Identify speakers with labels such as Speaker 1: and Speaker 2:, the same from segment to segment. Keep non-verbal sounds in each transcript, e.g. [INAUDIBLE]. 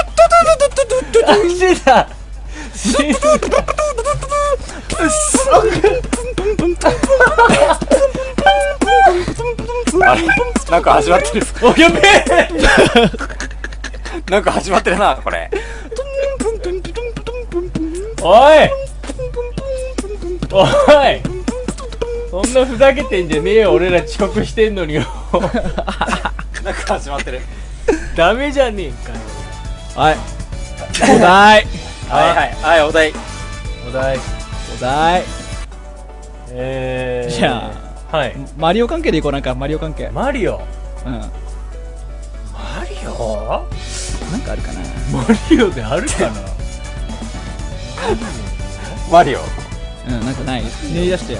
Speaker 1: あ死んだ死んだ
Speaker 2: あれなんか始まってる。
Speaker 1: おやべえ
Speaker 2: [LAUGHS] なんか始まってるな、これ。
Speaker 1: おいおいそんなふざけてんじゃねえよ俺ら遅刻してんのによ [LAUGHS]
Speaker 2: なんか始まってる。
Speaker 1: ダメじゃねえかよ
Speaker 3: はい。お
Speaker 1: [LAUGHS]
Speaker 3: 題。
Speaker 2: はいはい。はい、お題。
Speaker 1: お題
Speaker 3: お題。
Speaker 1: えー、
Speaker 3: じゃ
Speaker 1: あはい
Speaker 3: マリオ関係でいこう、なんか、マリオ関係。うん。
Speaker 1: マリオ
Speaker 3: なん
Speaker 1: マリオ
Speaker 3: かあるかな。
Speaker 1: マリオであるかな
Speaker 2: マリオ。
Speaker 3: うん、なんかない。練り出してよ。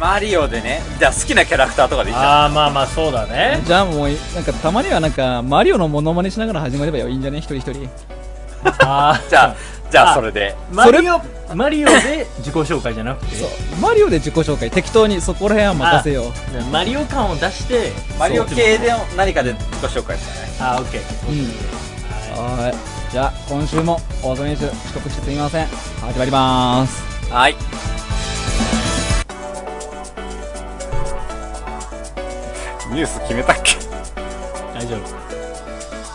Speaker 2: マリオでね。じゃあ好きなキャラクターとかでいいじゃ
Speaker 1: [LAUGHS]
Speaker 2: ん。
Speaker 1: ああまあまあそうだね
Speaker 3: じゃあもう、なんか、たまにはなんか、マリオのモノマネしながら始まればいいんじゃね一人一人。
Speaker 1: あ [LAUGHS] ー
Speaker 2: じゃあ、じゃあそれで。
Speaker 1: マリオマリオで自己紹介じゃなくて
Speaker 3: そう。マリオで自己紹介。適当に、そこら辺は任せよう。
Speaker 1: マリオ感を出して
Speaker 2: マリオ系で何かで自己紹介したね。
Speaker 1: あーオッケー
Speaker 3: うん。はーい。じゃあ、今週も、大園選手、遅刻してすみません。始まりまーす。
Speaker 2: はい。ニュース決めたっけ
Speaker 1: 大丈夫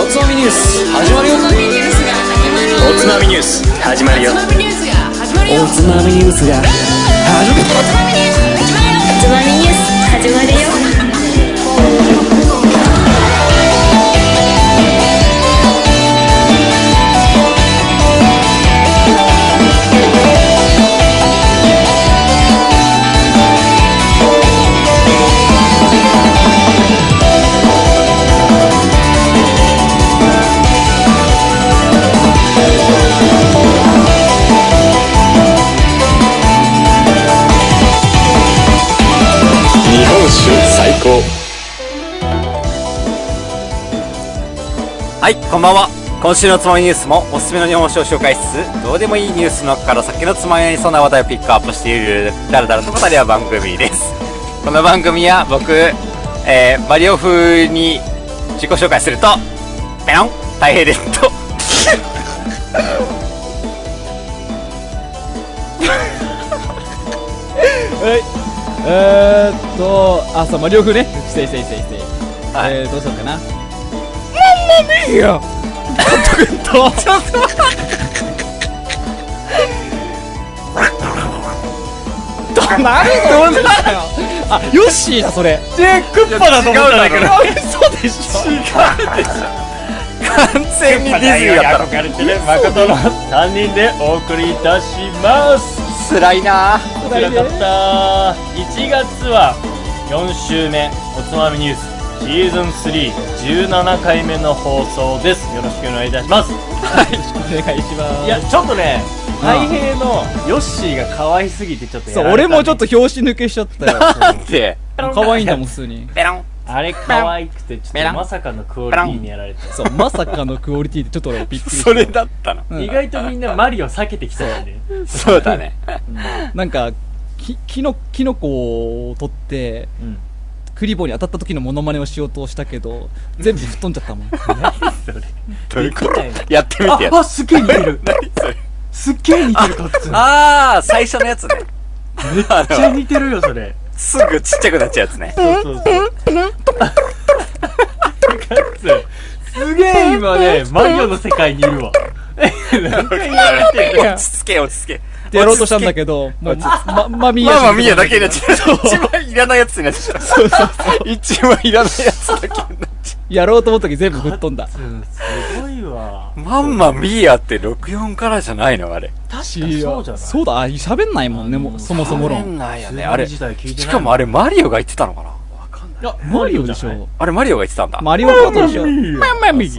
Speaker 4: おつまみニュース始まるよ
Speaker 5: おつまみニュースが始まるよ
Speaker 4: つまみニュース始まる
Speaker 5: おつまみニュースが始まるよ
Speaker 4: おつまみニュースが始まる
Speaker 5: おつまみニュース始まるよ
Speaker 6: つまみニュース始まるよ
Speaker 4: 日本酒最高
Speaker 2: はい、こんばんは。今週のつまみニュースもおすすめの日本酒を紹介しつつ、どうでもいいニュースの中から先のつまみにそうな話題をピックアップしている、だらだらと語りは番組です。この番組は僕、えー、マリオ風に自己紹介すると、ペロン大平ですと。
Speaker 3: はい。えー、っと、あ、そう、まあ、両風ね。失礼失礼失礼失礼。
Speaker 2: はい
Speaker 3: えー、どうしようかな。マンマミーヤ監督と。ちょっと。どなるどんなよ。あ、ヨッシーだ、それ。
Speaker 1: ジェクッパだと思ったんだけど
Speaker 2: 違
Speaker 3: 嘘でしょ。
Speaker 2: 完全にディズニーだったの。
Speaker 1: カルチレ誠の3人でお送りいたします
Speaker 2: 辛いなぁ。
Speaker 1: 辛かった1月は4週目おつまみニュースシーズン317回目の放送ですよろしくお願いいたします
Speaker 3: お願いします。
Speaker 1: いやちょっとね
Speaker 3: うん
Speaker 1: 大平のヨッシーが可愛すぎてちょっとや
Speaker 3: そう、
Speaker 1: られ
Speaker 3: 俺
Speaker 1: た
Speaker 3: もちょっと拍子抜けしちゃったよ。
Speaker 2: なんで
Speaker 3: 可愛いんだもん、普通に。
Speaker 2: ペロン
Speaker 1: あれ可愛くてちょっとまさかのクオリティにやられた
Speaker 3: そう、まさかのクオリティでちょっと俺もびっくりした
Speaker 2: それだったの。
Speaker 3: うん
Speaker 1: 意外とみんなマリオ避けてきたよね
Speaker 2: そうだね。
Speaker 3: なんか、き、キノ、キノコを取って、
Speaker 1: うん
Speaker 3: クリボーに当たった時のモノマネをしようとしたけど、全部吹っ飛んじゃったもん。
Speaker 1: [LAUGHS] それ
Speaker 2: どういうこと
Speaker 1: できな
Speaker 2: やってみてや
Speaker 1: ああすっげえ似てる
Speaker 2: [LAUGHS] 何それ
Speaker 1: すっげえ似てるこっち
Speaker 2: あー、最初のや [LAUGHS] つね。めっち
Speaker 1: めっちゃ似てるよそれ
Speaker 2: すぐちっちゃくなっちゃうやつね。
Speaker 1: そうそうそうすげえ今ねマリオの世界にいるわ何回言われてんの
Speaker 2: 落ち着け、落ち着け。
Speaker 3: でやろうとしたんだけ
Speaker 2: [LAUGHS]
Speaker 3: ど、もう、ま、まみや。
Speaker 2: まあまあ、ミヤだけになっちゃう。一番いらないやつになっちゃう。そうそうそう。一番いらないやつだけになっちゃ
Speaker 3: やろうと思った時全部吹っ飛んだ。
Speaker 1: うんすごいわ
Speaker 2: う。まんまミヤって64からじゃないのあれ。
Speaker 1: 確か
Speaker 3: いや
Speaker 1: そうじゃない
Speaker 3: そうだ、あ喋んないもんね、もうそもそも論。
Speaker 2: ないよね、
Speaker 1: 中
Speaker 2: あ
Speaker 1: 学
Speaker 2: れ。
Speaker 1: 時
Speaker 2: し
Speaker 1: 代聞いてない
Speaker 2: かもあれマリオが言ってたのかなわかんない。
Speaker 1: いや
Speaker 3: マリオでし
Speaker 1: マリオじゃない
Speaker 3: ょ
Speaker 2: あれ、マリオが言ってたんだ。
Speaker 3: マリオカートでしょ
Speaker 2: マンマミギ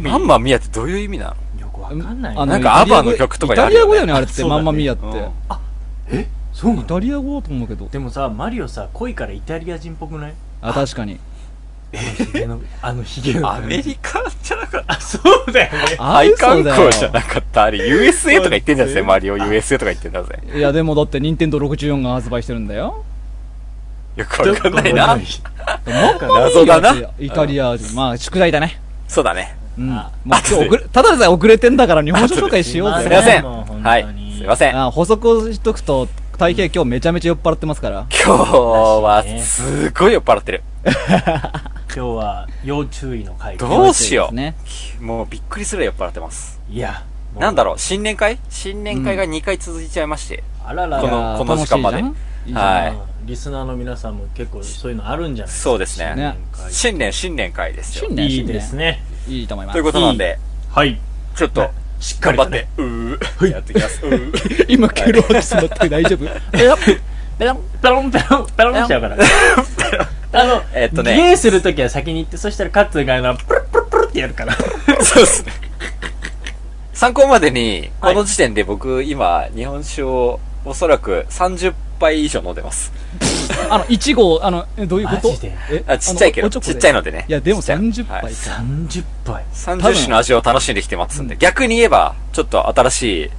Speaker 2: マンマミアってどういう意味なの
Speaker 1: よくわかんない
Speaker 3: あ
Speaker 2: なんか
Speaker 3: イタリア
Speaker 2: アバ
Speaker 3: 語
Speaker 2: の曲とか
Speaker 3: イ
Speaker 2: にあ
Speaker 3: タ
Speaker 2: る
Speaker 3: リア
Speaker 2: よね
Speaker 3: 語だよねあれって
Speaker 2: そうだ
Speaker 3: マ
Speaker 2: ね
Speaker 3: ンマミアって
Speaker 2: うん
Speaker 3: イ
Speaker 1: そうなの
Speaker 3: タリア語だと思うけど
Speaker 1: でもさマリオさ濃いからイタリア人っぽくない
Speaker 3: あ確かに
Speaker 1: ヒゲのあのヒゲの
Speaker 2: アメリカじゃなかった。
Speaker 1: あそうだよね
Speaker 3: あ
Speaker 2: アイカン
Speaker 3: 嘘だよ
Speaker 2: じゃなかった。あれ、USA とか言ってんだぜ、
Speaker 1: そう
Speaker 2: マリオ USA とか言ってんだぜ。
Speaker 3: いやでもだって任天堂64が発売してるんだよ
Speaker 2: よくわかんないな。
Speaker 3: そ
Speaker 2: 謎
Speaker 3: う
Speaker 2: だな。
Speaker 3: イタリア人まあ宿題だね
Speaker 2: そうだね。
Speaker 3: うん
Speaker 1: あ
Speaker 3: まあ
Speaker 2: 後
Speaker 3: 今
Speaker 2: で
Speaker 3: 日遅れただでさえ遅れてんだから日本酒紹介しよう
Speaker 2: す
Speaker 1: 後
Speaker 2: い
Speaker 3: ぜ
Speaker 1: で
Speaker 2: ません。
Speaker 1: もう本当に
Speaker 2: はい。すいません。今
Speaker 3: あ補足をしとくと体型今日めちゃめちゃ酔っ払ってますから
Speaker 2: 日は、すごい酔っ払ってる。
Speaker 1: 今日は要注意の回
Speaker 2: どうしよ
Speaker 3: そう
Speaker 2: う。
Speaker 3: ですね
Speaker 2: [LAUGHS] もうびっくりする酔っ払ってます。
Speaker 1: いやもう
Speaker 2: なんだろう、新年会新年会が2回続いちゃいまして。
Speaker 1: あらら
Speaker 2: この
Speaker 1: ら
Speaker 3: いやー
Speaker 2: この時間まで
Speaker 3: 楽しいじゃんいいじゃん
Speaker 2: はい
Speaker 1: うんリスナーの皆さんも結構そういうのあるんじゃない
Speaker 2: そうです
Speaker 3: ね
Speaker 2: ね。
Speaker 1: す
Speaker 2: 新年、新年会ですよ。
Speaker 3: 新年
Speaker 1: いいですね
Speaker 3: いいと思います
Speaker 2: ということなんで、
Speaker 1: はい
Speaker 2: ちょっと、
Speaker 1: しっかりと
Speaker 2: 頑張って
Speaker 1: ね、
Speaker 2: うー、やっていきます。う [LAUGHS] ー。
Speaker 3: 今ケロワキスだって大丈
Speaker 2: [LAUGHS]
Speaker 3: 夫
Speaker 2: ペロッペロッ
Speaker 1: ペロンペロンペロンしちゃう
Speaker 2: [LAUGHS]
Speaker 1: からあの
Speaker 2: えっとね
Speaker 1: ゲーするときは先に行ってそしたらカッツーがあのプルプルプルってやる
Speaker 2: [LAUGHS]
Speaker 1: から
Speaker 2: そうですね。参考までに、
Speaker 1: は
Speaker 2: こ
Speaker 1: い
Speaker 2: の時点で僕、今、日本酒をおそらく30杯以上飲んでます。
Speaker 3: あの1号あのえどういうこ
Speaker 1: マ
Speaker 3: と
Speaker 1: ジで
Speaker 3: え
Speaker 2: あちっちゃいけ
Speaker 3: あのお
Speaker 2: ど、
Speaker 3: ちょこ
Speaker 2: ち
Speaker 3: で
Speaker 2: っちゃいのでね。
Speaker 3: いやでも
Speaker 2: ちっちゃい
Speaker 3: 30杯
Speaker 2: はい
Speaker 1: 30杯
Speaker 2: 30種の味を楽しんできてますんで、逆に言えば、ちょっと新しい、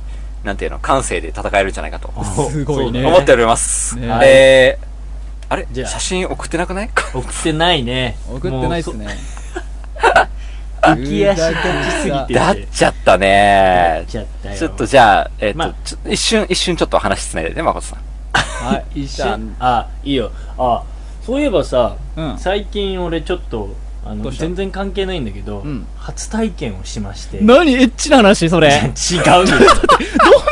Speaker 2: なんていうの、感性で戦えるんじゃないかと
Speaker 3: すごいね
Speaker 2: 思っております。
Speaker 3: ね
Speaker 2: えー、あれ
Speaker 1: じゃあ
Speaker 2: 写真送ってなくない
Speaker 1: 送ってないね
Speaker 3: 送ってないっ
Speaker 2: [LAUGHS]
Speaker 3: すね
Speaker 1: 浮き足立ちすぎて
Speaker 2: なっちゃった
Speaker 1: や
Speaker 2: ね
Speaker 1: っちゃったよ
Speaker 2: ちょっとじゃあ、えっ、と、
Speaker 1: まあ
Speaker 2: ちょ一瞬、一瞬ちょっと話つないでね、誠さん。 [LAUGHS]
Speaker 3: はい一緒
Speaker 1: あいいよあそういえばさ、
Speaker 3: うん
Speaker 1: 最近俺ちょっとあ
Speaker 3: ど
Speaker 1: の
Speaker 3: うした
Speaker 1: 全然関係ないんだけど、
Speaker 3: うん
Speaker 1: 初体験をしまして違うよ
Speaker 3: 何エッチな話それどう見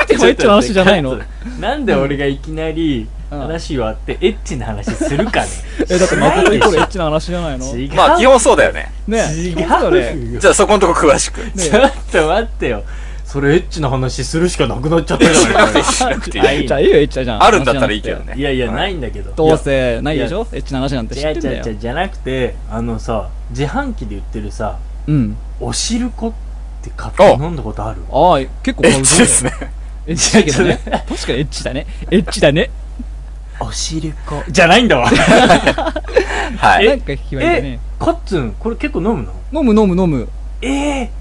Speaker 3: てもエッチな話じゃないの
Speaker 1: [LAUGHS] なんで俺がいきなり
Speaker 3: うん
Speaker 1: 話をあってエッチな話するかね
Speaker 3: えだって誠イコールエッチな話じゃないの
Speaker 1: 違う、
Speaker 2: まあ、基本そうだよね。
Speaker 3: ね
Speaker 1: 違
Speaker 3: そうだよね
Speaker 1: うよ
Speaker 2: じゃあそこのとこ詳しく。
Speaker 1: ちょっと待ってよそれエッチな話するしかなくなっちゃったじ
Speaker 3: [LAUGHS]
Speaker 1: ゃないか
Speaker 2: しなくていい
Speaker 1: はい
Speaker 3: じゃあいいよエッチじゃん
Speaker 2: あるんだったらいいけどね。。
Speaker 1: いやいやないいんだけど
Speaker 3: どうせないでしょエッチな話なんて知
Speaker 1: じゃ
Speaker 3: って
Speaker 1: じ
Speaker 3: んだ
Speaker 1: ゃ
Speaker 3: よ
Speaker 1: じゃじゃなくてあのさ自販機で売ってるさ
Speaker 3: うん
Speaker 1: おしるこって買って飲んだことある
Speaker 3: ああ結構
Speaker 2: エッチですね。
Speaker 3: エッチだけどね確かにエッチだねエッチだね
Speaker 1: おしるこじゃないんだわ
Speaker 2: は
Speaker 3: なん
Speaker 2: い。
Speaker 3: か聞きはいい
Speaker 1: え
Speaker 3: ね
Speaker 1: カッツンこれ結構飲むの
Speaker 3: 飲む飲む飲む
Speaker 1: ええ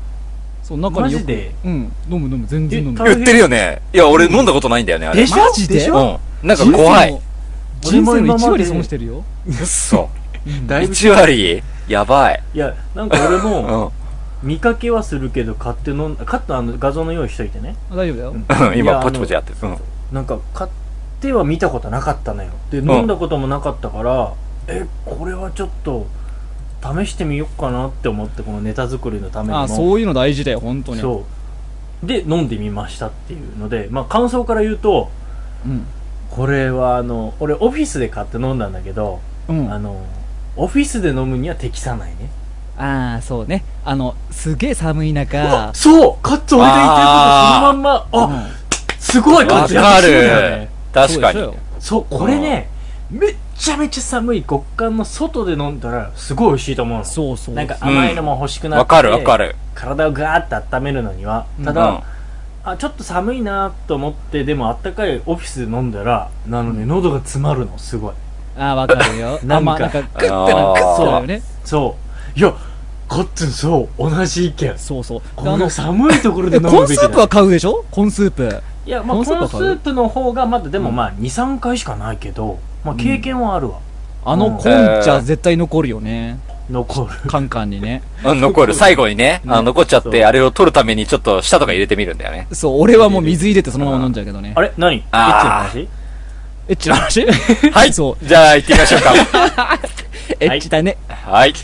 Speaker 3: そう中によ
Speaker 1: マジ
Speaker 3: く
Speaker 1: で
Speaker 3: うん飲む飲む全然飲む
Speaker 1: え
Speaker 2: 売ってるよね。いや、俺飲んだことないんだよね、あれ。
Speaker 1: で
Speaker 2: う
Speaker 1: しょ
Speaker 3: マジで
Speaker 1: でしょ
Speaker 2: ん。なんか怖い。
Speaker 3: 人生の
Speaker 1: 俺も今まで
Speaker 3: 1割損してるよ
Speaker 2: 嘘。
Speaker 1: だいぶ
Speaker 2: 1割やばい。
Speaker 1: いやなんか俺
Speaker 2: うん。
Speaker 1: も
Speaker 2: うん
Speaker 1: 見かけはするけど買って飲んだカットあの画像の用意しといてね
Speaker 3: あ大丈夫だよ
Speaker 1: いや
Speaker 2: 今、
Speaker 1: あの
Speaker 2: ポチポチやってる。うん。
Speaker 1: なんか買っては見たことなかったのよで飲んだこともなかったから、えこれはちょっと試してみようかなって思ってこのネタ作りのためにも
Speaker 3: あそういうの大事だよ本当に
Speaker 1: そうで飲んでみましたっていうのでまあ感想から言うと
Speaker 3: うん
Speaker 1: これはあの俺オフィスで買って飲んだんだけど、
Speaker 3: うん
Speaker 1: あのオフィスで飲むには適さないね
Speaker 3: ああそうねあのすげえ寒い中
Speaker 1: そうカッツン俺が言ってることそのまんまあ、すごいカッ
Speaker 2: わ
Speaker 1: ツンや
Speaker 2: か
Speaker 1: ってそうだよ
Speaker 2: る
Speaker 1: ね。
Speaker 2: 確かに。
Speaker 1: そうこれねめっちゃめちゃ寒い極寒の外で飲んだらすごい美味しいと思うの
Speaker 3: そうそう
Speaker 1: なんか甘いのも欲しくなって、
Speaker 2: わかるわかる。
Speaker 1: 体をガーッて温めるのにはただ、
Speaker 2: うん
Speaker 1: あちょっと寒いなと思ってでもあったかいオフィスで飲んだらなので喉が詰まるのすごい
Speaker 3: ああわかるよ
Speaker 1: なん
Speaker 3: あま
Speaker 1: か
Speaker 3: あ [LAUGHS] なんかグッてなんかそうだよね
Speaker 1: そういやカッツンそう同じ意見
Speaker 3: そうそうで
Speaker 1: こ
Speaker 3: あの
Speaker 1: の寒いところで飲
Speaker 3: コー
Speaker 1: む
Speaker 3: ン
Speaker 1: べき
Speaker 3: スープ
Speaker 1: だ
Speaker 3: は買うでしょコーンスープ
Speaker 1: いやまあ
Speaker 3: コ
Speaker 1: コ
Speaker 3: ーンスープ
Speaker 1: ー
Speaker 3: は
Speaker 1: ンスープの方がまだでもまあ23回しかないけど、まあ、経験はあるわ、
Speaker 3: あのコーン茶絶対残るよね
Speaker 1: 残る
Speaker 3: カンカンにね
Speaker 2: うん、残る。最後にね、あの残っちゃっ
Speaker 1: そう
Speaker 2: て、あれを取るためにちょっと舌とか入れてみるんだよね。
Speaker 3: そう俺はもう水入れてそのまま飲んじゃうけどね
Speaker 1: [LAUGHS] あれ何エッチな
Speaker 2: あー
Speaker 1: 話
Speaker 3: エッチな話
Speaker 2: はい。
Speaker 3: そう
Speaker 2: じゃあ、行ってみましょ
Speaker 1: [LAUGHS]
Speaker 2: うか。
Speaker 3: エッチだね
Speaker 2: はい。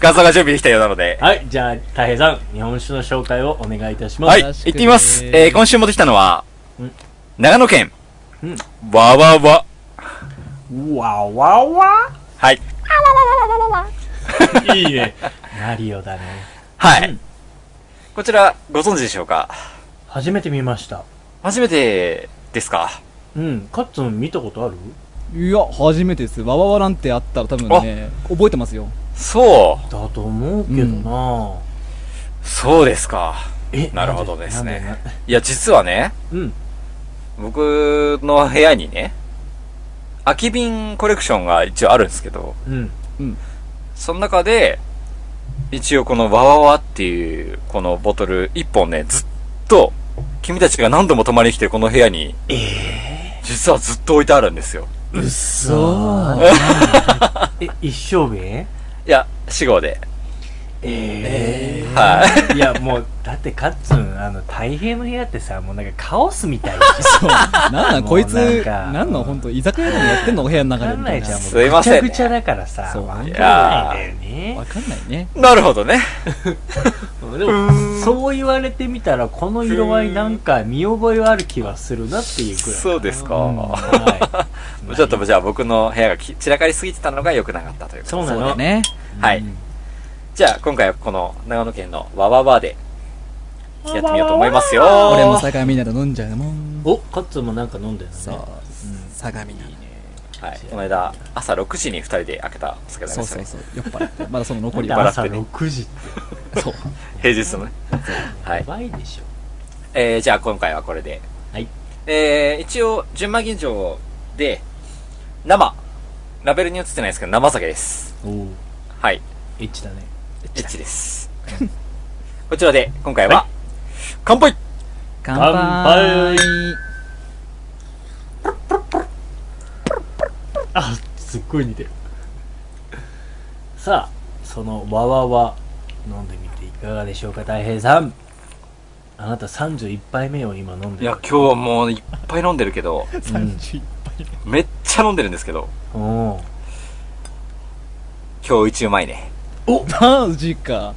Speaker 2: 画像が準備できたようなので。
Speaker 1: はいじゃあた平さん日本酒の紹介をお願いいたします、
Speaker 2: はい。
Speaker 3: 確か
Speaker 2: 行
Speaker 3: に
Speaker 2: ってみます。えー、今週もできたのは
Speaker 1: うん、
Speaker 2: 長野県
Speaker 1: うん、
Speaker 2: わわわ。
Speaker 1: わわわ
Speaker 2: はい。
Speaker 1: [LAUGHS] いいねマリオだね
Speaker 2: は
Speaker 1: う
Speaker 2: い
Speaker 1: ん。
Speaker 2: こちら、ご存知でしょうか
Speaker 1: 初めて見ました
Speaker 2: 初めてですか
Speaker 1: うんカッツン見たことある
Speaker 3: いや初めてですわわわなんてあったら多分ね覚えてますよ
Speaker 2: そ
Speaker 1: だと思うけどな、
Speaker 2: う。そうですか。
Speaker 1: え
Speaker 2: なるほどですね
Speaker 1: なんでなんで
Speaker 2: いや、実はね、
Speaker 1: うん
Speaker 2: 僕の部屋にね、空き瓶コレクションが一応あるんですけど、
Speaker 1: うん
Speaker 2: その中で、一応このわわわっていう、このボトル一本ね、ずっと、君たちが何度も泊まりに来てるこの部屋に、実はずっと置いてあるんですよ。
Speaker 1: うっそーえ一生瓶
Speaker 2: いや、死後で。
Speaker 1: えー、
Speaker 2: はい。
Speaker 1: いやもうだってカッツンあの太平の部屋ってさもうなんかカオスみたい
Speaker 3: そうなんなんこいつ
Speaker 1: もうなんか
Speaker 3: なんの本当居酒屋でもやってんのお部屋の
Speaker 1: [LAUGHS] わ
Speaker 3: 中
Speaker 1: か
Speaker 3: で
Speaker 1: ん
Speaker 3: み
Speaker 1: な
Speaker 3: た
Speaker 1: い
Speaker 3: い
Speaker 1: じゃ
Speaker 3: なん
Speaker 1: も
Speaker 2: すいま
Speaker 1: ぐち
Speaker 2: せ
Speaker 1: ゃ
Speaker 2: ん
Speaker 1: ぐちゃだからさ
Speaker 3: そう
Speaker 1: わかんないんだよね
Speaker 3: わかんないね
Speaker 2: なるほどね。
Speaker 1: でもそう言われてみたらこの色合いなんか見覚えはある気はするなっていうくらい
Speaker 2: そうですか。
Speaker 1: は
Speaker 2: ちょっとじゃあ僕の部屋がき散らかりすぎてたのが良くなかったという
Speaker 1: い
Speaker 2: こと
Speaker 1: そうな
Speaker 3: そうだ
Speaker 1: の
Speaker 3: ね
Speaker 2: はい。じゃあ、今回はこの長野県のわわわでやってみようと思いますよ。
Speaker 3: 俺も酒みんなで飲んじゃうもん
Speaker 1: おカッツンもなんか飲んでる
Speaker 3: そう
Speaker 1: のね
Speaker 3: 相模なんで
Speaker 2: はい。この間、朝6時に2人で開けたお酒なん
Speaker 3: そ
Speaker 2: で
Speaker 3: う
Speaker 2: す
Speaker 3: そ
Speaker 2: よ
Speaker 3: うそ
Speaker 2: ね。
Speaker 3: う酔っ払ってまだその残
Speaker 1: なん
Speaker 3: り
Speaker 1: で
Speaker 2: [LAUGHS] なん
Speaker 3: は
Speaker 1: 朝6時って
Speaker 3: そう
Speaker 2: 平日のね。は
Speaker 1: や
Speaker 2: い。
Speaker 1: ばいでしょ
Speaker 2: えー、じゃあ今回はこれで。
Speaker 1: はい。
Speaker 2: えー、一応、純馬吟醸で、生。ラベルに映ってないですけど、生酒です。
Speaker 1: おお
Speaker 2: はい。
Speaker 1: エッチだね
Speaker 2: エッチです。こちらで、今回は、乾杯
Speaker 3: 乾
Speaker 1: 乾
Speaker 3: 杯
Speaker 1: あすっごい似てるさあそのわわわ飲んでみていかがでしょうかたい平さんあなた31杯目を今飲んでる
Speaker 2: いや、今日はもういっぱい飲んでるけど、
Speaker 1: 31
Speaker 2: めっちゃ飲んでるんですけど、
Speaker 1: うんおー
Speaker 2: 今日一うまいね。
Speaker 3: マジか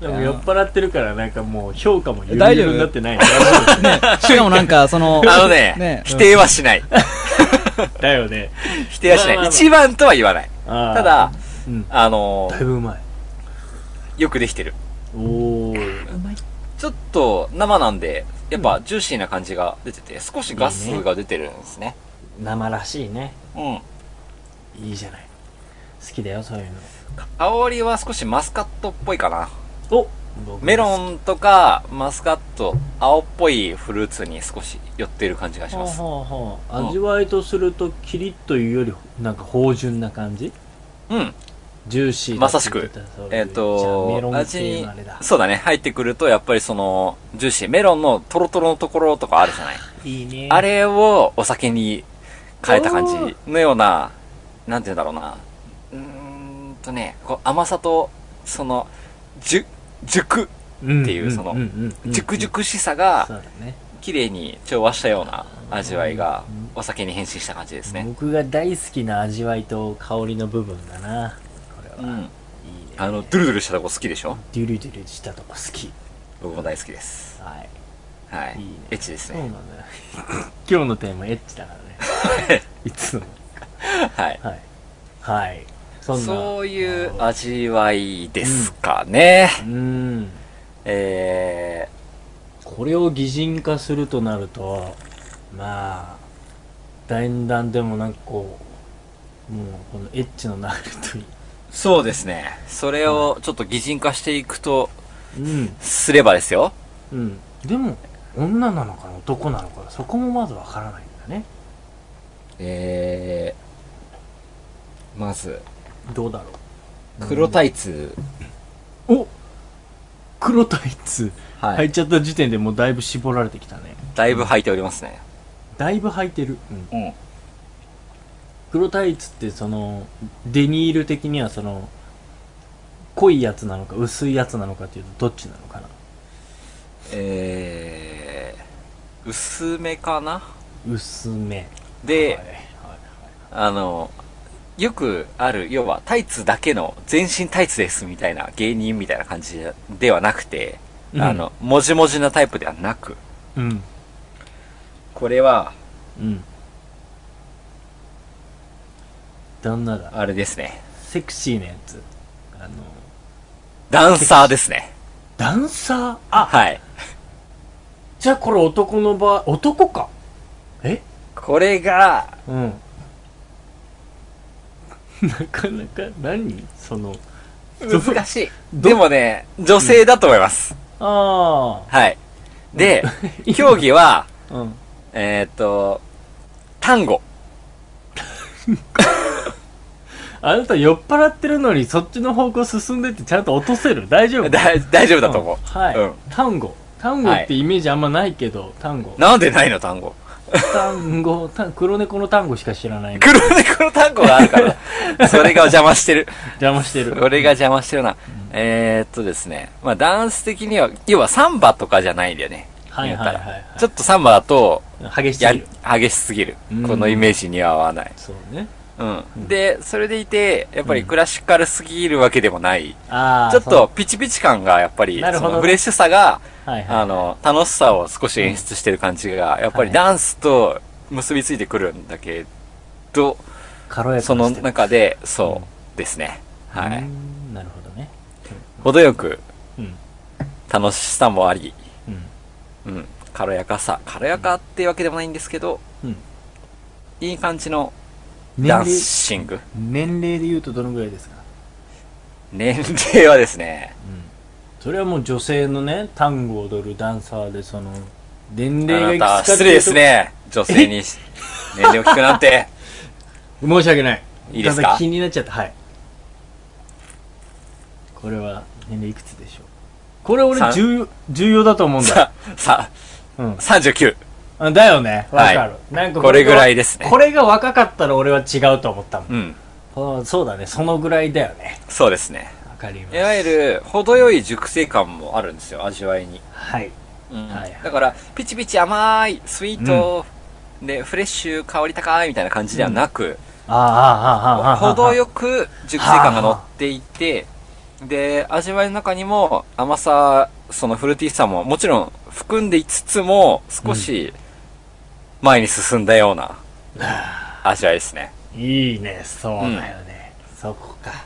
Speaker 1: でも酔っ払ってるからなんかもう評価もゆる
Speaker 3: 大
Speaker 1: ゆ
Speaker 3: 丈
Speaker 1: る
Speaker 3: 夫
Speaker 1: になってない大丈
Speaker 3: しかもなんかその
Speaker 2: [LAUGHS] あのね、
Speaker 3: ね
Speaker 2: 否定はしない。
Speaker 1: 夫 [LAUGHS] だよね
Speaker 2: 否定はし
Speaker 1: まあ
Speaker 2: な
Speaker 1: ま
Speaker 2: い。
Speaker 1: あ
Speaker 2: 一番とは言わない。
Speaker 1: あー
Speaker 2: ただ、
Speaker 1: うん
Speaker 2: あの
Speaker 1: だい
Speaker 2: ー、
Speaker 1: ぶうまい
Speaker 2: よくできてる。
Speaker 1: おお
Speaker 2: ちょっと生なんで、やっぱジューシーな感じが出てて、少しガスが出てるんですね。
Speaker 1: 生らしいね
Speaker 2: うん。
Speaker 1: いいじゃない好きだよそういうの
Speaker 2: 香りは少しマスカットっぽいかな。
Speaker 1: お僕
Speaker 2: メロンとかマスカット、青っぽいフルーツに少し寄ってる感じがし
Speaker 1: ほう
Speaker 2: ます。
Speaker 1: ほうほう味わいとするとキリッというよりなんか芳醇な感じ
Speaker 2: うん。
Speaker 1: ジューシーだ
Speaker 2: まさしく
Speaker 1: って言ってたそういう
Speaker 2: えっ、
Speaker 1: じゃあメ
Speaker 2: と
Speaker 1: ロ、ン
Speaker 2: 味
Speaker 1: 系
Speaker 2: に
Speaker 1: のあれだ、
Speaker 2: そうだね、入ってくると、やっぱりその、ジューシー、メロンのトロトロのところとかあるじゃない。
Speaker 1: いいね
Speaker 2: あれをお酒に変えた感じのような、なんて言うんだろうな。うーんとね、こう甘さと、その、じゅ、熟、
Speaker 1: って
Speaker 2: いうその熟
Speaker 1: そう
Speaker 2: 熟しさが、
Speaker 1: だね
Speaker 2: 綺麗に調和したような味わいが、お酒に変身した感じですね。
Speaker 1: 僕が大好きな味わいと香りの部分だなこれは、いい
Speaker 2: う
Speaker 1: ね
Speaker 2: ん。あの、ドゥルドゥルしたとこ好きでしょ
Speaker 1: デュルデュルしたとこ好き
Speaker 2: 僕も大好きです。
Speaker 1: はい
Speaker 2: はい
Speaker 1: いいね。
Speaker 2: エッチです
Speaker 1: そうな
Speaker 2: ね。
Speaker 1: んだよ [LAUGHS] 今日のテーマエッチだからねいつも
Speaker 2: はい。
Speaker 1: はいはいそんな
Speaker 2: そういう味わいですかね。
Speaker 1: うん
Speaker 2: え
Speaker 1: これを擬人化するとなるとまあだんだんでもなんかこうもうこのエッチの流れとい
Speaker 2: ー、そうですね。それをちょっと擬人化していくと
Speaker 1: い
Speaker 2: すればですよ。
Speaker 1: うんうんでも女なのか男なのかそこもまずわからないんだね
Speaker 2: えー、まず、
Speaker 1: どうだろ
Speaker 2: 黒タイツ、
Speaker 1: うお黒タイツ
Speaker 2: は
Speaker 1: 履
Speaker 2: い、
Speaker 1: いちゃった時点でもうだいぶ絞られてきたね
Speaker 2: だいぶ履いておりますね。
Speaker 1: だいぶ履いてる、うん
Speaker 2: うん。
Speaker 1: 黒タイツってそのデニール的にはその濃いやつなのか薄いやつなのかっていうとどっちなのかな
Speaker 2: えー、薄めかな
Speaker 1: 薄め
Speaker 2: で、
Speaker 1: はい
Speaker 2: あの、よくある、要はタイツだけの全身タイツですみたいな芸人みたいな感じではなくて、
Speaker 1: うん
Speaker 2: あの、もじもじなタイプではなく、
Speaker 1: うん
Speaker 2: これは、
Speaker 1: うん旦那だ
Speaker 2: あれですね、
Speaker 1: セクシーなやつあの
Speaker 2: ダンサーですね。
Speaker 1: ダンサーあ
Speaker 2: はい。
Speaker 1: じゃあこれ男の場合男かえ
Speaker 2: これが、
Speaker 1: うん [LAUGHS] なかなか何その
Speaker 2: 難しい。でもね、女性だと思います。
Speaker 1: あ
Speaker 2: はい。
Speaker 1: [LAUGHS]
Speaker 2: で、競技は、
Speaker 1: あうん
Speaker 2: えーっと、単語。
Speaker 1: あなた酔っ払ってるのにそっちの方向進んでってちゃんと落とせる [LAUGHS] 大丈夫
Speaker 2: だ大丈夫だと思う。
Speaker 1: はい、
Speaker 2: うん
Speaker 1: 単語単語ってイメージあんまないけど、単語
Speaker 2: なんでないの単語。
Speaker 1: 単語単黒猫の単語しか知らない
Speaker 2: 黒猫の単語がある
Speaker 1: [LAUGHS]
Speaker 2: から。それが邪魔してる。
Speaker 1: 邪魔してる
Speaker 2: それが邪魔してるな。えー、っとですね。まあダンス的には、要はサンバとかじゃないんだよね。
Speaker 1: はいはいはい、はい、
Speaker 2: ちょっとサンバだと、
Speaker 1: 激しす
Speaker 2: や
Speaker 1: ぎる
Speaker 2: 激しすぎる
Speaker 1: うん。
Speaker 2: このイメージには合わない。
Speaker 1: そうね
Speaker 2: うん。で、それでいて、やっぱりクラシカルすぎるわけでもない。
Speaker 1: ああ
Speaker 2: ちょっとピチピチ感がやっぱり、
Speaker 1: なる
Speaker 2: そ
Speaker 1: ほど
Speaker 2: のフレッシュさが、
Speaker 1: はいはい
Speaker 2: あの、楽しさを少し演出してる感じが、やっぱりダンスと結びついてくるんだけど、
Speaker 1: 軽やかにして
Speaker 2: その
Speaker 1: る
Speaker 2: 中で、そうですね。は
Speaker 1: う
Speaker 2: い。
Speaker 1: んなるほどね
Speaker 2: 程よく
Speaker 1: うん
Speaker 2: 楽しさもあり、
Speaker 1: うん
Speaker 2: うん、軽やかさ。軽やかってわけでもないんですけど、
Speaker 1: うん
Speaker 2: いい感じの
Speaker 1: 年
Speaker 2: ダン
Speaker 1: 齢
Speaker 2: シング。
Speaker 1: 年齢で言うとどのぐらいですか
Speaker 2: 年齢はですね、
Speaker 1: それはもう女性のね単語を踊るダンサーでその年
Speaker 2: あ
Speaker 1: 齢が
Speaker 2: ない
Speaker 1: く
Speaker 2: た
Speaker 1: つかってい
Speaker 2: 失
Speaker 1: うと
Speaker 2: 礼ですね。女性にし年齢を聞くなんて。
Speaker 1: 申し訳ない
Speaker 2: いいですか
Speaker 1: ただ気になっちゃったはいこれは年齢いくつでしょうこれ俺
Speaker 2: さん
Speaker 1: 重要重要だと思うんだ
Speaker 2: さ、さ、
Speaker 1: うん
Speaker 2: 39。
Speaker 1: あだよねわ
Speaker 2: はい
Speaker 1: かる、なんか
Speaker 2: これぐらいですね
Speaker 1: これが若かったら俺は違うと思ったもん
Speaker 2: うん。
Speaker 1: あーそうだねそのぐらいだよね
Speaker 2: そうですね。
Speaker 1: わかります
Speaker 2: いわゆる、程よい熟成感もあるんですよ、味わいに。
Speaker 1: はい
Speaker 2: うん
Speaker 1: はいはい
Speaker 2: だから、ピチピチ甘い、スイート、で、フレッシュ、香り高いみたいな感じではなく、
Speaker 1: あーあーあーあーあーあー
Speaker 2: 程よく熟成感が乗っていて、で、味わいの中にも甘さ、そのフルーティーさももちろん含んでいつつも、少し前に進んだような味わいですね。
Speaker 1: いいねそうだよね、そこか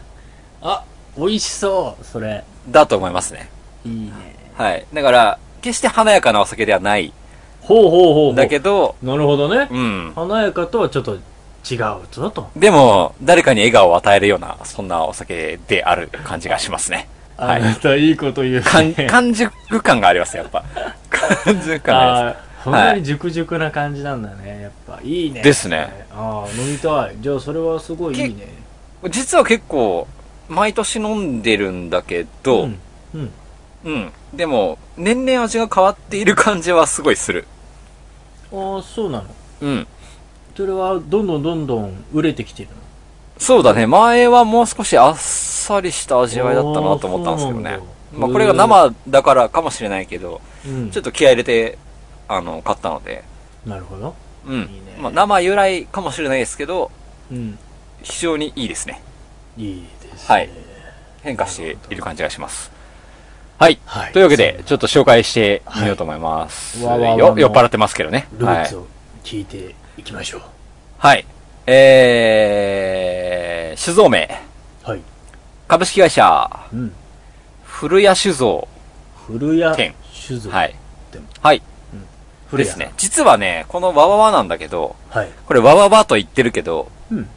Speaker 1: あ美味しそうそれ
Speaker 2: だと思いますね。
Speaker 1: いいね
Speaker 2: はい。だから、決して華やかなお酒ではない。
Speaker 1: ほうほうほうほう
Speaker 2: だけど、
Speaker 1: なるほどね
Speaker 2: うん。
Speaker 1: 華やかとはちょっと違うぞと
Speaker 2: でも、誰かに笑顔を与えるような、そんなお酒である感じがしますね。
Speaker 1: あなたいいこと言う
Speaker 2: 感、 [LAUGHS]
Speaker 1: ね
Speaker 2: 完熟感があります、やっぱ。完熟感がありま
Speaker 1: あーそんなに熟熟な感じなんだねやっぱいいね
Speaker 2: ですね
Speaker 1: ああ飲みたいじゃあそれはすごいいいね
Speaker 2: す。実は結構、毎年飲んでるんだけど、
Speaker 1: ん、うん、
Speaker 2: うん。でも、年々味が変わっている感じはすごいする。
Speaker 1: ああそうなの
Speaker 2: うん。
Speaker 1: それはどんどんどんどん売れてきてるの
Speaker 2: そうだね。前はもう少しあっさりした味わいだったなと思ったんですけど
Speaker 1: あーそ
Speaker 2: ね
Speaker 1: うなんだ。
Speaker 2: まあこれが生だからかもしれないけど、
Speaker 1: うん
Speaker 2: ちょっと気合い入れて、あの、買ったので。
Speaker 1: なるほど
Speaker 2: うん。
Speaker 1: いいね
Speaker 2: まあ生由来かもしれないですけど、
Speaker 1: うん
Speaker 2: 非常にいいですね。
Speaker 1: いいです
Speaker 2: はい。変化している感じがします。はい。
Speaker 1: はい
Speaker 2: というわけで、ちょっと紹介してみようと思います。
Speaker 1: はいわわわ
Speaker 2: よ
Speaker 1: の
Speaker 2: 酔っ払ってますけどね。
Speaker 1: ル
Speaker 2: は
Speaker 1: ー
Speaker 2: い
Speaker 1: ツ。を聞いていきましょう
Speaker 2: はい。えー、酒造名。
Speaker 1: はい、
Speaker 2: 株式会社、
Speaker 1: うん
Speaker 2: 古谷酒造。
Speaker 1: 古谷
Speaker 2: 天
Speaker 1: 酒造
Speaker 2: はい。
Speaker 1: 店
Speaker 2: はい。
Speaker 1: 古谷
Speaker 2: です
Speaker 1: さん
Speaker 2: ね。実はね、このわわわなんだけど、
Speaker 1: はい
Speaker 2: これわわわと言ってるけど、
Speaker 1: うん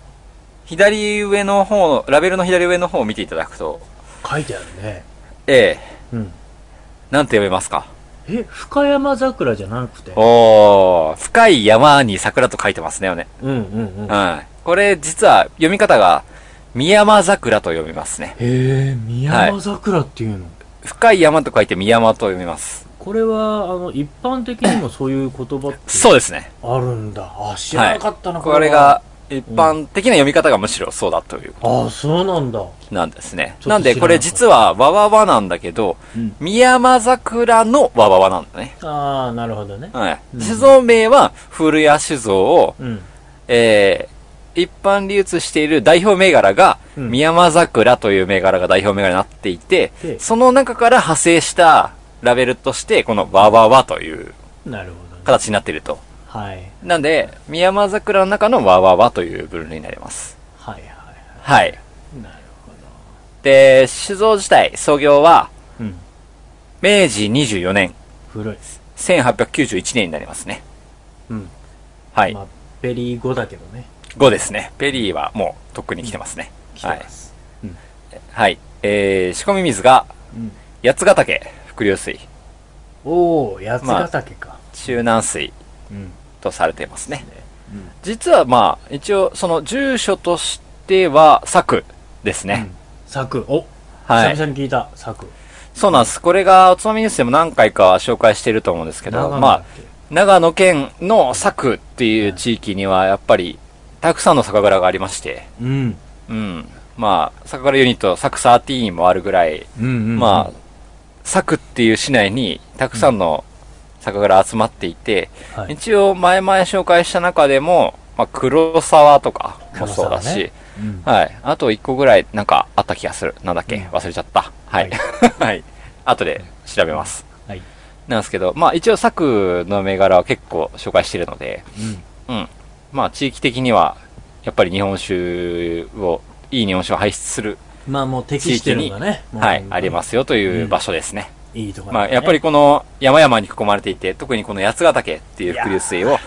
Speaker 2: 左上の方の、ラベルの左上の方を見ていただくと、
Speaker 1: 書いてあるね
Speaker 2: ええ
Speaker 1: うん
Speaker 2: なんて読めますか
Speaker 1: え深山桜じゃなくて
Speaker 2: おー、深い山に桜と書いてますね、よね。
Speaker 1: うんうんうん
Speaker 2: う
Speaker 1: へ
Speaker 2: ん。これ、実は、読み方が、宮山桜と読みますね。
Speaker 1: え宮山桜っていうの、
Speaker 2: 深い山と書いて宮山と読みます。
Speaker 1: これはあの一般的にもそういう言葉って
Speaker 2: そうですね。
Speaker 1: あるんだあ知らなかったな、
Speaker 2: これ
Speaker 1: は
Speaker 2: が、一般的な読み方がむしろそうだというこ
Speaker 1: ああそうなんだ
Speaker 2: となんですね。
Speaker 1: ちょっと知らな
Speaker 2: な
Speaker 1: んかった
Speaker 2: で、これ実は、わわわなんだけど、
Speaker 1: うん
Speaker 2: 宮山桜のわわわなんだね。
Speaker 1: ああなるほどね
Speaker 2: はい
Speaker 1: うん。
Speaker 2: 酒造名は、古谷酒造を、
Speaker 1: うん
Speaker 2: えー、一般流通している代表銘柄が、
Speaker 1: うん
Speaker 2: 宮間桜という銘柄が代表銘柄になっていて
Speaker 1: で、
Speaker 2: その中から派生したラベルとして、このわわわという
Speaker 1: なるほどね
Speaker 2: 形になっていると。
Speaker 1: はい
Speaker 2: なんで、宮間桜の中のわわわという分類になります。
Speaker 1: はいはいは
Speaker 2: はい。
Speaker 1: いなるほ
Speaker 2: で、酒造自体、創業は、
Speaker 1: どうん
Speaker 2: 明治24年、
Speaker 1: 古い
Speaker 2: 1891年になりますね。
Speaker 1: うん
Speaker 2: はい。
Speaker 1: まあペリー5だけどね
Speaker 2: 5ですね。ペリーはもうとっくに来てますね。
Speaker 1: 来てます、
Speaker 2: はい。はい。えー、仕込み水が、
Speaker 1: うん
Speaker 2: 八ヶ岳、伏流水、
Speaker 1: おお八ヶ岳か、
Speaker 2: 中南水
Speaker 1: うん
Speaker 2: とされていますね。
Speaker 1: うん
Speaker 2: 実はまあ、一応、その住所としては、佐久ですね。
Speaker 1: 柵お、
Speaker 2: はい
Speaker 1: 久々に聞いた柵
Speaker 2: そうなんです。これが、おつまみニュースでも何回か紹介してると思うんですけど、
Speaker 1: 長野
Speaker 2: ま
Speaker 1: だっ
Speaker 2: あ、
Speaker 1: け
Speaker 2: 長野県の佐久っていう地域には、やっぱり、たくさんの酒蔵がありまして、
Speaker 1: うん
Speaker 2: うん。まあ、酒蔵ユニット、佐久13もあるぐらい、
Speaker 1: うんうんうん
Speaker 2: まあ、佐久っていう市内にたくさんの酒蔵集まっていて、
Speaker 1: はい
Speaker 2: 一応前々紹介した中でも、まあ、黒沢とかもそう
Speaker 1: 黒沢
Speaker 2: だし、
Speaker 1: ねうん
Speaker 2: はい。あと一個ぐらいなんかあった気がする。なんだっけ
Speaker 1: うん
Speaker 2: 忘れちゃった。はい。 [LAUGHS] はい。後で調べます。
Speaker 1: はい
Speaker 2: なんですけど、まあ一応佐久の銘柄は結構紹介してるので、
Speaker 1: うん
Speaker 2: うん。まあ地域的には、やっぱり日本酒を、いい日本酒を排出する、
Speaker 1: まあもう適してるんだね
Speaker 2: はい、ありますすよという
Speaker 1: うん
Speaker 2: 場所ですね。
Speaker 1: いいところ
Speaker 2: まあ、やっぱりこの山々に囲まれていて、特にこの八ヶ岳っていう伏流水を、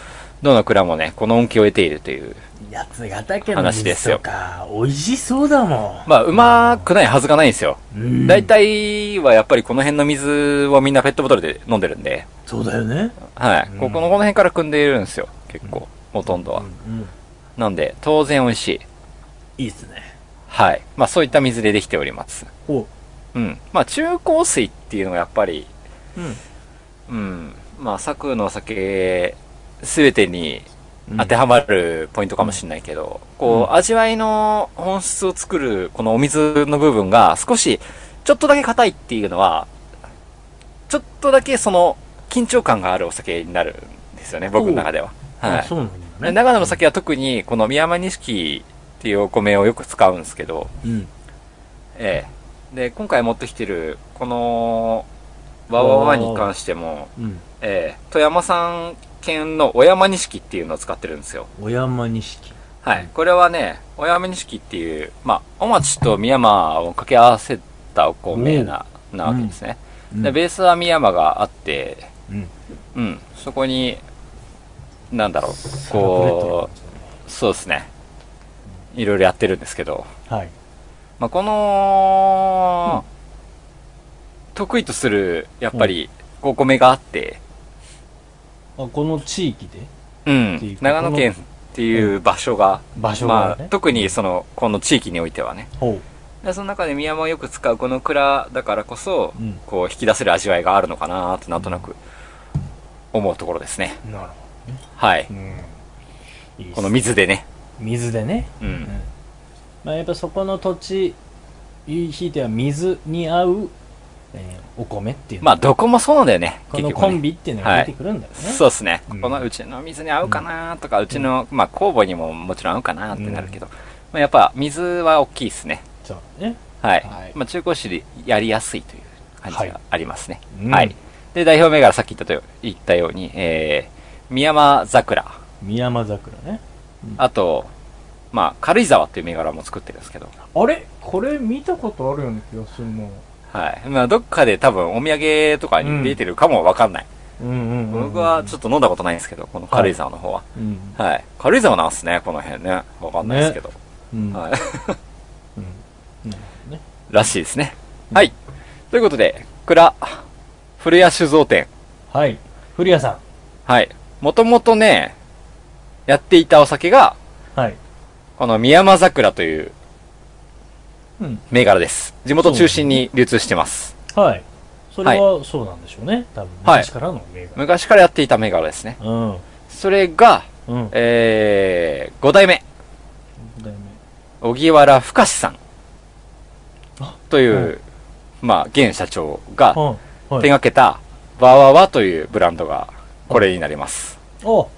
Speaker 2: どの蔵もね、この恩恵を得ているという。
Speaker 1: 八ヶ岳の
Speaker 2: 話ですよ
Speaker 1: 水とか美味しそうだも
Speaker 2: まあ、うまくないはずがないんですよ。
Speaker 1: んうん
Speaker 2: 大体はやっぱりこの辺の水をみんなペットボトルで飲んでるんで、
Speaker 1: そうだよね
Speaker 2: はい。
Speaker 1: うん
Speaker 2: ここの、この辺から汲んでいるんですよ。結構、ほとんどは。
Speaker 1: うんうん
Speaker 2: なんで、当然美味しい。
Speaker 1: いいっすね
Speaker 2: はい。まあ、そういった水でできております。
Speaker 1: お
Speaker 2: うん。まあ、中高水っていうのがやっぱり、
Speaker 1: うん
Speaker 2: うん。まあ、佐久のお酒、すべてに当てはまるポイントかもしれないけど、こう、味わいの本質を作る、このお水の部分が少し、ちょっとだけ硬いっていうのは、ちょっとだけその、緊張感があるお酒になるんですよね、僕の中では。
Speaker 1: あ
Speaker 2: はい。
Speaker 1: そうなんだね
Speaker 2: 長野の酒は特に、この宮間錦っていうお米をよく使うんですけど、
Speaker 1: うん
Speaker 2: ええ。で、今回持ってきてる、この、わわわに関しても、
Speaker 1: うん
Speaker 2: ええ、富山産県の小山錦っていうのを使ってるんですよ。
Speaker 1: お山錦
Speaker 2: はい。これはね、小山錦っていう、まあ、お町と宮山を掛け合わせたお米な、なわけですね。で、ベースは宮山があって、
Speaker 1: うん
Speaker 2: うん。そこに、なんだろう、
Speaker 1: こ
Speaker 2: こう、そうですね。いろいろやってるんですけど、
Speaker 1: うはい
Speaker 2: まあ、この、得意とする、やっぱり、お米があって、
Speaker 1: あこの地域で
Speaker 2: う
Speaker 1: っていうんか。
Speaker 2: 長野県っていう場所が、
Speaker 1: 場所
Speaker 2: ま
Speaker 1: が
Speaker 2: あ
Speaker 1: ね、
Speaker 2: 特にその、この地域においてはね、
Speaker 1: ほ
Speaker 2: でその中で宮山をよく使うこの蔵だからこそ、
Speaker 1: うん
Speaker 2: こう引き出せる味わいがあるのかなってなんとなく思うところですね。
Speaker 1: うなるほ
Speaker 2: はい
Speaker 1: ど。うんいいっす
Speaker 2: この水でね。
Speaker 1: 水でね
Speaker 2: うん。
Speaker 1: まあ、やっぱそこの土地ひいては水に合う、えーお米っていうの
Speaker 2: まあ、どこもそうなんだよね。
Speaker 1: この
Speaker 2: 結局
Speaker 1: コ
Speaker 2: ね
Speaker 1: ンビっていうのが出てくるんだよね、
Speaker 2: そうですね。
Speaker 1: うん
Speaker 2: このうちの水に合うかなとか、うちの、まあ、酵母にももちろん合うかなってなるけど、まあ、やっぱ水は大きいですね。
Speaker 1: そうね
Speaker 2: はい。
Speaker 1: はい
Speaker 2: まあ、中古市でやりやすいという感じがありますね。
Speaker 1: うん
Speaker 2: はい。で、代表銘柄さっき言ったとよ言ったように、えー、宮山桜。
Speaker 1: 宮間桜ね
Speaker 2: あと、まあ、軽井沢っていう銘柄も作ってるんですけど、
Speaker 3: あれこれ見たことあるような気がするな。
Speaker 2: はい。まあ、どっかで多分お土産とかに出てるかもわかんない。
Speaker 1: うんうんうん
Speaker 2: 僕はちょっと飲んだことないんですけど、この軽井沢の方は。
Speaker 1: うん
Speaker 2: はい。軽井沢なんすね、この辺ね。わかんないですけど。
Speaker 1: うん
Speaker 2: はい。
Speaker 1: うんうんね
Speaker 2: らしいですね。はい。ということで、蔵、古谷酒造店。
Speaker 1: はい古谷さ
Speaker 2: はい。もともとね、やっていたお酒が、
Speaker 1: んはい
Speaker 2: この宮間桜という
Speaker 1: うん、
Speaker 2: 銘柄です。地元中心に流通してます。
Speaker 1: はいそれはそうなんでしょうね多分
Speaker 2: はい
Speaker 1: 昔からの銘柄、
Speaker 2: 昔からやっていた銘柄ですね。
Speaker 1: うん
Speaker 2: それが、
Speaker 1: うん
Speaker 2: えー、5代目、
Speaker 1: だよね
Speaker 2: 荻原深志さん
Speaker 1: あ。
Speaker 2: という、まあ、現社長が
Speaker 1: うんはい
Speaker 2: 手がけた、わわわというブランドが、これになります。
Speaker 1: お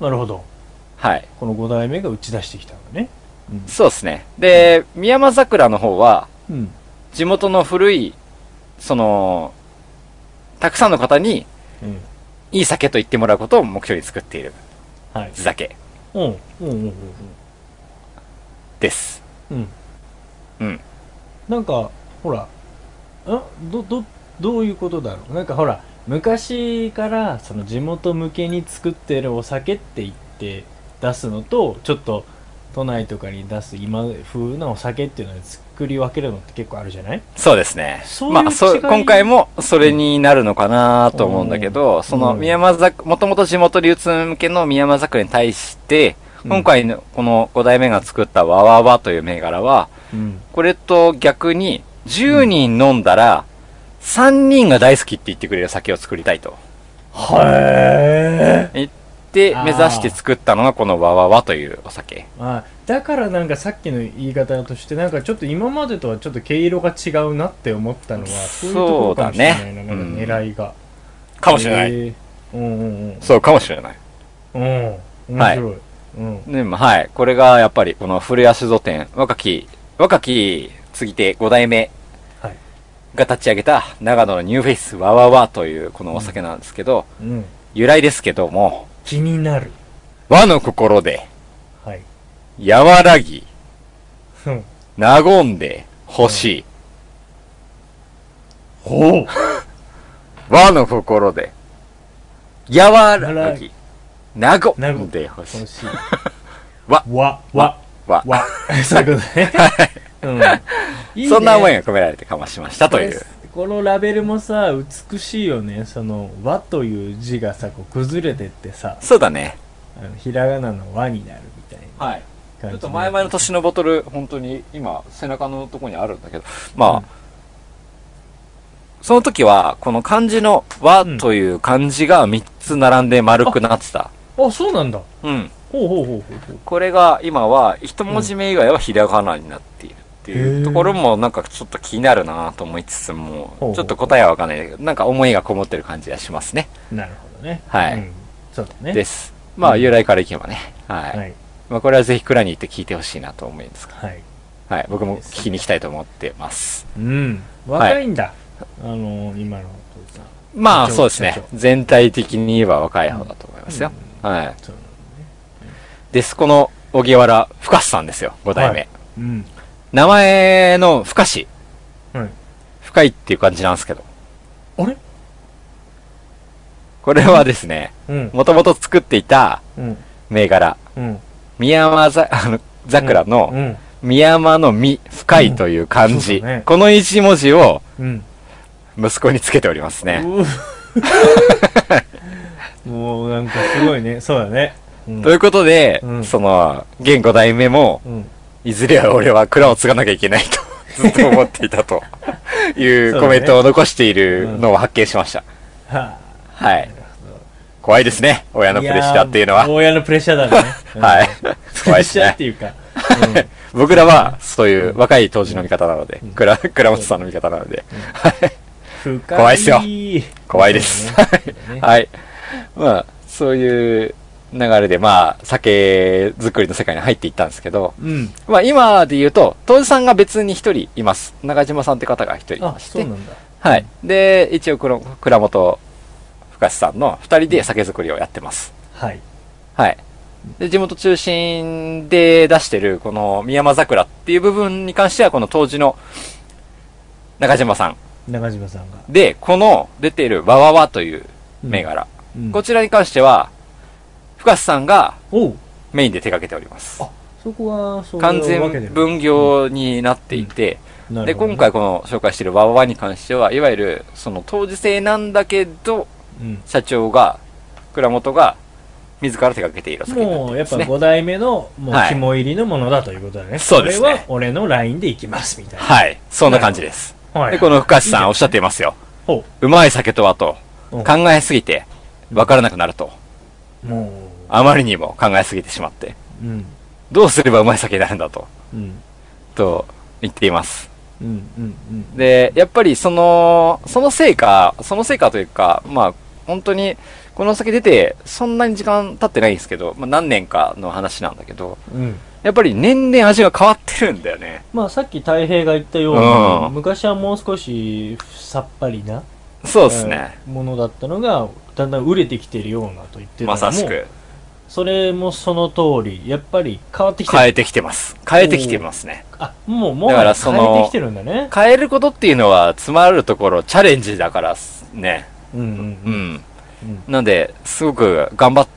Speaker 1: なるほど
Speaker 2: はい。
Speaker 1: この5代目が打ち出してきたのね
Speaker 2: そうですね。で、宮間桜の方は、
Speaker 1: うん
Speaker 2: 地元の古い、その、たくさんの方に、
Speaker 1: うん
Speaker 2: いい酒と言ってもらうことを目標に作っている
Speaker 1: はい
Speaker 2: 地酒
Speaker 1: うんうんうんうん
Speaker 2: です。
Speaker 1: うんうん
Speaker 2: うん。
Speaker 1: なんかほらんどどどういうことだろうなんかほら昔からその地元向けに作ってるお酒って言って出すのとちょっと都内とかに出す今風なお酒っていうのを作り分けるのって結構あるじゃない
Speaker 2: そうですね。
Speaker 1: そういう
Speaker 2: まあ、そ
Speaker 1: 違
Speaker 2: う、
Speaker 1: い
Speaker 2: 今回もそれになるのかなと思うんだけど、その
Speaker 1: うん
Speaker 2: 宮間桜、もともと地元流通向けの宮間桜に対して、
Speaker 1: うん
Speaker 2: 今回のこの5代目が作ったわわわという銘柄は、
Speaker 1: うん
Speaker 2: これと逆に、10人飲んだら、3人が大好きって言ってくれる酒を作りたいと。
Speaker 1: は
Speaker 2: 言って、
Speaker 1: あー
Speaker 2: 目指して作ったのがこのわわわというお酒。
Speaker 1: あだからなんかさっきの言い方としてなんかちょっと今までとはちょっと毛色が違うなって思ったのはそういうところかもしれないな
Speaker 2: そうだ
Speaker 1: な
Speaker 2: ね
Speaker 1: んか狙いが
Speaker 2: かもしれない。
Speaker 1: へーうんうん
Speaker 2: そうかもしれない。
Speaker 1: うんうん面
Speaker 2: はい
Speaker 1: 白いうん
Speaker 2: でも、はい。これがやっぱり、この古谷酒造店、若き、若き、継ぎ手5代目
Speaker 1: はい
Speaker 2: が立ち上げた長野のニューフェイスわわわというこのお酒なんですけど、
Speaker 1: うん
Speaker 2: 由来ですけども、
Speaker 1: 気になる
Speaker 2: 和の心で、
Speaker 1: はい
Speaker 2: 和らぎ、
Speaker 1: うん
Speaker 2: 和んで、欲しい。
Speaker 1: ほう
Speaker 2: 和の心で、和ら
Speaker 1: ら
Speaker 2: ぎ
Speaker 1: ぎ、
Speaker 2: 和んで欲しい
Speaker 1: 楽。しい
Speaker 2: [LAUGHS] わ
Speaker 1: わわ
Speaker 2: わ。
Speaker 1: わ [LAUGHS] そういうこと
Speaker 2: [LAUGHS]
Speaker 1: ねうんいいね
Speaker 2: そんな思いが込められてかましましたという。
Speaker 1: このラベルもさ美しいよねその「和」という字がさこう崩れてってさ
Speaker 2: そうだね。
Speaker 1: あのひらがなの「和」になるみたいな
Speaker 2: はい。
Speaker 1: 感じ
Speaker 2: ちょっと
Speaker 1: で
Speaker 2: 前々の年のボトル、本当に今、背中のとこにあるんだけど、まあ、
Speaker 1: うん
Speaker 2: その時は、この漢字の和という漢字が3つ並んで丸くなってた。
Speaker 1: あそうなんだ
Speaker 2: うん。
Speaker 1: ほうほうほうほうほう
Speaker 2: これが今は、一文字目以外はひらがなになっているって
Speaker 1: う
Speaker 2: い
Speaker 1: ん
Speaker 2: うところも、なんかちょっと気になるなと思いつつも
Speaker 1: ほうほう、
Speaker 2: ちょっと答えはわかんないけど、なんか思いがこもってる感じがしますね。
Speaker 1: なるほどね
Speaker 2: はい
Speaker 1: うんそうだね
Speaker 2: です。まあ、
Speaker 1: うん
Speaker 2: 由来からいけばね。はい。
Speaker 1: はい
Speaker 2: まあ、これはぜひ蔵に行って聞いてほしいなと思いますが。
Speaker 1: はい
Speaker 2: はい。僕も聞きに行きたいと思ってます。
Speaker 1: うん若いんだあの今のお父さん
Speaker 2: まあ、
Speaker 1: 社長
Speaker 2: そうですね
Speaker 1: 社。
Speaker 2: 全体的に言えば若い方だと思いますよ。はい。
Speaker 1: そうなの
Speaker 2: です。この、小木原深志さんですよ。5代目。
Speaker 1: はいうん
Speaker 2: 名前の深志。
Speaker 1: はい
Speaker 2: 深いっていう感じなんですけど。
Speaker 1: あれ
Speaker 2: これはですね、
Speaker 1: うん
Speaker 2: もともと作っていた
Speaker 1: うん
Speaker 2: 銘柄、
Speaker 1: うん
Speaker 2: 宮間ざ、 [LAUGHS] あの、桜
Speaker 1: う
Speaker 2: の、
Speaker 1: ん
Speaker 2: 宮間の実、深いという漢字。
Speaker 1: うんそうだね
Speaker 2: この一文字を
Speaker 1: うん
Speaker 2: 息子につけておりますね。
Speaker 1: うう [LAUGHS] もうなんかすごいねそうだねうん
Speaker 2: ということで、
Speaker 1: うん
Speaker 2: その、現5代目も、
Speaker 1: うん
Speaker 2: いずれは俺は蔵を継がなきゃいけないと、
Speaker 1: [LAUGHS]
Speaker 2: ずっと思っていたというコメントを残しているのを発見しました。
Speaker 1: は
Speaker 2: はい。怖いですね、親
Speaker 1: あ
Speaker 2: のプレッシャーっていうのは。。
Speaker 1: 親のプレッシャーだね
Speaker 2: はい
Speaker 1: うん。プレ
Speaker 2: 怖い
Speaker 1: ッ
Speaker 2: です
Speaker 1: シャー
Speaker 2: ね
Speaker 1: って。 [LAUGHS] いうか。
Speaker 2: 僕らは、そういう若い当時の味方なので、蔵、蔵本さんの味方なので、はい
Speaker 1: うん
Speaker 2: 怖いっすよ
Speaker 1: 深い
Speaker 2: 怖いで
Speaker 1: そ
Speaker 2: す。
Speaker 1: うだ
Speaker 2: はい
Speaker 1: ね
Speaker 2: はい。まあ、そういう流れで、まあ、酒造りの世界に入っていったんですけど、
Speaker 1: うん。
Speaker 2: まあ今で言うと、当時さんが別に一人います。中島さんって方が一人い
Speaker 1: あ
Speaker 2: ま、し
Speaker 1: そう
Speaker 2: て
Speaker 1: な、んだ。
Speaker 2: はい。で、一応、この、倉本深志さんの二人で酒造りをやってます。
Speaker 1: はい。
Speaker 2: はい。で、地元中心で出してる、この、宮間桜っていう部分に関しては、この当時の中島さん。
Speaker 1: 中島さんが。
Speaker 2: で、この出てる、わわわという銘柄。
Speaker 1: うん
Speaker 2: こちらに関しては、深志さんが
Speaker 1: おう
Speaker 2: メインで手掛けております
Speaker 1: あ。そこは、そう
Speaker 2: 完
Speaker 1: 分けて
Speaker 2: 全
Speaker 1: る
Speaker 2: 分業になっていて、
Speaker 1: な
Speaker 2: で、
Speaker 1: るほどね
Speaker 2: 今回この紹介してるわわわに関しては、いわゆる、その当時性なんだけど、
Speaker 1: うん
Speaker 2: 社長が、倉本が、自ら手掛けているお酒になって
Speaker 1: もう、やっぱ
Speaker 2: ますね。
Speaker 1: 5代目の、もう
Speaker 2: はい、
Speaker 1: 肝入りのものだということだね。
Speaker 2: そうですね
Speaker 1: これは、俺のラインでいきます、みたいな。
Speaker 2: はい。そんな感じです。
Speaker 1: は
Speaker 2: で、この深志さんおっしゃっていますよ。
Speaker 1: ほ
Speaker 2: うまい酒とはと、
Speaker 1: うん
Speaker 2: 考えすぎて、わからなくなると。
Speaker 1: う。も
Speaker 2: あまりにも考えすぎてしまって、
Speaker 1: う、うん。
Speaker 2: どうすればうまい酒になるんだと、
Speaker 1: うん。
Speaker 2: と言っています。
Speaker 1: うん。うん。うん。
Speaker 2: で、やっぱりその、その成果、その成果というか、まあ、本当に、このお酒出て、そんなに時間経ってないんですけど、まあ何年かの話なんだけど、
Speaker 1: うん。
Speaker 2: やっぱり年々味が変わってるんだよね。
Speaker 1: まあ、さっき太平が言ったよう
Speaker 2: う
Speaker 1: に、
Speaker 2: ん
Speaker 1: 昔はもう少し、さっぱりな。
Speaker 2: そうですね。
Speaker 1: えーものだったのがだんだん売れてきてるようなと言ってるの
Speaker 2: ま
Speaker 1: も
Speaker 2: さしく。
Speaker 1: それもその通りやっぱり変わってきてる
Speaker 2: 変えてきてます。変えてきてますね。
Speaker 1: あもうもう変
Speaker 2: だから
Speaker 1: え
Speaker 2: その
Speaker 1: てきてるんだね
Speaker 2: 変えることっていうのは、つまるところ、チャレンジだからっすね。
Speaker 1: うんうん
Speaker 2: うん。
Speaker 1: うん
Speaker 2: なんで、すごく頑張っ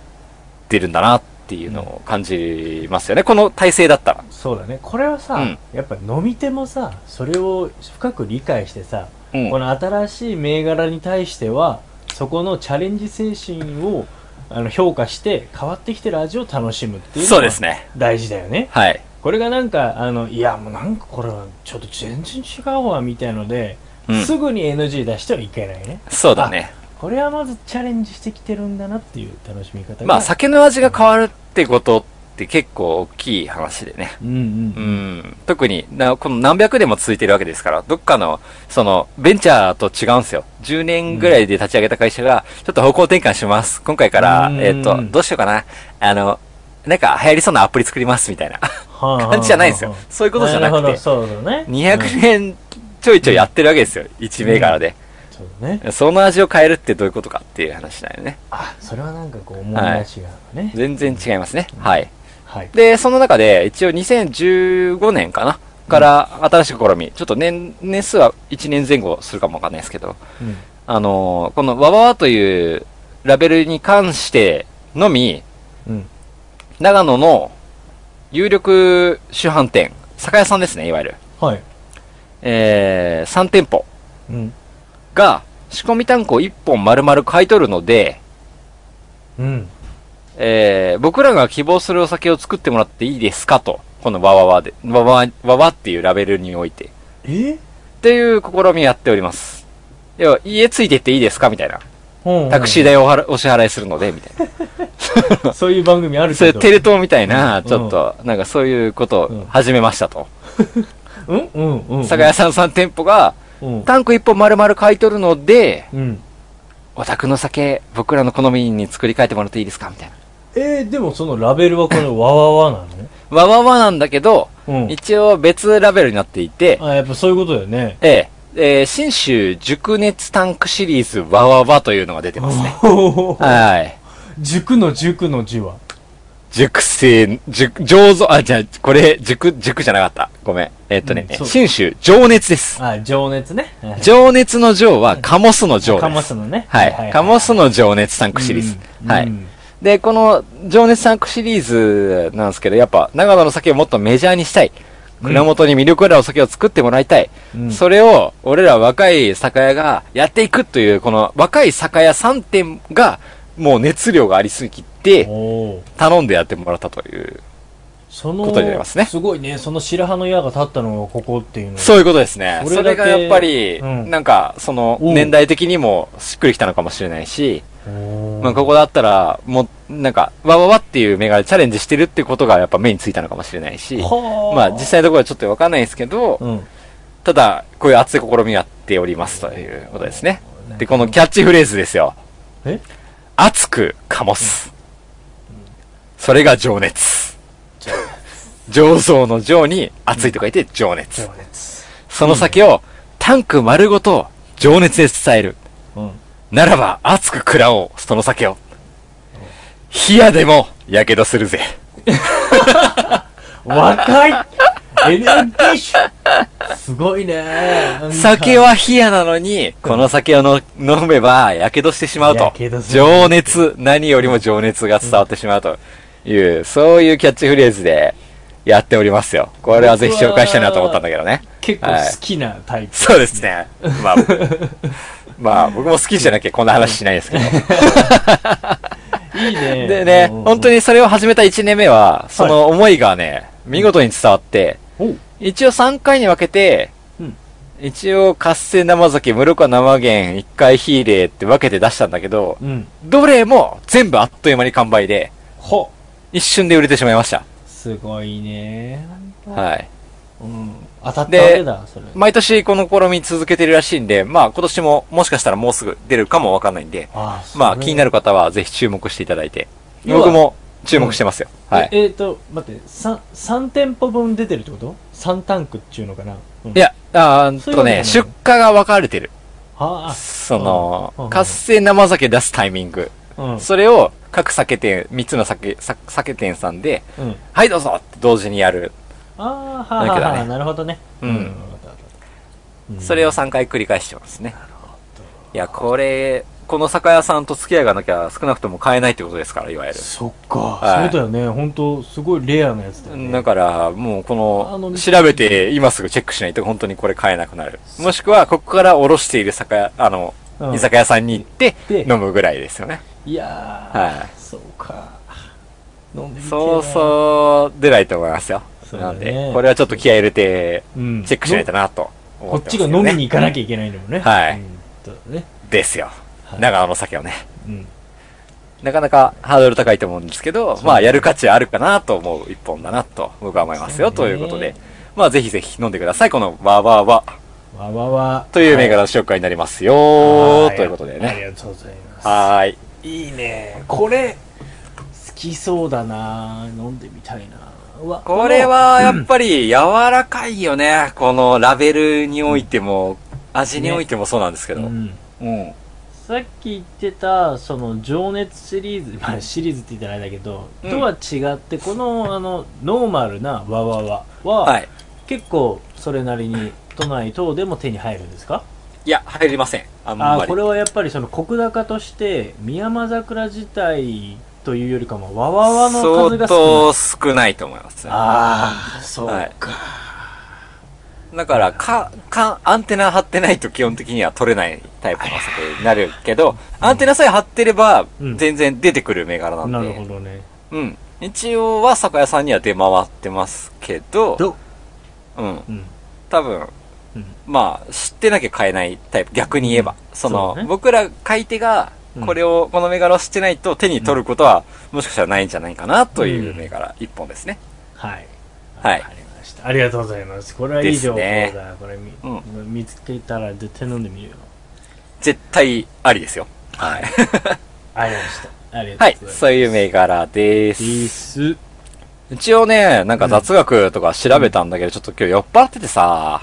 Speaker 2: てるんだなっっていうのを感じますよね。この体制だったら。
Speaker 1: そうだねこれはさ、
Speaker 2: うん
Speaker 1: やっぱ飲み手もさそれを深く理解してさ、
Speaker 2: うん
Speaker 1: この新しい銘柄に対してはそこのチャレンジ精神をあの評価して変わってきてる味を楽しむっていう
Speaker 2: そ
Speaker 1: の
Speaker 2: う
Speaker 1: が
Speaker 2: ですね。
Speaker 1: 大事だよね
Speaker 2: はい。
Speaker 1: これがなんかあのいやもうなんかこれはちょっと全然違うわみたいので、
Speaker 2: うん
Speaker 1: すぐに NG 出してはいけないね
Speaker 2: そうだね。
Speaker 1: これはまずチャレンジしてきてるんだなっていう楽しみ方が
Speaker 2: まあ、酒の味が変わるってことって結構大きい話でね。
Speaker 3: うんうん
Speaker 2: う。ん、特にな、この何百年も続いてるわけですから、どっかの、その、ベンチャーと違うんですよ。10年ぐらいで立ち上げた会社が、ちょっと方向転換します。今回から、
Speaker 1: うん
Speaker 2: えっ、と、どうしようかな。あの、なんか流行りそうなアプリ作ります、みたいな感じじゃないんですよ。そういうことじゃな
Speaker 1: るほ
Speaker 2: く
Speaker 1: ど
Speaker 2: て、
Speaker 1: そうだね
Speaker 2: 200年ちょいちょいやってるわけですよ。1銘柄で。
Speaker 1: そうだね
Speaker 2: その味を変えるってどういうことかっていう話なんよね。
Speaker 1: あそれはなんかこう思い出しがね、
Speaker 2: 全然違いますね。はい。
Speaker 1: はい、
Speaker 2: で、その中で、一応2015年かなから、新しく試み、ちょっと年、年数は1年前後するかもわかんないですけど、
Speaker 1: うん
Speaker 2: あのーこのわわわというラベルに関してのみ、
Speaker 1: うん
Speaker 2: 長野の有力主販店、酒屋さんですね、いわゆる。
Speaker 1: はい
Speaker 2: えー、3店舗
Speaker 1: うん
Speaker 2: が、仕込み単価を1本丸々買い取るので、
Speaker 1: うん
Speaker 2: えー僕らが希望するお酒を作ってもらっていいですかと、このわわわで、わわわわっていうラベルにおいて、っ
Speaker 1: え
Speaker 2: ていう試みをやっております。要は、家ついてっていいですかみたいな。タクシー
Speaker 1: で
Speaker 2: 代をおはらお支払いするので、
Speaker 1: [LAUGHS]
Speaker 2: みたい
Speaker 1: そういう番組あ
Speaker 2: な。
Speaker 1: る
Speaker 2: そうい
Speaker 1: け
Speaker 2: う
Speaker 1: ど
Speaker 2: テレ東みたいな、
Speaker 1: うん
Speaker 2: ちょっと、なんかそういうこと
Speaker 1: うん
Speaker 2: を始めましたと。
Speaker 1: うんうんうんうん
Speaker 2: 酒屋さん3店舗が、
Speaker 1: うん
Speaker 2: タンク1本丸々買い取るので、
Speaker 1: うん
Speaker 2: お宅の酒、僕らの好みに作り変えてもらっていいですかみたいな。
Speaker 1: えー、でもそのラベルはこのわわわなの
Speaker 2: わわわなんだけど、
Speaker 1: うん
Speaker 2: 一応別ラベルになっていて、
Speaker 1: あやっぱそういうことだよね
Speaker 2: ええ、えー、新州熟熱タンクシリーズわわわというのが出てますね。はい。
Speaker 1: 塾の塾の字は
Speaker 2: 熟成、熟、醸造、あ、じゃあ、これ、熟、熟じゃなかった。ごめん。えーっとね
Speaker 1: うん、そう
Speaker 2: 新州、情熱です。
Speaker 1: あ情熱ね
Speaker 2: 情熱の情は、カモスの情です。
Speaker 1: カモスのね
Speaker 2: はい。カモスの情熱タンクシリーズ。
Speaker 1: うん
Speaker 2: は
Speaker 1: う
Speaker 2: い
Speaker 1: ん。
Speaker 2: で、この、情熱タンクシリーズなんですけど、やっぱ、長野の酒をもっとメジャーにしたい。蔵元に魅力あるお酒を作ってもらいたい。
Speaker 1: うん
Speaker 2: それを、俺ら若い酒屋がやっていくという、この若い酒屋3点が、もう熱量がありすぎて、
Speaker 1: おー
Speaker 2: 頼んでやってもらったという。
Speaker 1: その
Speaker 2: ことになりますね
Speaker 1: すごいねその白羽の矢が立ったのがここっていうの
Speaker 2: そういうことですね。
Speaker 1: それ
Speaker 2: そ
Speaker 1: だ
Speaker 2: れ
Speaker 1: け
Speaker 2: がやっぱり、
Speaker 1: うん
Speaker 2: なんか、その、
Speaker 1: おう
Speaker 2: 年代的にもしっくりきたのかもしれないし、
Speaker 1: おー
Speaker 2: まあ、ここだったら、もう、なんか、わわわっていう目がチャレンジしてるってことがやっぱ目についたのかもしれないし、
Speaker 1: はー
Speaker 2: まあ、実際のところはちょっとわかんないですけど、
Speaker 1: うん
Speaker 2: ただ、こういう熱い試みをやっておりますということですね。で、このキャッチフレーズですよ。
Speaker 1: え
Speaker 2: 熱く醸す。それが情熱。 [LAUGHS] 醸造の情に熱いと書いて情熱
Speaker 1: 情。熱
Speaker 2: その先をタンク丸ごと情熱で伝える。
Speaker 1: うん
Speaker 2: ならば熱く食らおう、その酒を。冷やでも、やけどするぜ。
Speaker 1: 若い !NNT! すごいねなんか
Speaker 2: 酒は冷やなのに、この酒をの飲めば、やけどしてしまうと
Speaker 1: やけど。する
Speaker 2: 情熱、何よりも情熱が伝わってしまうという、そういうキャッチフレーズでやっておりますよ。これはぜひ紹介したいなと思ったんだけどね。
Speaker 1: 結構好きなタイプ。
Speaker 2: そうですね。まあ、まあ、僕も好きじゃなきゃこんな話しないですけど。
Speaker 1: いいね。
Speaker 2: [LAUGHS] でね、
Speaker 1: うん
Speaker 2: 本当。にそれを始めた1年目は、その思いがね、見事に伝わって、
Speaker 1: おう
Speaker 2: 一応3回に分けて、
Speaker 1: うん
Speaker 2: 一応活性生酒、室岡生源、1回火入れって分けて出したんだけど、
Speaker 1: うん。
Speaker 2: どれも全部あっという間に完売で、
Speaker 1: ほ。
Speaker 2: 一瞬で売れてしまいました。
Speaker 1: すごいね。
Speaker 2: はい。
Speaker 1: うん。当たったわけだ、それ。
Speaker 2: 毎年この試み続けてるらしいんで、まあ今年ももしかしたらもうすぐ出るかもわかんないんで、
Speaker 1: あ
Speaker 2: まあ気にな
Speaker 1: る。
Speaker 2: る方はぜひ注目していただいて、
Speaker 1: 要は
Speaker 2: 僕も注目してますよ。はい。
Speaker 1: えっと、待って、三三店舗分出てるってこと ?3 タンクっていうのかな。うん
Speaker 2: い。や、あーん
Speaker 1: そういう
Speaker 2: と
Speaker 1: わけじゃな
Speaker 2: ね、
Speaker 1: い
Speaker 2: 出荷が分かれてる。
Speaker 1: は
Speaker 2: そ
Speaker 1: うんう
Speaker 2: の
Speaker 1: ん、
Speaker 2: 活性生酒出すタイミング。
Speaker 1: あ。うん。
Speaker 2: それを各酒店、3つの酒、さ酒店さんで、
Speaker 1: うん。
Speaker 2: はいどうぞって同時にやる。
Speaker 1: ああ、はあ
Speaker 2: だ
Speaker 1: は
Speaker 2: けど
Speaker 1: あ
Speaker 2: ね
Speaker 1: はあ。なるほどね。
Speaker 2: うん
Speaker 1: わかったわかった
Speaker 2: それを3回繰り返してますね。いや、これ、この酒屋さんと付き合いがなきゃ少なくとも買えないってことですから、いわゆる。
Speaker 1: そっか、
Speaker 2: はい
Speaker 1: そうだよね本当すごいレアなやつだよね
Speaker 2: だから、もうこ
Speaker 1: あの
Speaker 2: の、調べて今すぐチェックしないと本当にこれ買えなくなる。もしくは、ここからおろしている酒屋、あの、
Speaker 1: うん
Speaker 2: 居酒屋さんに行って
Speaker 1: で
Speaker 2: 飲むぐらいですよね。
Speaker 1: いやー、
Speaker 2: はい
Speaker 1: そうか飲んでみて
Speaker 2: そう
Speaker 1: う
Speaker 2: そう出ないと思いますよ。
Speaker 1: そうだ
Speaker 2: なん
Speaker 1: ね
Speaker 2: で、これはちょっと気合い入れて、
Speaker 1: うん
Speaker 2: チェックしないとなと
Speaker 1: こ
Speaker 2: 思
Speaker 1: って
Speaker 2: ます
Speaker 1: ち
Speaker 2: けど
Speaker 1: が
Speaker 2: ね
Speaker 1: 飲みに行かなきゃいけないんだもんね
Speaker 2: はい
Speaker 1: うんそうだね
Speaker 2: ですよ
Speaker 1: は。い
Speaker 2: 長野の酒をね。
Speaker 1: うん
Speaker 2: なかなかハードル高いと思うんですけど、まあやる価値あるかなと思う一本だなと僕は思いますよ
Speaker 1: そう
Speaker 2: と
Speaker 1: ね
Speaker 2: いうことで、まあぜひぜひ飲んでください。このわわわ
Speaker 1: わわわ
Speaker 2: という銘柄紹介になりますよということで
Speaker 1: あり
Speaker 2: ね。
Speaker 1: がとうございます
Speaker 2: はーい。
Speaker 1: いいねこれ好きそうだな飲んでみたいなうわ
Speaker 2: これはやっぱり柔らかいよね。このラベルにおいても、味においてもそうなんですけ
Speaker 1: う
Speaker 2: ど。
Speaker 1: ん
Speaker 2: うん。
Speaker 1: さっき言ってたその情熱シリーズ、 [LAUGHS] まあ、シリーズって言ってないんだけど、
Speaker 2: うん
Speaker 1: とは違ってこ
Speaker 2: [LAUGHS]
Speaker 1: のあのノーマルなわわわは、
Speaker 2: はい。
Speaker 1: 結構それなりに都内等でも手に入るんですか
Speaker 2: いや、入りません。あん
Speaker 1: あ
Speaker 2: ま
Speaker 1: あ
Speaker 2: り
Speaker 1: こ。れはやっぱりその国高として美山桜自体というよりかもわわわの数が少ない
Speaker 2: 相当少ないと思います。
Speaker 1: ああそうか、
Speaker 2: だから、か、か、アンテナ張ってないと基本的には取れないタイプの酒になるけど、アンテナさえ張ってれば、
Speaker 1: うん
Speaker 2: 全然出てくる銘柄なんで。
Speaker 1: なるほどね
Speaker 2: うん。一応は酒屋さんには出回ってますけど、
Speaker 1: ど
Speaker 2: うん。
Speaker 1: うん
Speaker 2: 多分、
Speaker 1: うん
Speaker 2: まあ、知ってなきゃ買えないタイプ、逆に言えば。その、
Speaker 1: そうね
Speaker 2: 僕ら買い手が
Speaker 1: う、ん
Speaker 2: これを、この銘柄を知ってないと手に取ることは、もしかしたらないんじゃないかな、という銘柄、一本ですね。
Speaker 1: はい
Speaker 2: はい
Speaker 1: わかりましたありがとうございますこれはいい情報だ、
Speaker 2: です
Speaker 1: これ見,、
Speaker 2: う
Speaker 1: 見つけたら絶対飲んでみるよ
Speaker 2: 絶対ありですよ。 [LAUGHS] はい。
Speaker 1: ありましたあり
Speaker 2: は
Speaker 1: が
Speaker 2: い
Speaker 1: とう、ござ
Speaker 2: そう
Speaker 1: い
Speaker 2: いう銘柄です。
Speaker 1: ます、 [LAUGHS] はい、
Speaker 2: 一応ね、なんか雑学とか調べたんだけど、ちょっと今日酔っ払っててさ、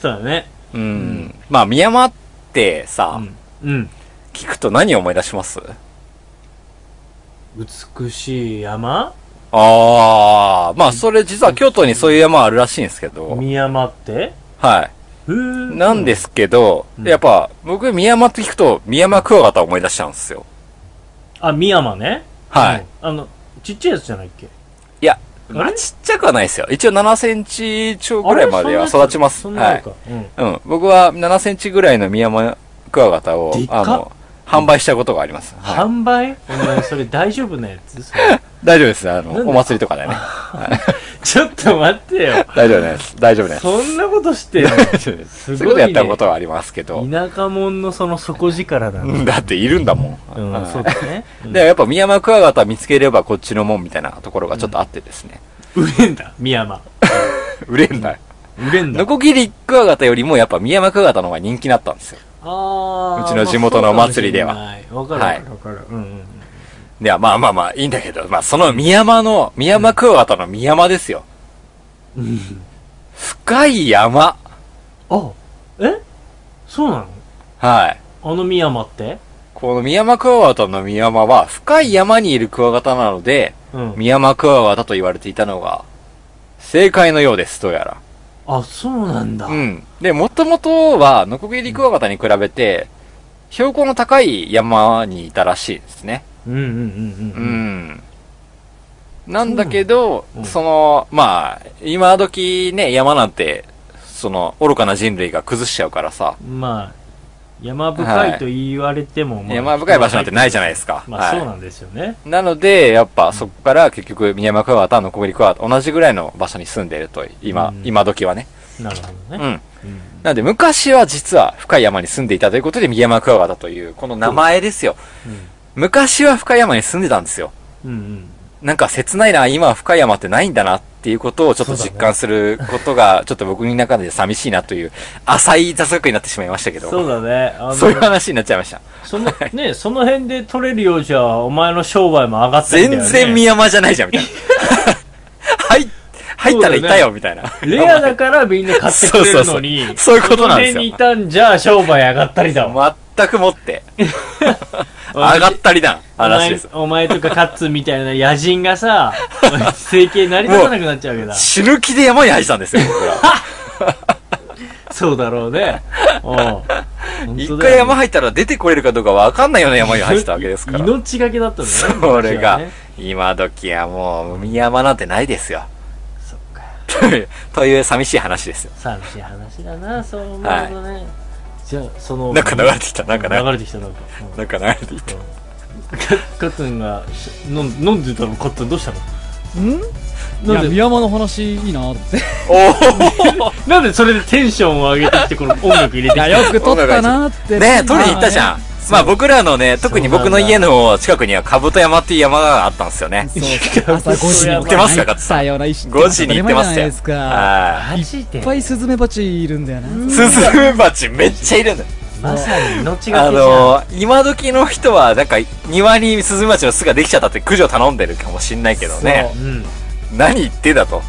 Speaker 1: そうだね
Speaker 2: うん、まあ、宮間ってさ、
Speaker 1: うん、うん
Speaker 2: 聞くと何を思い出します
Speaker 1: 美しい山
Speaker 2: あー、まあ、それ実は京都にそういう山あるらしいんですけど、
Speaker 1: 三山って
Speaker 2: は
Speaker 1: う
Speaker 2: い。
Speaker 1: ー
Speaker 2: なんですけど、
Speaker 1: うん
Speaker 2: やっぱ、僕、宮山って聞くと、宮山クワガタを思い出しちゃうんですよ。
Speaker 1: あ三山ね
Speaker 2: はい。
Speaker 1: うんあのちっちゃいやつじゃないっけ
Speaker 2: いや、
Speaker 1: あれ
Speaker 2: まあ、ちっちゃくはないですよ。一応7センチ超ぐらいまでは
Speaker 1: あれそんな
Speaker 2: 育ちます。
Speaker 1: そんな
Speaker 2: は
Speaker 1: の
Speaker 2: い
Speaker 1: か、。うん
Speaker 2: うん。僕は7センチぐらいのミヤマクワガタを
Speaker 1: でっ、か
Speaker 2: あの、販売したことがあります。はい
Speaker 1: 販売お前それ大丈夫なやつそれ
Speaker 2: [LAUGHS] 大丈夫です。あの、
Speaker 1: なんだ
Speaker 2: お祭りとかでね。
Speaker 1: ちょっと待ってよ
Speaker 2: 大丈夫です。大丈夫です。
Speaker 1: そんなことしてよ
Speaker 2: 大丈夫で
Speaker 1: ごいね
Speaker 2: す [LAUGHS] す。そういうことやったことはありますけど。
Speaker 1: 田舎者のその底力だな、
Speaker 2: うんだっているんだもん。
Speaker 1: う
Speaker 2: は
Speaker 1: ん、
Speaker 2: い
Speaker 1: そうだね。
Speaker 2: で、やっぱミヤマクワガタ見つければこっちのもんみたいなところがちょっとあってですね。
Speaker 1: 売れんだ、三山。
Speaker 2: 売れんだよ。
Speaker 1: 売れんだ。
Speaker 2: ノコギリクワガタよりもやっぱミヤマクワガタの方が人気だったんですよ。
Speaker 1: あー
Speaker 2: うちの地元のお祭りでは
Speaker 1: まあそうかもしれないわかるわかるわかる。うんうんうん。
Speaker 2: いや、まあまあまあ、いいんだけど、まあそのミヤマの、ミヤマクワガタのミヤマですよ。深い山。
Speaker 1: あ、えそうなの
Speaker 2: はい。
Speaker 1: あの三山って
Speaker 2: このミヤマクワガタのミヤマは深い山にいるクワガタなので、
Speaker 1: うん。
Speaker 2: ミヤマクワガタと言われていたのが、正解のようです、どうやら。
Speaker 1: あ、そうなんだ。
Speaker 2: うん。で、もともとは、ノコギリクワガタに比べて、標高の高い山にいたらしいですね。
Speaker 1: うんうんうんう。
Speaker 2: うんん。なんだけ
Speaker 1: そう
Speaker 2: ど、
Speaker 1: なのうん
Speaker 2: その、まあ、今時ね、山なんて、その、愚かな人類が崩しちゃうからさ、
Speaker 1: まあ、山深いと言われても、まあ
Speaker 2: 山深い場所なんてないじゃないですか。
Speaker 1: まあ
Speaker 2: はい
Speaker 1: そうなんですよね。
Speaker 2: なので、やっぱそこから結局、宮山川との小栗川と同じぐらいの場所に住んでいると、今、
Speaker 1: うん
Speaker 2: 今時はね。
Speaker 1: なるほどね。
Speaker 2: うん。
Speaker 1: うん
Speaker 2: なので、昔は実は深い山に住んでいたということで、宮山川だという、この名前ですよ。昔は深い山に住んでたんですよ。
Speaker 1: うんうん。
Speaker 2: なんか切ないな、今は深い山ってないんだなっていうことをちょっと実感することが、 [LAUGHS] ちょっと僕の中で寂しいなという、浅い雑学になってしまいましたけど、
Speaker 1: そうだね。あの
Speaker 2: そういう話になっちゃいました。
Speaker 1: その、ね、その辺で取れるようじゃ、お前の商売も上がってんだ
Speaker 2: 全
Speaker 1: よね。
Speaker 2: 然宮山じゃないじゃん、みたいな。 [LAUGHS] はい、入ったらいたよ、みたいな。、
Speaker 1: レアだからみんな買ってくれるのに
Speaker 2: [LAUGHS] そうそうそうそういうことなんです
Speaker 1: そ
Speaker 2: よ
Speaker 1: の辺にいたんじゃ商売上がったりだもん。
Speaker 2: 全くもって。上がったりだ、話です。
Speaker 1: お前お前とかカッツンみたいな野人がさ、
Speaker 2: [LAUGHS]
Speaker 1: 整形成り立たなくなっちゃうわけだ。
Speaker 2: 死ぬ気で山に入ってたんですよ、僕ら。
Speaker 1: そうだろうね。うん。
Speaker 2: 一回
Speaker 1: 入
Speaker 2: 山入ったら出てこれるかどうかわかんないような山に入ってたわけですから。
Speaker 1: [LAUGHS] 命がけだったんだよね。
Speaker 2: それ
Speaker 1: 昔は
Speaker 2: が
Speaker 1: ね、
Speaker 2: 今時はもう、海山なんてないですよ。
Speaker 1: そっか。
Speaker 2: という寂しい話ですよ。
Speaker 1: 寂しい話だな、そう思うとね。じゃあ、その。
Speaker 2: なんか流れてきた、なんか
Speaker 1: 流
Speaker 2: 流
Speaker 1: れてきた、なんか。うん
Speaker 2: れ、なんか流れてきた。
Speaker 1: カットンがし飲ん飲んでたのカットンどうしたの [LAUGHS]
Speaker 3: んい
Speaker 1: な
Speaker 3: や、
Speaker 1: ん
Speaker 3: 三
Speaker 1: で
Speaker 3: 山の話いいなと思
Speaker 2: [LAUGHS]
Speaker 3: って。
Speaker 2: お
Speaker 1: なんでそれでテンションを上げてきてこの音楽入れてき
Speaker 3: い
Speaker 1: た
Speaker 3: や、よく撮ったなって。
Speaker 2: おねえ、取りに行ったじ
Speaker 3: ん。
Speaker 2: ゃん。まあ僕らのね、特に僕の家の近くには兜山っていう山があったんですよね。
Speaker 3: そうそう朝5時に
Speaker 1: 行って
Speaker 2: ます
Speaker 3: 入
Speaker 2: か勝
Speaker 3: ったよな、一
Speaker 2: 5時に行ってましたよ。
Speaker 3: ですか。
Speaker 2: はい
Speaker 1: マジで
Speaker 3: いっぱいスズメバチいるんだよな。
Speaker 2: スズメバチめっちゃいるんだよ。
Speaker 1: まさに命が
Speaker 2: あ
Speaker 1: けじゃん
Speaker 2: のー、今時の人は、なんか、庭にスズメバチの巣ができちゃったって駆除頼んでるかもしんないけどね。
Speaker 1: うん
Speaker 2: 何言ってんだと。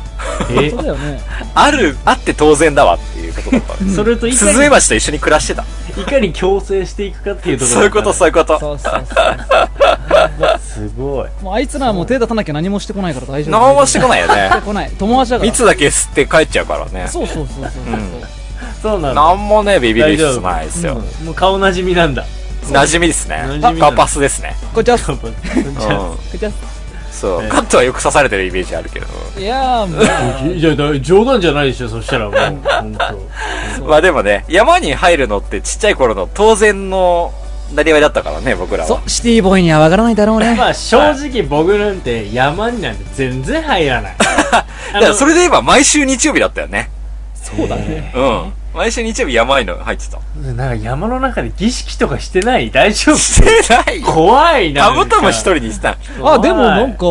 Speaker 1: え
Speaker 3: そうだよね。
Speaker 2: ある、あって当然だわっていうことだったわけ
Speaker 1: それとい
Speaker 2: スズメ
Speaker 1: か
Speaker 2: バチと一緒に暮らしてた。
Speaker 1: にいかに強制していくかっていうところ
Speaker 2: そういうこと、そういうこと。
Speaker 3: そうそうそう。
Speaker 1: すごい
Speaker 3: もうあいつらはもう手立たなきゃ何もしてこないから大丈夫。
Speaker 2: 何もしてこないよね。
Speaker 1: [LAUGHS]
Speaker 3: こない。友達だから。
Speaker 2: 蜜だけ吸って帰っちゃうからね。
Speaker 3: そうそうそうそうそう。
Speaker 2: うん
Speaker 1: そうなの
Speaker 2: なんもね、ビビる必要ないですよ。
Speaker 1: もう顔なじみなんだ
Speaker 2: 馴染みですね
Speaker 1: 馴染みな。の
Speaker 2: パパスですね。
Speaker 3: こちゃす。
Speaker 1: じ
Speaker 3: こ
Speaker 1: ゃ
Speaker 3: ちゃ
Speaker 2: そう、
Speaker 1: ええ
Speaker 2: カットはよく刺されてるイメージあるけど。
Speaker 3: す。いやー、も
Speaker 1: あいやだ冗談じゃないでしょそしたらもう本
Speaker 2: まあでもね、山に入るのってちっちゃい頃の当然のなりわいだったからね、僕ら
Speaker 3: う。
Speaker 2: は
Speaker 3: そ。う、シティボーイにはわからないだろう
Speaker 1: 当。
Speaker 3: ね。
Speaker 1: まあ正直僕なんて山になんて全然入ら
Speaker 2: [LAUGHS]
Speaker 1: ない
Speaker 2: だからそれで言えば毎週日曜日だったよね。
Speaker 1: そうだね
Speaker 2: うん。毎週日曜日山にの入ってた。
Speaker 1: なんか山の中で儀式とかしてない大丈夫
Speaker 2: [LAUGHS] してないよ。
Speaker 1: 怖いな
Speaker 2: カブトも一人にしてた。
Speaker 3: あ、でもなんか、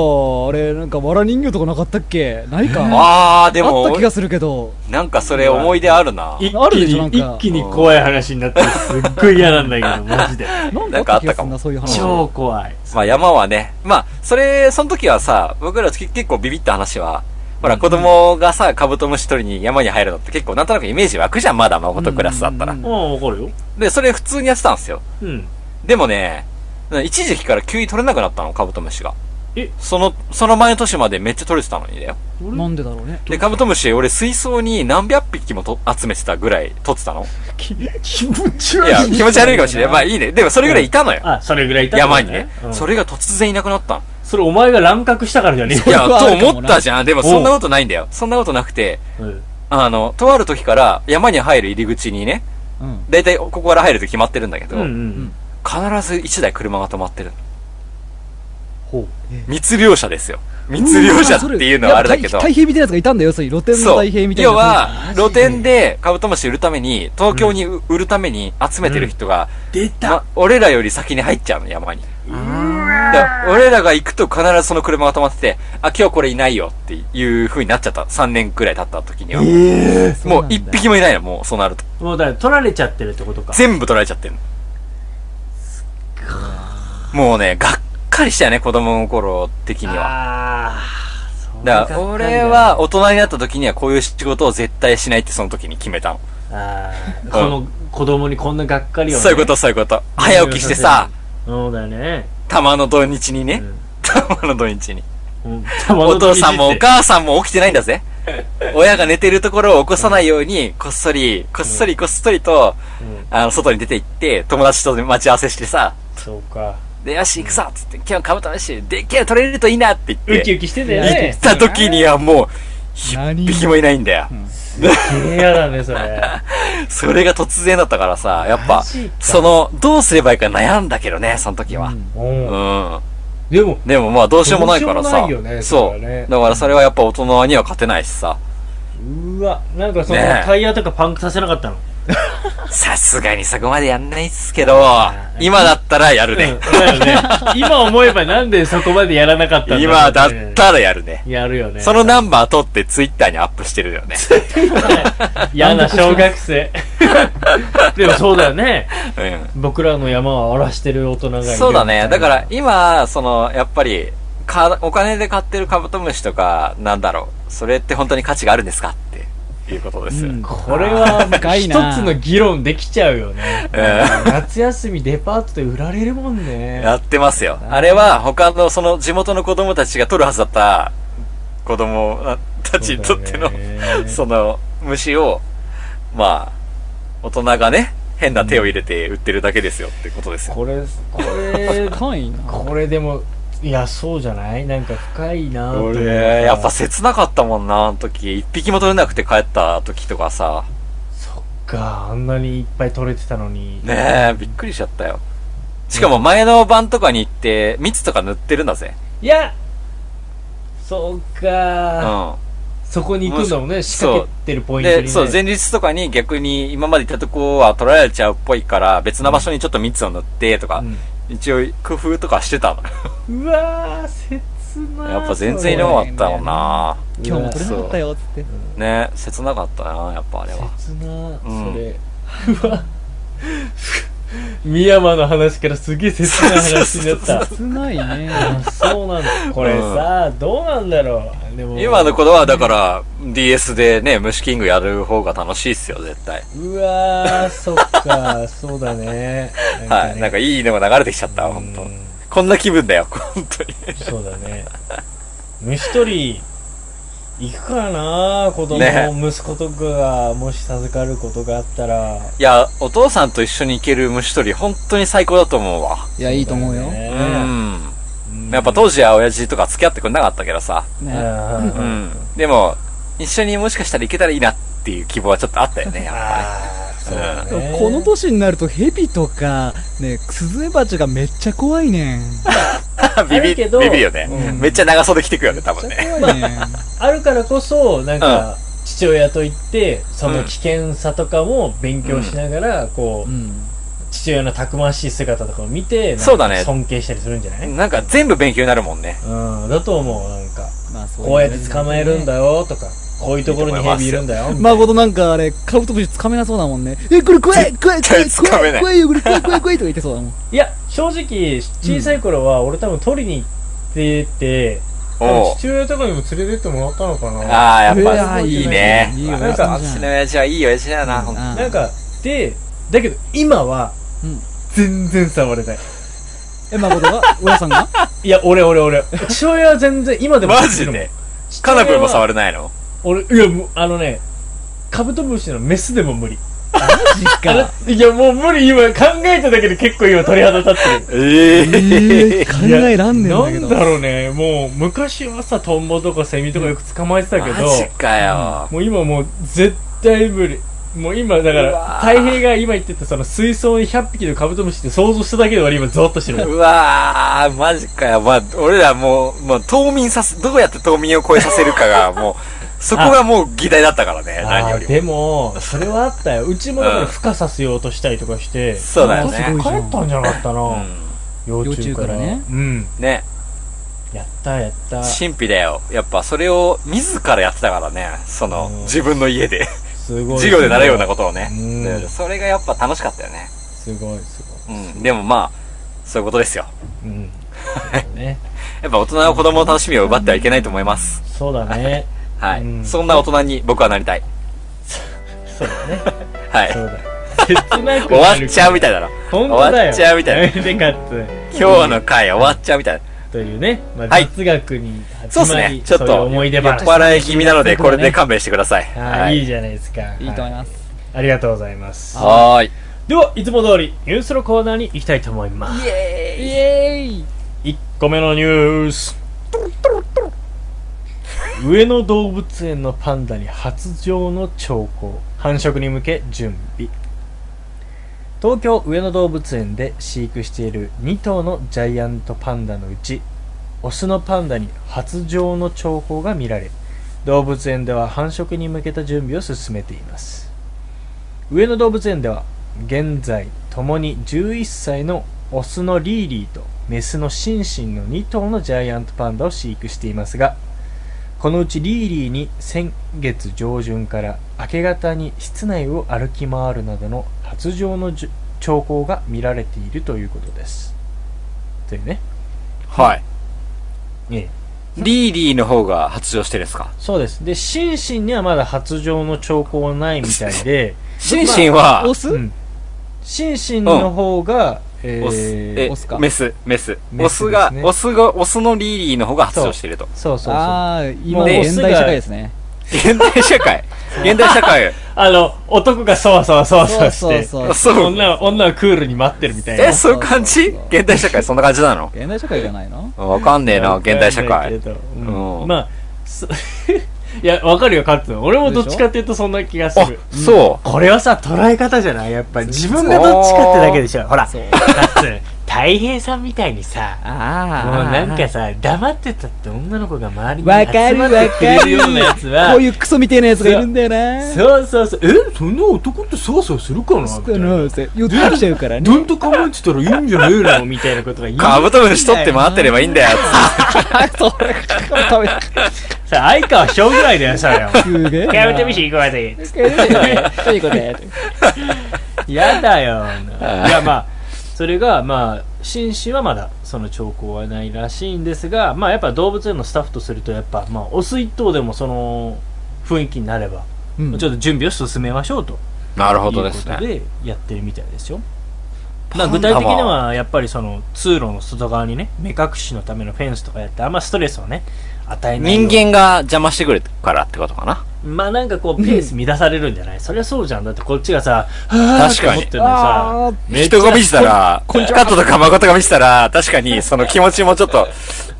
Speaker 3: あれ、なんか、わら人形とかなかったっけないか。あ
Speaker 2: あー、で
Speaker 3: あった
Speaker 2: も
Speaker 3: 気、がするけど。
Speaker 2: なんかそれ思い出あるな。
Speaker 1: 一
Speaker 3: ある
Speaker 1: 気
Speaker 3: でしょな
Speaker 1: に
Speaker 3: んか
Speaker 1: 一気に怖い話になってすっごい嫌なんだけどマジ [LAUGHS] で
Speaker 3: なん
Speaker 2: な
Speaker 3: か
Speaker 2: んか
Speaker 3: あ
Speaker 2: あ
Speaker 3: っ
Speaker 2: った
Speaker 3: 気が
Speaker 2: た
Speaker 3: す
Speaker 2: か
Speaker 3: る
Speaker 2: も
Speaker 3: な、そういう話。
Speaker 1: 超怖い
Speaker 2: まあ山はね、まあ、それ、その時はさ、僕ら結結構ビビった話は、ほら、子供がさ、カブトムシ取りに山に入るのって結構なんとなくイメージ湧くじゃん、まだ誠クラスだったら
Speaker 3: うん。
Speaker 1: もうわかるよ
Speaker 2: で、それ普通にやってたんですよ。
Speaker 1: うん
Speaker 2: でもね、一時期から急に取れなくなったの、カブトムシが。
Speaker 1: え
Speaker 2: その、その前の年までめっちゃ取れてたのにだよ。
Speaker 3: なんでだろうね。
Speaker 2: で、カブトムシ、俺水槽に何百匹もと集めてたぐらい取ってたの。
Speaker 1: 気持ち
Speaker 2: いや、気持ち悪いかもしれない。まあいいね。でもそれぐらいいたのよ。
Speaker 1: あそれぐらいいたってこ
Speaker 2: 山
Speaker 1: と
Speaker 2: にね。
Speaker 1: うん
Speaker 2: それが突然いなくなったの。
Speaker 1: それお前が乱獲したからじゃね
Speaker 2: い
Speaker 1: えよ
Speaker 2: や、
Speaker 3: はある
Speaker 2: と
Speaker 3: かもな
Speaker 2: 思ったじゃん。でもそんなことないんだよ。そんなことなくて、
Speaker 1: うん
Speaker 2: あの、とある時から山に入る入り口にね、
Speaker 3: うん。
Speaker 2: だいたいここから入ると決まってるんだけど、
Speaker 1: うんうん
Speaker 2: 必ず一台車が止まってる。
Speaker 1: ほう
Speaker 2: 密漁者ですよ。密漁者っていうのはあれだけど
Speaker 3: いや。太太平みたいなやつがいたんだよ、そういう露天の
Speaker 2: そう。
Speaker 3: 太平みたいな。
Speaker 2: 要は、
Speaker 1: マジで
Speaker 2: 露店でカブトムシ売るために、東京にう売るために集めてる人が、
Speaker 1: 出
Speaker 2: ま俺らより先に入っちゃうの、山に。だから俺らが行くと必ずその車が止まってて、あ、今日これいないよっていう風になっちゃった。3年くらい経った時には。もう一匹もいないの、もうそうなると。
Speaker 1: もうだから取られちゃってるってことか
Speaker 2: 全部取られちゃってるの。もうね、がっかりしたよね、子供の頃的には。
Speaker 1: あー
Speaker 2: だから、俺は大人になった時にはこういう仕事を絶対しないってその時に決めたの。
Speaker 1: あーこの子供にこんながっかりをね
Speaker 2: そういうこと、そういうこと。早起きしてさ、
Speaker 1: そうだよね
Speaker 2: たまの土日にね
Speaker 1: うん。
Speaker 2: たまの土日に。
Speaker 1: うん
Speaker 2: お父さんもお母さんも起きてないん
Speaker 1: [LAUGHS]
Speaker 2: だぜ。親が寝てるところを起こさないように、こっそり、こっそりこっそりと、
Speaker 1: うん
Speaker 2: あの、外に出て行って、友達と待ち合わせしてさ、
Speaker 1: そうか
Speaker 2: で、よし、行くぞっつって、今日カブトムシ、でっけえの取れるといいなって
Speaker 1: ウ
Speaker 2: 言っ
Speaker 1: キ
Speaker 2: て、
Speaker 1: ウキしてんだよ
Speaker 2: 行
Speaker 1: ね
Speaker 2: った時にはもう、一
Speaker 3: 何
Speaker 2: 匹もいないんだよ。
Speaker 1: えやだねそれ
Speaker 2: それが突然だったからさ、やっ
Speaker 1: マ
Speaker 2: ぱ
Speaker 1: ジか、
Speaker 2: その、どうすればいいか悩んだけどね、その時は。
Speaker 1: うん
Speaker 2: うん。
Speaker 1: でも
Speaker 2: でもまあどうしようもないからさ。
Speaker 1: どうしようもないよね
Speaker 2: そ
Speaker 1: そ
Speaker 2: う
Speaker 1: れはね
Speaker 2: だからそれはやっぱ大人には勝てないしさ。
Speaker 1: うわなんかその
Speaker 2: ねえ
Speaker 1: タイヤとかパンクさせなかったの
Speaker 2: さすがにそこまでやんないっすけど、今だったらやる
Speaker 1: うん
Speaker 2: ね。
Speaker 1: だよね今思えばなんでそこまでやらなかったんだろうね
Speaker 2: 今だったらやるね。
Speaker 1: やるよね
Speaker 2: そのナンバー取ってツイッターにアップしてるよね。
Speaker 1: [LAUGHS] 嫌な小学
Speaker 2: [LAUGHS]
Speaker 1: 生でもそうだよね
Speaker 2: う
Speaker 1: 僕らの山を荒らしてる大人がい
Speaker 2: ん。
Speaker 1: る
Speaker 2: そうだね。だから今、その、やっぱり、か、お金で買ってるカブトムシとか、なんだろう。それって本当に価値があるんですかっていうことですよ。
Speaker 3: うん
Speaker 1: これは
Speaker 3: 深い
Speaker 1: 一
Speaker 3: な
Speaker 1: つの議論できちゃうよね
Speaker 2: うん
Speaker 1: 夏休みデパートで売られるもんね
Speaker 2: やってますよ。あれは他のその地元の子供たちが取るはずだった子供たちにとっての
Speaker 1: そう
Speaker 2: そ,、
Speaker 1: だよね
Speaker 2: の虫を、まあ、大人がね、変な手を入れて売ってるだけですよってことですよ。
Speaker 1: これこ
Speaker 3: え
Speaker 1: れ
Speaker 3: ー、かいな。
Speaker 1: これでもいやそうじゃないなんか深いな
Speaker 2: こ
Speaker 1: と思う
Speaker 2: れ、やっぱ切なかったもんな、あの時。一匹も取れなくて帰った時とかさ。
Speaker 1: そっかあんなにいっぱい取れてたのに
Speaker 2: ねえ、びっくりしちゃったよ。しかも前の晩とかに行って、蜜とか塗ってるんだぜ。
Speaker 1: いやそっ
Speaker 2: う
Speaker 1: か、
Speaker 2: ん。
Speaker 1: そこに行くんだもんね仕掛けてるポイントに、ね、
Speaker 2: で、そう、前日とかに逆に今までいたとこは取られちゃうっぽいから、別な場所にちょっと蜜を塗ってとか、
Speaker 1: うん
Speaker 2: 一応工夫とかしてたの。
Speaker 1: うわー切なー
Speaker 2: やっぱ全然いなかったもんな。
Speaker 3: 今日も取れなかったよ、つって。
Speaker 2: ね切なかったな、やっぱあれは。
Speaker 1: 切なー
Speaker 2: うん
Speaker 1: それうわ [LAUGHS] 深山の話からすげえ切な話にな
Speaker 2: [LAUGHS]
Speaker 1: った
Speaker 3: 切ないね。
Speaker 1: あそうなんだこれさ、どうなんだろうでも
Speaker 2: 今の子はだから DS でね、虫キングやる方が楽しいっすよ、絶対。
Speaker 1: うわーそっ
Speaker 2: [LAUGHS]
Speaker 1: かそうだね
Speaker 2: はい。なんかいいのが流れてきちゃった、
Speaker 1: う
Speaker 2: ほん
Speaker 1: ん
Speaker 2: と。こんな気分だよ、 [LAUGHS] ほんとに。
Speaker 1: そうだね虫取り行くかな子供、
Speaker 2: ね
Speaker 1: 息子とかがもし授かることがあったら
Speaker 2: いや、お父さんと一緒に行ける虫取り、ほんとに最高だと思うわ。
Speaker 3: いや、いいと思うよ。
Speaker 1: ね
Speaker 2: うん。
Speaker 1: うん
Speaker 2: やっぱ当時は親父とか付き合ってくれなかったけどさ。
Speaker 3: ね。
Speaker 1: うん
Speaker 2: うん。でも、一緒にもしかしたら行けたらいいなっていう希望はちょっとあったよ [LAUGHS] ね、やっぱ
Speaker 1: あーそうだね
Speaker 3: この年になるとヘビとか、ね、スズメバチがめっちゃ怖いねん。
Speaker 2: り。ビ
Speaker 1: ある
Speaker 2: ビ、
Speaker 1: けど
Speaker 2: ビビるよね。
Speaker 1: うん
Speaker 2: めっちゃ長袖着てくよね、多分
Speaker 3: めっ
Speaker 2: ね。
Speaker 3: ちゃ怖いねん。
Speaker 1: あるからこそなんか父親と行ってその危険さとかも勉強しながらこ
Speaker 3: [LAUGHS] う。
Speaker 1: うん父親のたくましい姿とかを見てなんか
Speaker 2: そうだね
Speaker 1: 尊敬したりするんじゃないうん
Speaker 2: なんか全部勉強になるもんね。
Speaker 1: だと思うなんか
Speaker 3: まあ、そ
Speaker 1: こうやって捕まえるんだよとかこういうところにヘビいるんだよみたいな
Speaker 3: まことなんかあれ、カブトムシつかめなそうだもんね。え、これ怖い怖い怖い
Speaker 2: 絶対掴
Speaker 3: 怖
Speaker 2: め
Speaker 3: い
Speaker 2: ない
Speaker 3: 怖いよ、これ怖い怖い怖いとか言ってそうだもん。
Speaker 1: いや正直小さい頃は俺多分取りに行ってて多
Speaker 2: お
Speaker 1: 分
Speaker 2: う。
Speaker 1: 父親とかにも連れてってもらったのかな
Speaker 2: あ [LAUGHS] あ、やっ
Speaker 3: う
Speaker 2: ぱ
Speaker 3: わ
Speaker 2: いいね。
Speaker 3: いいよ、
Speaker 1: なんか
Speaker 2: うちの親父はいい親父だな、ほんと。
Speaker 1: なんかでだけど今は
Speaker 3: うん
Speaker 1: 全然触れない
Speaker 3: え、まことが親さんが
Speaker 1: いや、俺、俺、俺。父親は全然、今でも
Speaker 2: マジでカナブンも触れないの
Speaker 1: 俺、いや、もう、あのね、カブトムシのメスでも無理。
Speaker 3: 実家。
Speaker 1: いや、もう無理、今、考えただけで結構今鳥肌立って
Speaker 2: え
Speaker 3: ええ、
Speaker 2: え。
Speaker 3: 考
Speaker 1: る。
Speaker 3: えらんねえん
Speaker 1: な
Speaker 3: だけど。
Speaker 1: んだろうね、もう、昔はさ、トンボとかセミとかよく捕まえてたけど
Speaker 2: マ、ジかよ。
Speaker 1: もう今もう、絶対無理。もう今、だか
Speaker 2: う
Speaker 1: ら
Speaker 2: わ、ー
Speaker 1: 太平が今言ってた、その水槽に100匹のカブトムシって想像しただけで俺今、ゾワッとしてる。
Speaker 2: うわー、マジかよ。まあ、俺らもう、もう冬眠させ、どうやって冬眠を超えさせるかが、もう、そこがもう議題だったからね、何よ
Speaker 1: あ
Speaker 2: り
Speaker 1: ー
Speaker 2: も。
Speaker 1: でも、それはあったよ。うちもだから、孵化させようとしたりとかして、
Speaker 2: そうだよ
Speaker 3: すご
Speaker 2: ね
Speaker 3: い。
Speaker 1: 帰ったんじゃなかったな、
Speaker 2: う
Speaker 1: 幼
Speaker 3: 幼虫からね
Speaker 1: うん
Speaker 2: ん。ね。
Speaker 1: やったやったす
Speaker 2: 神秘だよ。やっぱそれを自らやってたからね。その
Speaker 1: うん、
Speaker 2: 自分の家で。
Speaker 1: ごい
Speaker 2: 授業で習うようなことをね。
Speaker 1: うん
Speaker 2: でそれがやっぱ楽しかったよね。
Speaker 1: すごいす
Speaker 2: うん。でもまあ、そういうことですよ。
Speaker 1: ごい
Speaker 2: [LAUGHS]
Speaker 1: うんね
Speaker 2: やっぱ大人は子供の楽しみを奪ってはいけないと思います。
Speaker 1: そうだね
Speaker 2: はい。
Speaker 1: うん
Speaker 2: そんな大人に僕はなりたい。
Speaker 1: そうだね
Speaker 2: は
Speaker 1: そう
Speaker 2: い。
Speaker 1: だ切なく
Speaker 2: [LAUGHS] 終わっちゃうみ
Speaker 1: い
Speaker 2: たいだな。
Speaker 1: 本当
Speaker 2: 終
Speaker 1: だ
Speaker 2: わ
Speaker 1: よ
Speaker 2: っちゃうみたいな。
Speaker 1: でかつ
Speaker 2: 今日の回終わっちゃうみたいな。
Speaker 1: というね、まあ、
Speaker 2: はい
Speaker 1: 雑学に
Speaker 2: そうっ
Speaker 1: 始
Speaker 2: す
Speaker 1: ま
Speaker 2: ね
Speaker 1: り。
Speaker 2: ちょっと、
Speaker 1: そういう思い出話
Speaker 2: 笑い気味なので、これで勘弁してください。
Speaker 1: はい、い、いじゃないですか
Speaker 3: いいと思います。
Speaker 1: ありがとうございます
Speaker 2: はーい。
Speaker 1: ではいつも通りニュースのコーナーに行きたいと思います
Speaker 3: イエーイ
Speaker 1: 1個目のニュース上野動物園のパンダに発情の兆候繁殖に向け準備東京上野動物園で飼育している2頭のジャイアントパンダのうちオスのパンダに発情の兆候が見られ動物園では繁殖に向けた準備を進めています上野動物園では現在ともに11歳のオスのリーリーとメスのシンシンの2頭のジャイアントパンダを飼育していますがこのうちリーリーに先月上旬から明け方に室内を歩き回るなどの発情のじゅ兆候が見られているということですというね、
Speaker 2: はい。
Speaker 1: ええ、
Speaker 2: リーリーの方が発情してるんですか
Speaker 1: そうですでシンシンにはまだ発情の兆候はないみたいで、
Speaker 2: シンシンは、
Speaker 3: オ
Speaker 2: オス、
Speaker 3: ス
Speaker 1: うん、シンシンの方が、えー
Speaker 2: え
Speaker 3: オスか
Speaker 2: メス、メス。
Speaker 1: メ
Speaker 2: オ
Speaker 1: ス
Speaker 2: ス
Speaker 1: で
Speaker 2: が
Speaker 1: すね、
Speaker 2: オスが、オスのリーリーの方が発情してると。
Speaker 1: そうそうそう
Speaker 3: ああ、今の
Speaker 1: もう
Speaker 3: 現代社会ですね。
Speaker 1: [LAUGHS]
Speaker 2: 現代社会現代社会
Speaker 1: あの、男がそわそわそわそわし
Speaker 3: そう
Speaker 1: て、
Speaker 3: そうそう
Speaker 2: そう
Speaker 1: 女は、女はクールに待ってるみたいな。
Speaker 2: え、そういう感じ
Speaker 3: そうそうそう
Speaker 2: 現代社会そんな感じなの
Speaker 3: 現代社会じゃないの
Speaker 2: わかんねえな、現代社
Speaker 1: わかんない
Speaker 2: 会。
Speaker 1: けど
Speaker 2: う
Speaker 1: うんん。まあ、そ [LAUGHS] いや、わかるよ、カッツン。俺もどっちかっていうとそんな気がす
Speaker 2: あ
Speaker 1: る。、
Speaker 2: そ
Speaker 1: これはさ、捉え方じゃないやっぱり自分がどっちかってだけでしょ。ほら、カ
Speaker 3: そう
Speaker 1: ッツン、太平さんみたいにさ、
Speaker 3: あ
Speaker 1: もうなんかさ、黙ってたって女の子が周りに
Speaker 3: わか
Speaker 1: 集
Speaker 3: る
Speaker 1: ま
Speaker 3: わ
Speaker 1: っ
Speaker 3: か
Speaker 1: て
Speaker 3: る
Speaker 1: くれるようなやつは
Speaker 3: こう、いうクソみてえなやつがいるんだよな
Speaker 1: そうそうそう、え、そんな男ってそわそわするかなみたいな。
Speaker 3: のって寄ってきちゃうからね
Speaker 1: どんと考えてたらいいんじゃねえのみたいなことが言
Speaker 2: う。
Speaker 1: う。
Speaker 2: カブトムシ取って回ってればいいんだよ。
Speaker 3: それ食べ
Speaker 1: さ、相川翔ぐらいだよ、それは。
Speaker 3: すげえ
Speaker 1: やめて
Speaker 3: [LAUGHS]
Speaker 1: みし、行こうぜ。
Speaker 3: ということで
Speaker 1: やだよ。いや、まあ、それが、まあ、シンシンはまだその兆候はないらしいんですが、まあ、やっぱ動物園のスタッフとすると、やっぱ、まあ、オス一頭でもその雰囲気になれば、
Speaker 3: うん
Speaker 1: ちょっと準備を進めましょうと。
Speaker 2: なるほ
Speaker 1: と
Speaker 2: ど
Speaker 1: いう
Speaker 2: で
Speaker 1: こ
Speaker 2: す
Speaker 1: と
Speaker 2: ね。
Speaker 1: でやってるみたいですよ。ま
Speaker 2: パ
Speaker 1: あ
Speaker 2: ン
Speaker 1: 具
Speaker 2: ダ
Speaker 1: 体
Speaker 2: は
Speaker 1: 的にはやっぱりその通路の外側にね目隠しのためのフェンスとかやってあんまストレスをね与えないよう
Speaker 2: 人間が邪魔してくるからってことかな。
Speaker 1: まあなんかこうペース乱されるんじゃないそりゃそうじゃんだってこっちがさはーって
Speaker 2: 確かに
Speaker 1: 思ってるのにさめっちゃ
Speaker 2: 人が見てたら、カットとか誠が見てたら、確かにその気持ちもちょっと、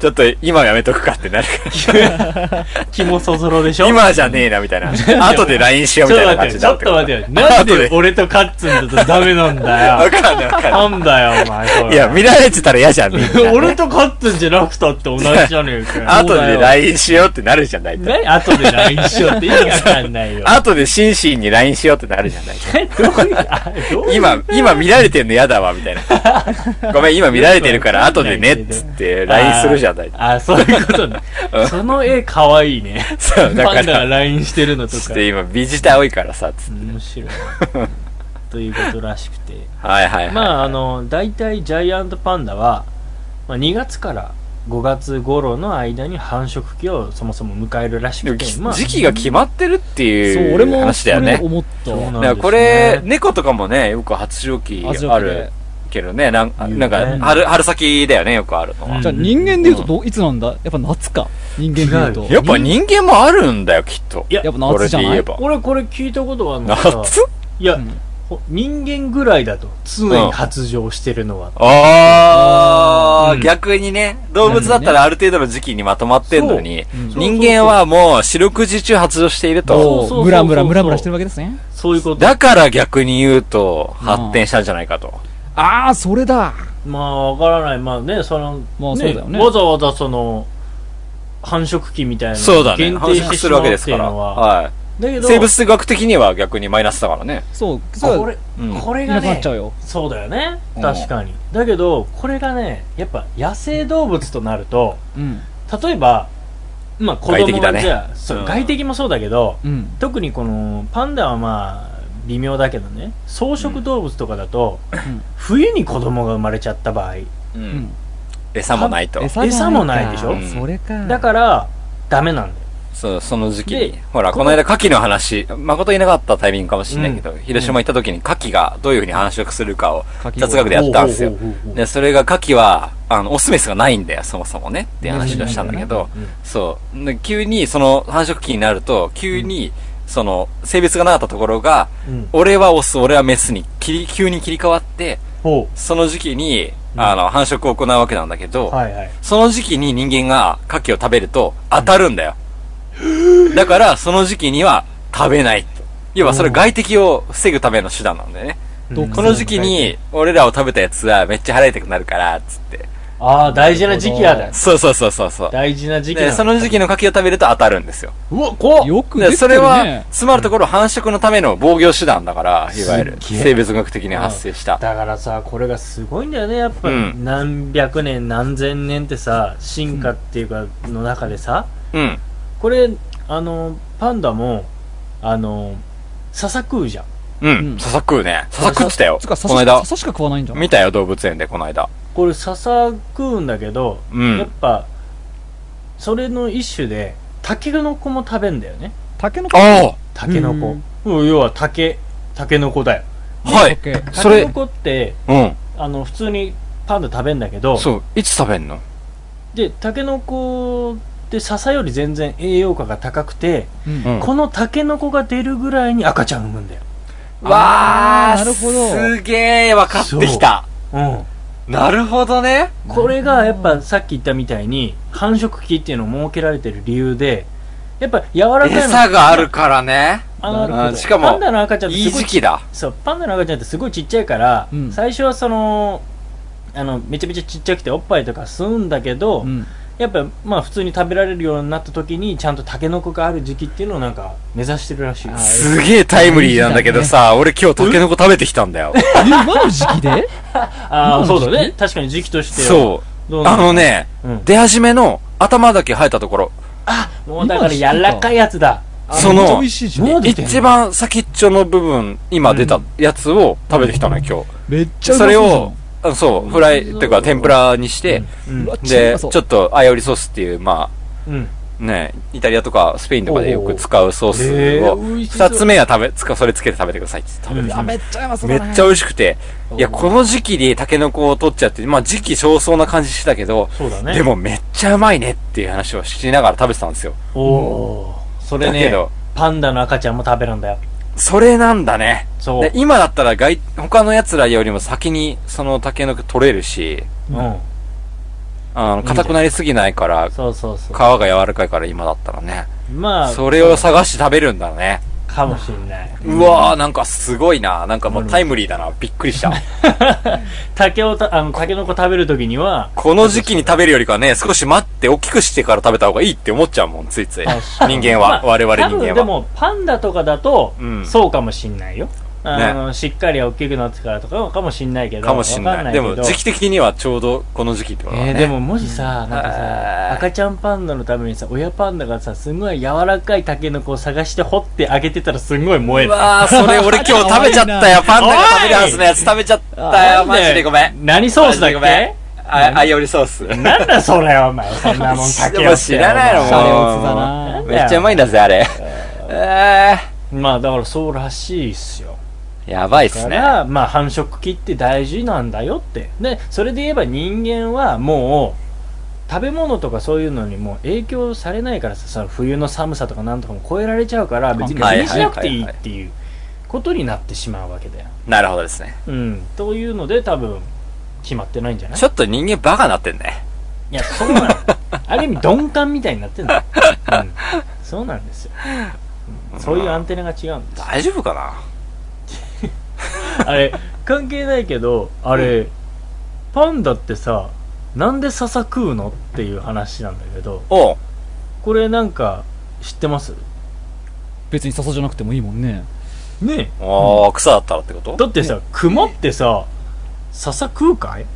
Speaker 2: ちょっと今はやめとくかってなるから
Speaker 1: 気もそぞろでしょ
Speaker 2: 今じゃねえなみたいな。後で LINE しよう
Speaker 1: ち
Speaker 2: み
Speaker 1: ょった
Speaker 2: い
Speaker 1: と待っ
Speaker 2: な感じ
Speaker 1: てちょ
Speaker 2: だ
Speaker 1: っ
Speaker 2: って
Speaker 1: と
Speaker 2: こと
Speaker 1: 待
Speaker 2: だ
Speaker 1: っ
Speaker 2: よ
Speaker 1: て
Speaker 2: ね
Speaker 1: なん
Speaker 2: 後
Speaker 1: で
Speaker 2: で。
Speaker 1: 俺とカッツンだとダメなんだ
Speaker 2: [LAUGHS] わ
Speaker 1: よ
Speaker 2: かんないわかん
Speaker 1: なんだよお前そ
Speaker 2: ない。い
Speaker 1: れ
Speaker 2: や、見られてたら嫌じゃん、みんな
Speaker 1: [LAUGHS] 俺とカッツンじゃなくたって同じじゃねえかよ
Speaker 2: [LAUGHS] 後で LINE しようってなるじゃん、大体。
Speaker 1: 何後で LINE しようって意味わかんない [LAUGHS] よ
Speaker 2: 後でシンシンに LINE しようってなるじゃん、大体。
Speaker 1: えどういうあどういう
Speaker 2: 今、今見られてんの嫌だわ、みたい
Speaker 1: [LAUGHS]
Speaker 2: な。ごめん、今見られてるから後でね、っつって
Speaker 1: あー
Speaker 2: LINE するじゃん、大体。
Speaker 1: あー、そういうことね
Speaker 2: うん。
Speaker 1: その絵かわいいね。
Speaker 2: そう、だ
Speaker 1: パ
Speaker 2: か
Speaker 1: ンダが
Speaker 2: ら、
Speaker 1: LINE してるのと
Speaker 2: つっ
Speaker 1: か。
Speaker 2: て今、ビジター多いからさ、つって。
Speaker 1: 面
Speaker 2: [LAUGHS]
Speaker 1: 白い。ということらしくて。
Speaker 2: はいはいはい。
Speaker 1: まあ、あの、大体ジャイアントパンダは、まあ、2月から5月頃の間に繁殖期をそもそも迎えるらし
Speaker 2: で
Speaker 1: く
Speaker 2: も
Speaker 1: て
Speaker 2: き、
Speaker 1: まあ、
Speaker 2: 時期が決まってるって
Speaker 3: そう
Speaker 2: い
Speaker 3: 俺
Speaker 2: う
Speaker 3: も
Speaker 2: 話だよね
Speaker 3: それ。思っ
Speaker 1: そうな
Speaker 3: た
Speaker 1: んですね
Speaker 2: だからこれ、猫とかもね、よく発情期
Speaker 3: 発情期で
Speaker 2: あるけどね、なん
Speaker 1: 言うね
Speaker 2: なんか、春、春先だよね、よくあるのは
Speaker 1: うん
Speaker 3: じゃあ人間で言うとどいつなんだやっぱ夏か人間で言うと
Speaker 1: 違う
Speaker 2: やっぱ人間もあるんだよ、きっと。
Speaker 1: いや
Speaker 3: やっぱ
Speaker 2: これ
Speaker 3: 夏じ
Speaker 2: で
Speaker 3: ゃな
Speaker 2: 言え
Speaker 3: い
Speaker 2: ば。
Speaker 1: 俺これ聞いたことがあるのさ
Speaker 2: 夏
Speaker 1: いや、
Speaker 3: うん
Speaker 1: ほ人間ぐらいだと、常に発情してるのは。
Speaker 2: あー、
Speaker 1: うん
Speaker 2: 逆にね、動物だったらある程度の時期にまとまってんのに、
Speaker 1: そう
Speaker 2: 人間はもう四六時中発情している
Speaker 1: そう
Speaker 2: と。
Speaker 1: そうそう
Speaker 3: ムラムラムラムラしてるわけですね
Speaker 1: そういうこと。
Speaker 2: だから逆に言うと、発展したんじゃないかと。
Speaker 3: ああそれだ
Speaker 1: まあ、わからない。まあね、その、
Speaker 3: まあそうだよね
Speaker 1: わざわざその、繁殖期みたいな
Speaker 2: そうだね。
Speaker 1: 限
Speaker 2: 繁
Speaker 1: 定し
Speaker 2: 殖
Speaker 1: て
Speaker 2: す
Speaker 1: し
Speaker 2: る
Speaker 1: ま
Speaker 2: わ
Speaker 1: う
Speaker 2: け
Speaker 1: っ
Speaker 2: です
Speaker 1: てい
Speaker 2: か
Speaker 1: う
Speaker 2: ら。
Speaker 1: のは。
Speaker 2: はい。
Speaker 1: だけど、
Speaker 2: 生物学的には逆にマイナスだからね。
Speaker 3: そうそう
Speaker 1: これ、
Speaker 2: うん。
Speaker 1: これ
Speaker 3: い
Speaker 1: が
Speaker 3: なくなっ
Speaker 1: ね
Speaker 3: ちゃ、うよ
Speaker 1: そうだよね。
Speaker 2: うん
Speaker 1: 確かに。だけど、これがね、やっぱ野生動物となると、
Speaker 3: うん
Speaker 1: 例えば、まあ子
Speaker 2: 外
Speaker 1: 供
Speaker 2: 敵だ
Speaker 1: が
Speaker 2: ね
Speaker 1: じゃあ、そううん外敵もそうだけど、
Speaker 3: うん
Speaker 1: 特にこのパンダはまあ、微妙だけどね、草食動物とかだと、
Speaker 3: ん
Speaker 1: 冬に子供が生まれちゃった場合、
Speaker 2: う
Speaker 3: うんん
Speaker 2: 餌もないと。
Speaker 3: 餌
Speaker 1: 餌もないでしょ
Speaker 3: うんそれか
Speaker 1: だから、ダメなんだよ。
Speaker 2: そう、その時期
Speaker 1: で
Speaker 2: に。ほら、
Speaker 1: こ
Speaker 2: こ
Speaker 1: の
Speaker 2: の間、牡蠣の話、誠いなかったタイミングかもしれないけど、広島行った時に牡蠣がどういうふうに繁殖するかを
Speaker 3: 牡蠣
Speaker 2: 雑学でやったんです
Speaker 1: ほ
Speaker 2: よ
Speaker 1: うほうほうほ。う
Speaker 2: で、それが牡蠣は、あの、オスメスがないんだよ、そもそもね、っていう話をしたんだけど
Speaker 1: うんうんうん、
Speaker 2: そう。で急に、その繁殖期になると、急に、その、性別がなかったところが、
Speaker 1: うん
Speaker 2: 俺はオス、俺はメスに切り、急に切り替わって、
Speaker 1: ほ
Speaker 2: その時期に、
Speaker 1: うん
Speaker 2: あの、繁殖を行うわけなんだけど、
Speaker 1: う。はいはい。
Speaker 2: その時期に人間が牡蠣を食べると当たるんだよ。だから、その時期には食べないと。要は、それ外敵を防ぐための手段なんだよね。
Speaker 3: どっ
Speaker 2: この時期に、俺らを食べたやつはめっちゃ腹痛くなるから、つって。
Speaker 1: ああ、大事な時期やだ。
Speaker 2: そうそうそうそうそう。
Speaker 1: 大事な時期
Speaker 2: で、その時期の牡蠣を食べると当たるんですよ。
Speaker 1: うわ、怖っ
Speaker 3: よくで
Speaker 2: で、
Speaker 3: きて
Speaker 2: そ
Speaker 3: るね
Speaker 2: れは、つまるところ繁殖のための防御手段だから、いわゆる、
Speaker 1: すっげえ
Speaker 2: 生物学的に発生した。
Speaker 1: だからさ、これがすごいんだよね、やっぱ、
Speaker 2: うん
Speaker 1: 何百年、何千年ってさ、進化っていうか、の中でさ、
Speaker 2: うん。
Speaker 1: これ、あの、パンダも、あの、笹食うじゃん。
Speaker 2: う
Speaker 3: うん
Speaker 2: ん。笹食うね。笹食ってたよ。
Speaker 3: つか
Speaker 2: こ
Speaker 3: 笹
Speaker 2: の間。
Speaker 3: 笹しか食わないんじゃん
Speaker 2: 見たよ、動物園で、この間。
Speaker 1: これ、笹食うんだけど、
Speaker 2: う
Speaker 1: やっ
Speaker 2: ん。
Speaker 1: ぱ、それの一種で、タケノコも食べんだよね。
Speaker 3: タケノコ
Speaker 2: あ
Speaker 1: タケノコ。うん要は、タケ、タケノコだよ。
Speaker 2: あはい。
Speaker 3: ケ
Speaker 1: タ
Speaker 2: そ
Speaker 1: ケ
Speaker 2: れ
Speaker 1: ノ、コって、
Speaker 2: うん。
Speaker 1: あの、普通にパンダ食べんだけど、
Speaker 2: そう、いつ食べんの
Speaker 1: で、タケノコっって笹より全然栄養価が高くて、
Speaker 3: うん
Speaker 2: うん
Speaker 1: このタケノコが出るぐらいに赤ちゃん産むんだよ。
Speaker 2: わ
Speaker 3: あー
Speaker 2: ー、
Speaker 3: なるほど
Speaker 2: すげー分かってきた。
Speaker 1: うん。
Speaker 2: なるほどね。
Speaker 1: これがやっぱさっき言ったみたいに繁殖期っていうのを設けられてる理由で、やっぱ柔らかいの
Speaker 2: 餌があるからね。
Speaker 1: あなるほど
Speaker 2: しかも
Speaker 1: パンダの赤ちゃんって
Speaker 2: い
Speaker 1: す
Speaker 2: い
Speaker 1: ごい
Speaker 2: 時期だ。
Speaker 1: そうパンダの赤ちゃんってすごいちっちゃいから、
Speaker 3: うん
Speaker 1: 最初はそのあのめちゃめちゃちっちゃくておっぱいとか吸うんだけど、
Speaker 3: うん
Speaker 1: やっぱまあ普通に食べられるようになった時にちゃんとタケノコがある時期っていうのをなんか目指してるらしい
Speaker 3: あ
Speaker 2: すげータイムリーなんだけどさ、俺今日タケノコ食べてきたんだよ。
Speaker 3: え今の時期で
Speaker 1: あー
Speaker 3: 今の
Speaker 1: そう
Speaker 3: 時期
Speaker 1: だね確かに時期としては
Speaker 2: そう。
Speaker 1: どうな
Speaker 2: あ
Speaker 1: の
Speaker 2: のね、
Speaker 1: うん
Speaker 2: 出始めの頭だけ生えたところ、
Speaker 1: もうだから柔らかいやつだ
Speaker 3: あ
Speaker 2: [LAUGHS] その
Speaker 3: めっちゃ美味しいじゃん
Speaker 1: もう出てんの
Speaker 2: 一番先っちょの部分、今出たやつを食べてきたのよ、
Speaker 3: めっちゃうま
Speaker 2: 今日。それ
Speaker 3: うじゃん
Speaker 2: を、あそう、フライ、っていうか天ぷらにして、
Speaker 1: うん
Speaker 3: うわ超う
Speaker 2: で、
Speaker 3: ま
Speaker 2: ち
Speaker 3: そ
Speaker 2: ょ
Speaker 3: う
Speaker 2: っとアイオリソースっていう、ま
Speaker 1: うん
Speaker 2: あ、ね、イタリアとかスペインとかでよく使うソー
Speaker 1: へ
Speaker 2: ス
Speaker 1: ー
Speaker 2: を、
Speaker 1: 美味しそう
Speaker 2: 二つ目は食べ、つか、それつけて食べてくださいって食べて
Speaker 1: うん
Speaker 3: あめっちゃうまそう
Speaker 2: め
Speaker 3: だ
Speaker 2: っ
Speaker 3: ね
Speaker 2: ちゃ美味しくて、いや、
Speaker 3: うん
Speaker 2: この時期にタケノコを取っちゃって、まあ時期尚早な感じしてたけど、
Speaker 1: そうだね
Speaker 2: でもめっちゃうまいねっていう話をしながら食べてたんですよ。
Speaker 1: おおーそれ
Speaker 2: だけ
Speaker 1: ね
Speaker 2: ど
Speaker 1: パンダの赤ちゃんも食べるんだよ
Speaker 2: それなんだね。
Speaker 1: そう
Speaker 2: で今だったら外、他の奴らよりも先にそのタケノコ取れるし、
Speaker 1: うん
Speaker 2: あの、硬くなりすぎないから、皮
Speaker 1: そうそうそう
Speaker 2: が柔らかいから今だったらね。
Speaker 1: まあ
Speaker 2: それを探して食べるんだね。
Speaker 1: かもしんないう
Speaker 2: わー、なんかすごいな。なんかもうタイムリーだな。びっくりした。
Speaker 1: [LAUGHS] 竹をた、あの、竹の子食べるときには、
Speaker 2: この時期に食べるよりか
Speaker 1: [LAUGHS]
Speaker 2: ね、少し待って大きくしてから食べた方がいいって思っちゃうもん、ついつい。人間は、
Speaker 1: まあ
Speaker 2: 我々人
Speaker 1: 多分
Speaker 2: 間
Speaker 1: で
Speaker 2: は。
Speaker 1: も、パンダとかだと、
Speaker 2: うん
Speaker 1: そうかもしんないよ。あの、しっかり大きくなってからとかかもしんないけど。
Speaker 2: かもしん
Speaker 1: わ
Speaker 2: な
Speaker 1: かん
Speaker 2: い。
Speaker 1: ない
Speaker 2: で
Speaker 1: けど
Speaker 2: も、時期的にはちょうどこの時期ってことだね。
Speaker 1: えーでももしさ、なんか
Speaker 2: あー
Speaker 1: さ、赤ちゃんパンダのためにさ、親パンダがさ、すごい柔らかいタケノコを探して掘ってあげてたらすごい燃え
Speaker 2: う
Speaker 1: る。
Speaker 2: わー、それ俺今日食
Speaker 1: [LAUGHS]
Speaker 2: べちゃったよ。パンダが食べるはずのやつ食べちゃったよ。
Speaker 1: なん
Speaker 2: マジでごめん。
Speaker 1: 何ソースだっ
Speaker 2: マ
Speaker 1: け
Speaker 2: ジでごめんあ、アイオリソース。
Speaker 1: なんだそれお前、そんなもん
Speaker 2: [LAUGHS]
Speaker 1: 竹
Speaker 2: もう知らないの
Speaker 3: お前
Speaker 2: もう。
Speaker 3: シャレオツだな
Speaker 2: めっちゃうまいんだぜ、あれ。え
Speaker 1: まあだからそうらしいっすよ。
Speaker 2: ー、やばいっす
Speaker 1: か
Speaker 2: ね。
Speaker 1: ら、まあ繁殖期って大事なんだよって。で、それで言えば人間はもう、食べ物とかそういうのにもう影響されないからさ、その冬の寒さとかなんとかも超えられちゃうから、別に気
Speaker 2: はいはい
Speaker 1: にしなくていい
Speaker 2: はいはい
Speaker 1: っていうことになってしまうわけだよ。
Speaker 2: なるほどですね。
Speaker 1: うん。というので多分、決まってないんじゃない
Speaker 2: ちょっと人間バカなってんね。
Speaker 1: いや、そうなの。ある意味鈍感みたいになってんだよ。うん。そうなんですよ。うんそういうアンテナが違うんですよ。
Speaker 2: 大丈夫かな
Speaker 1: あれ、関係ないけど、あれ、パンダってさ、なんで笹食うのっていう話なんだけど、
Speaker 2: おう
Speaker 1: これなんか、知ってます
Speaker 3: 別に笹じゃなくてもいいもんね
Speaker 1: ね
Speaker 2: おー、草だったらってこと
Speaker 1: え。だってさ、雲ってさ、笹食うかい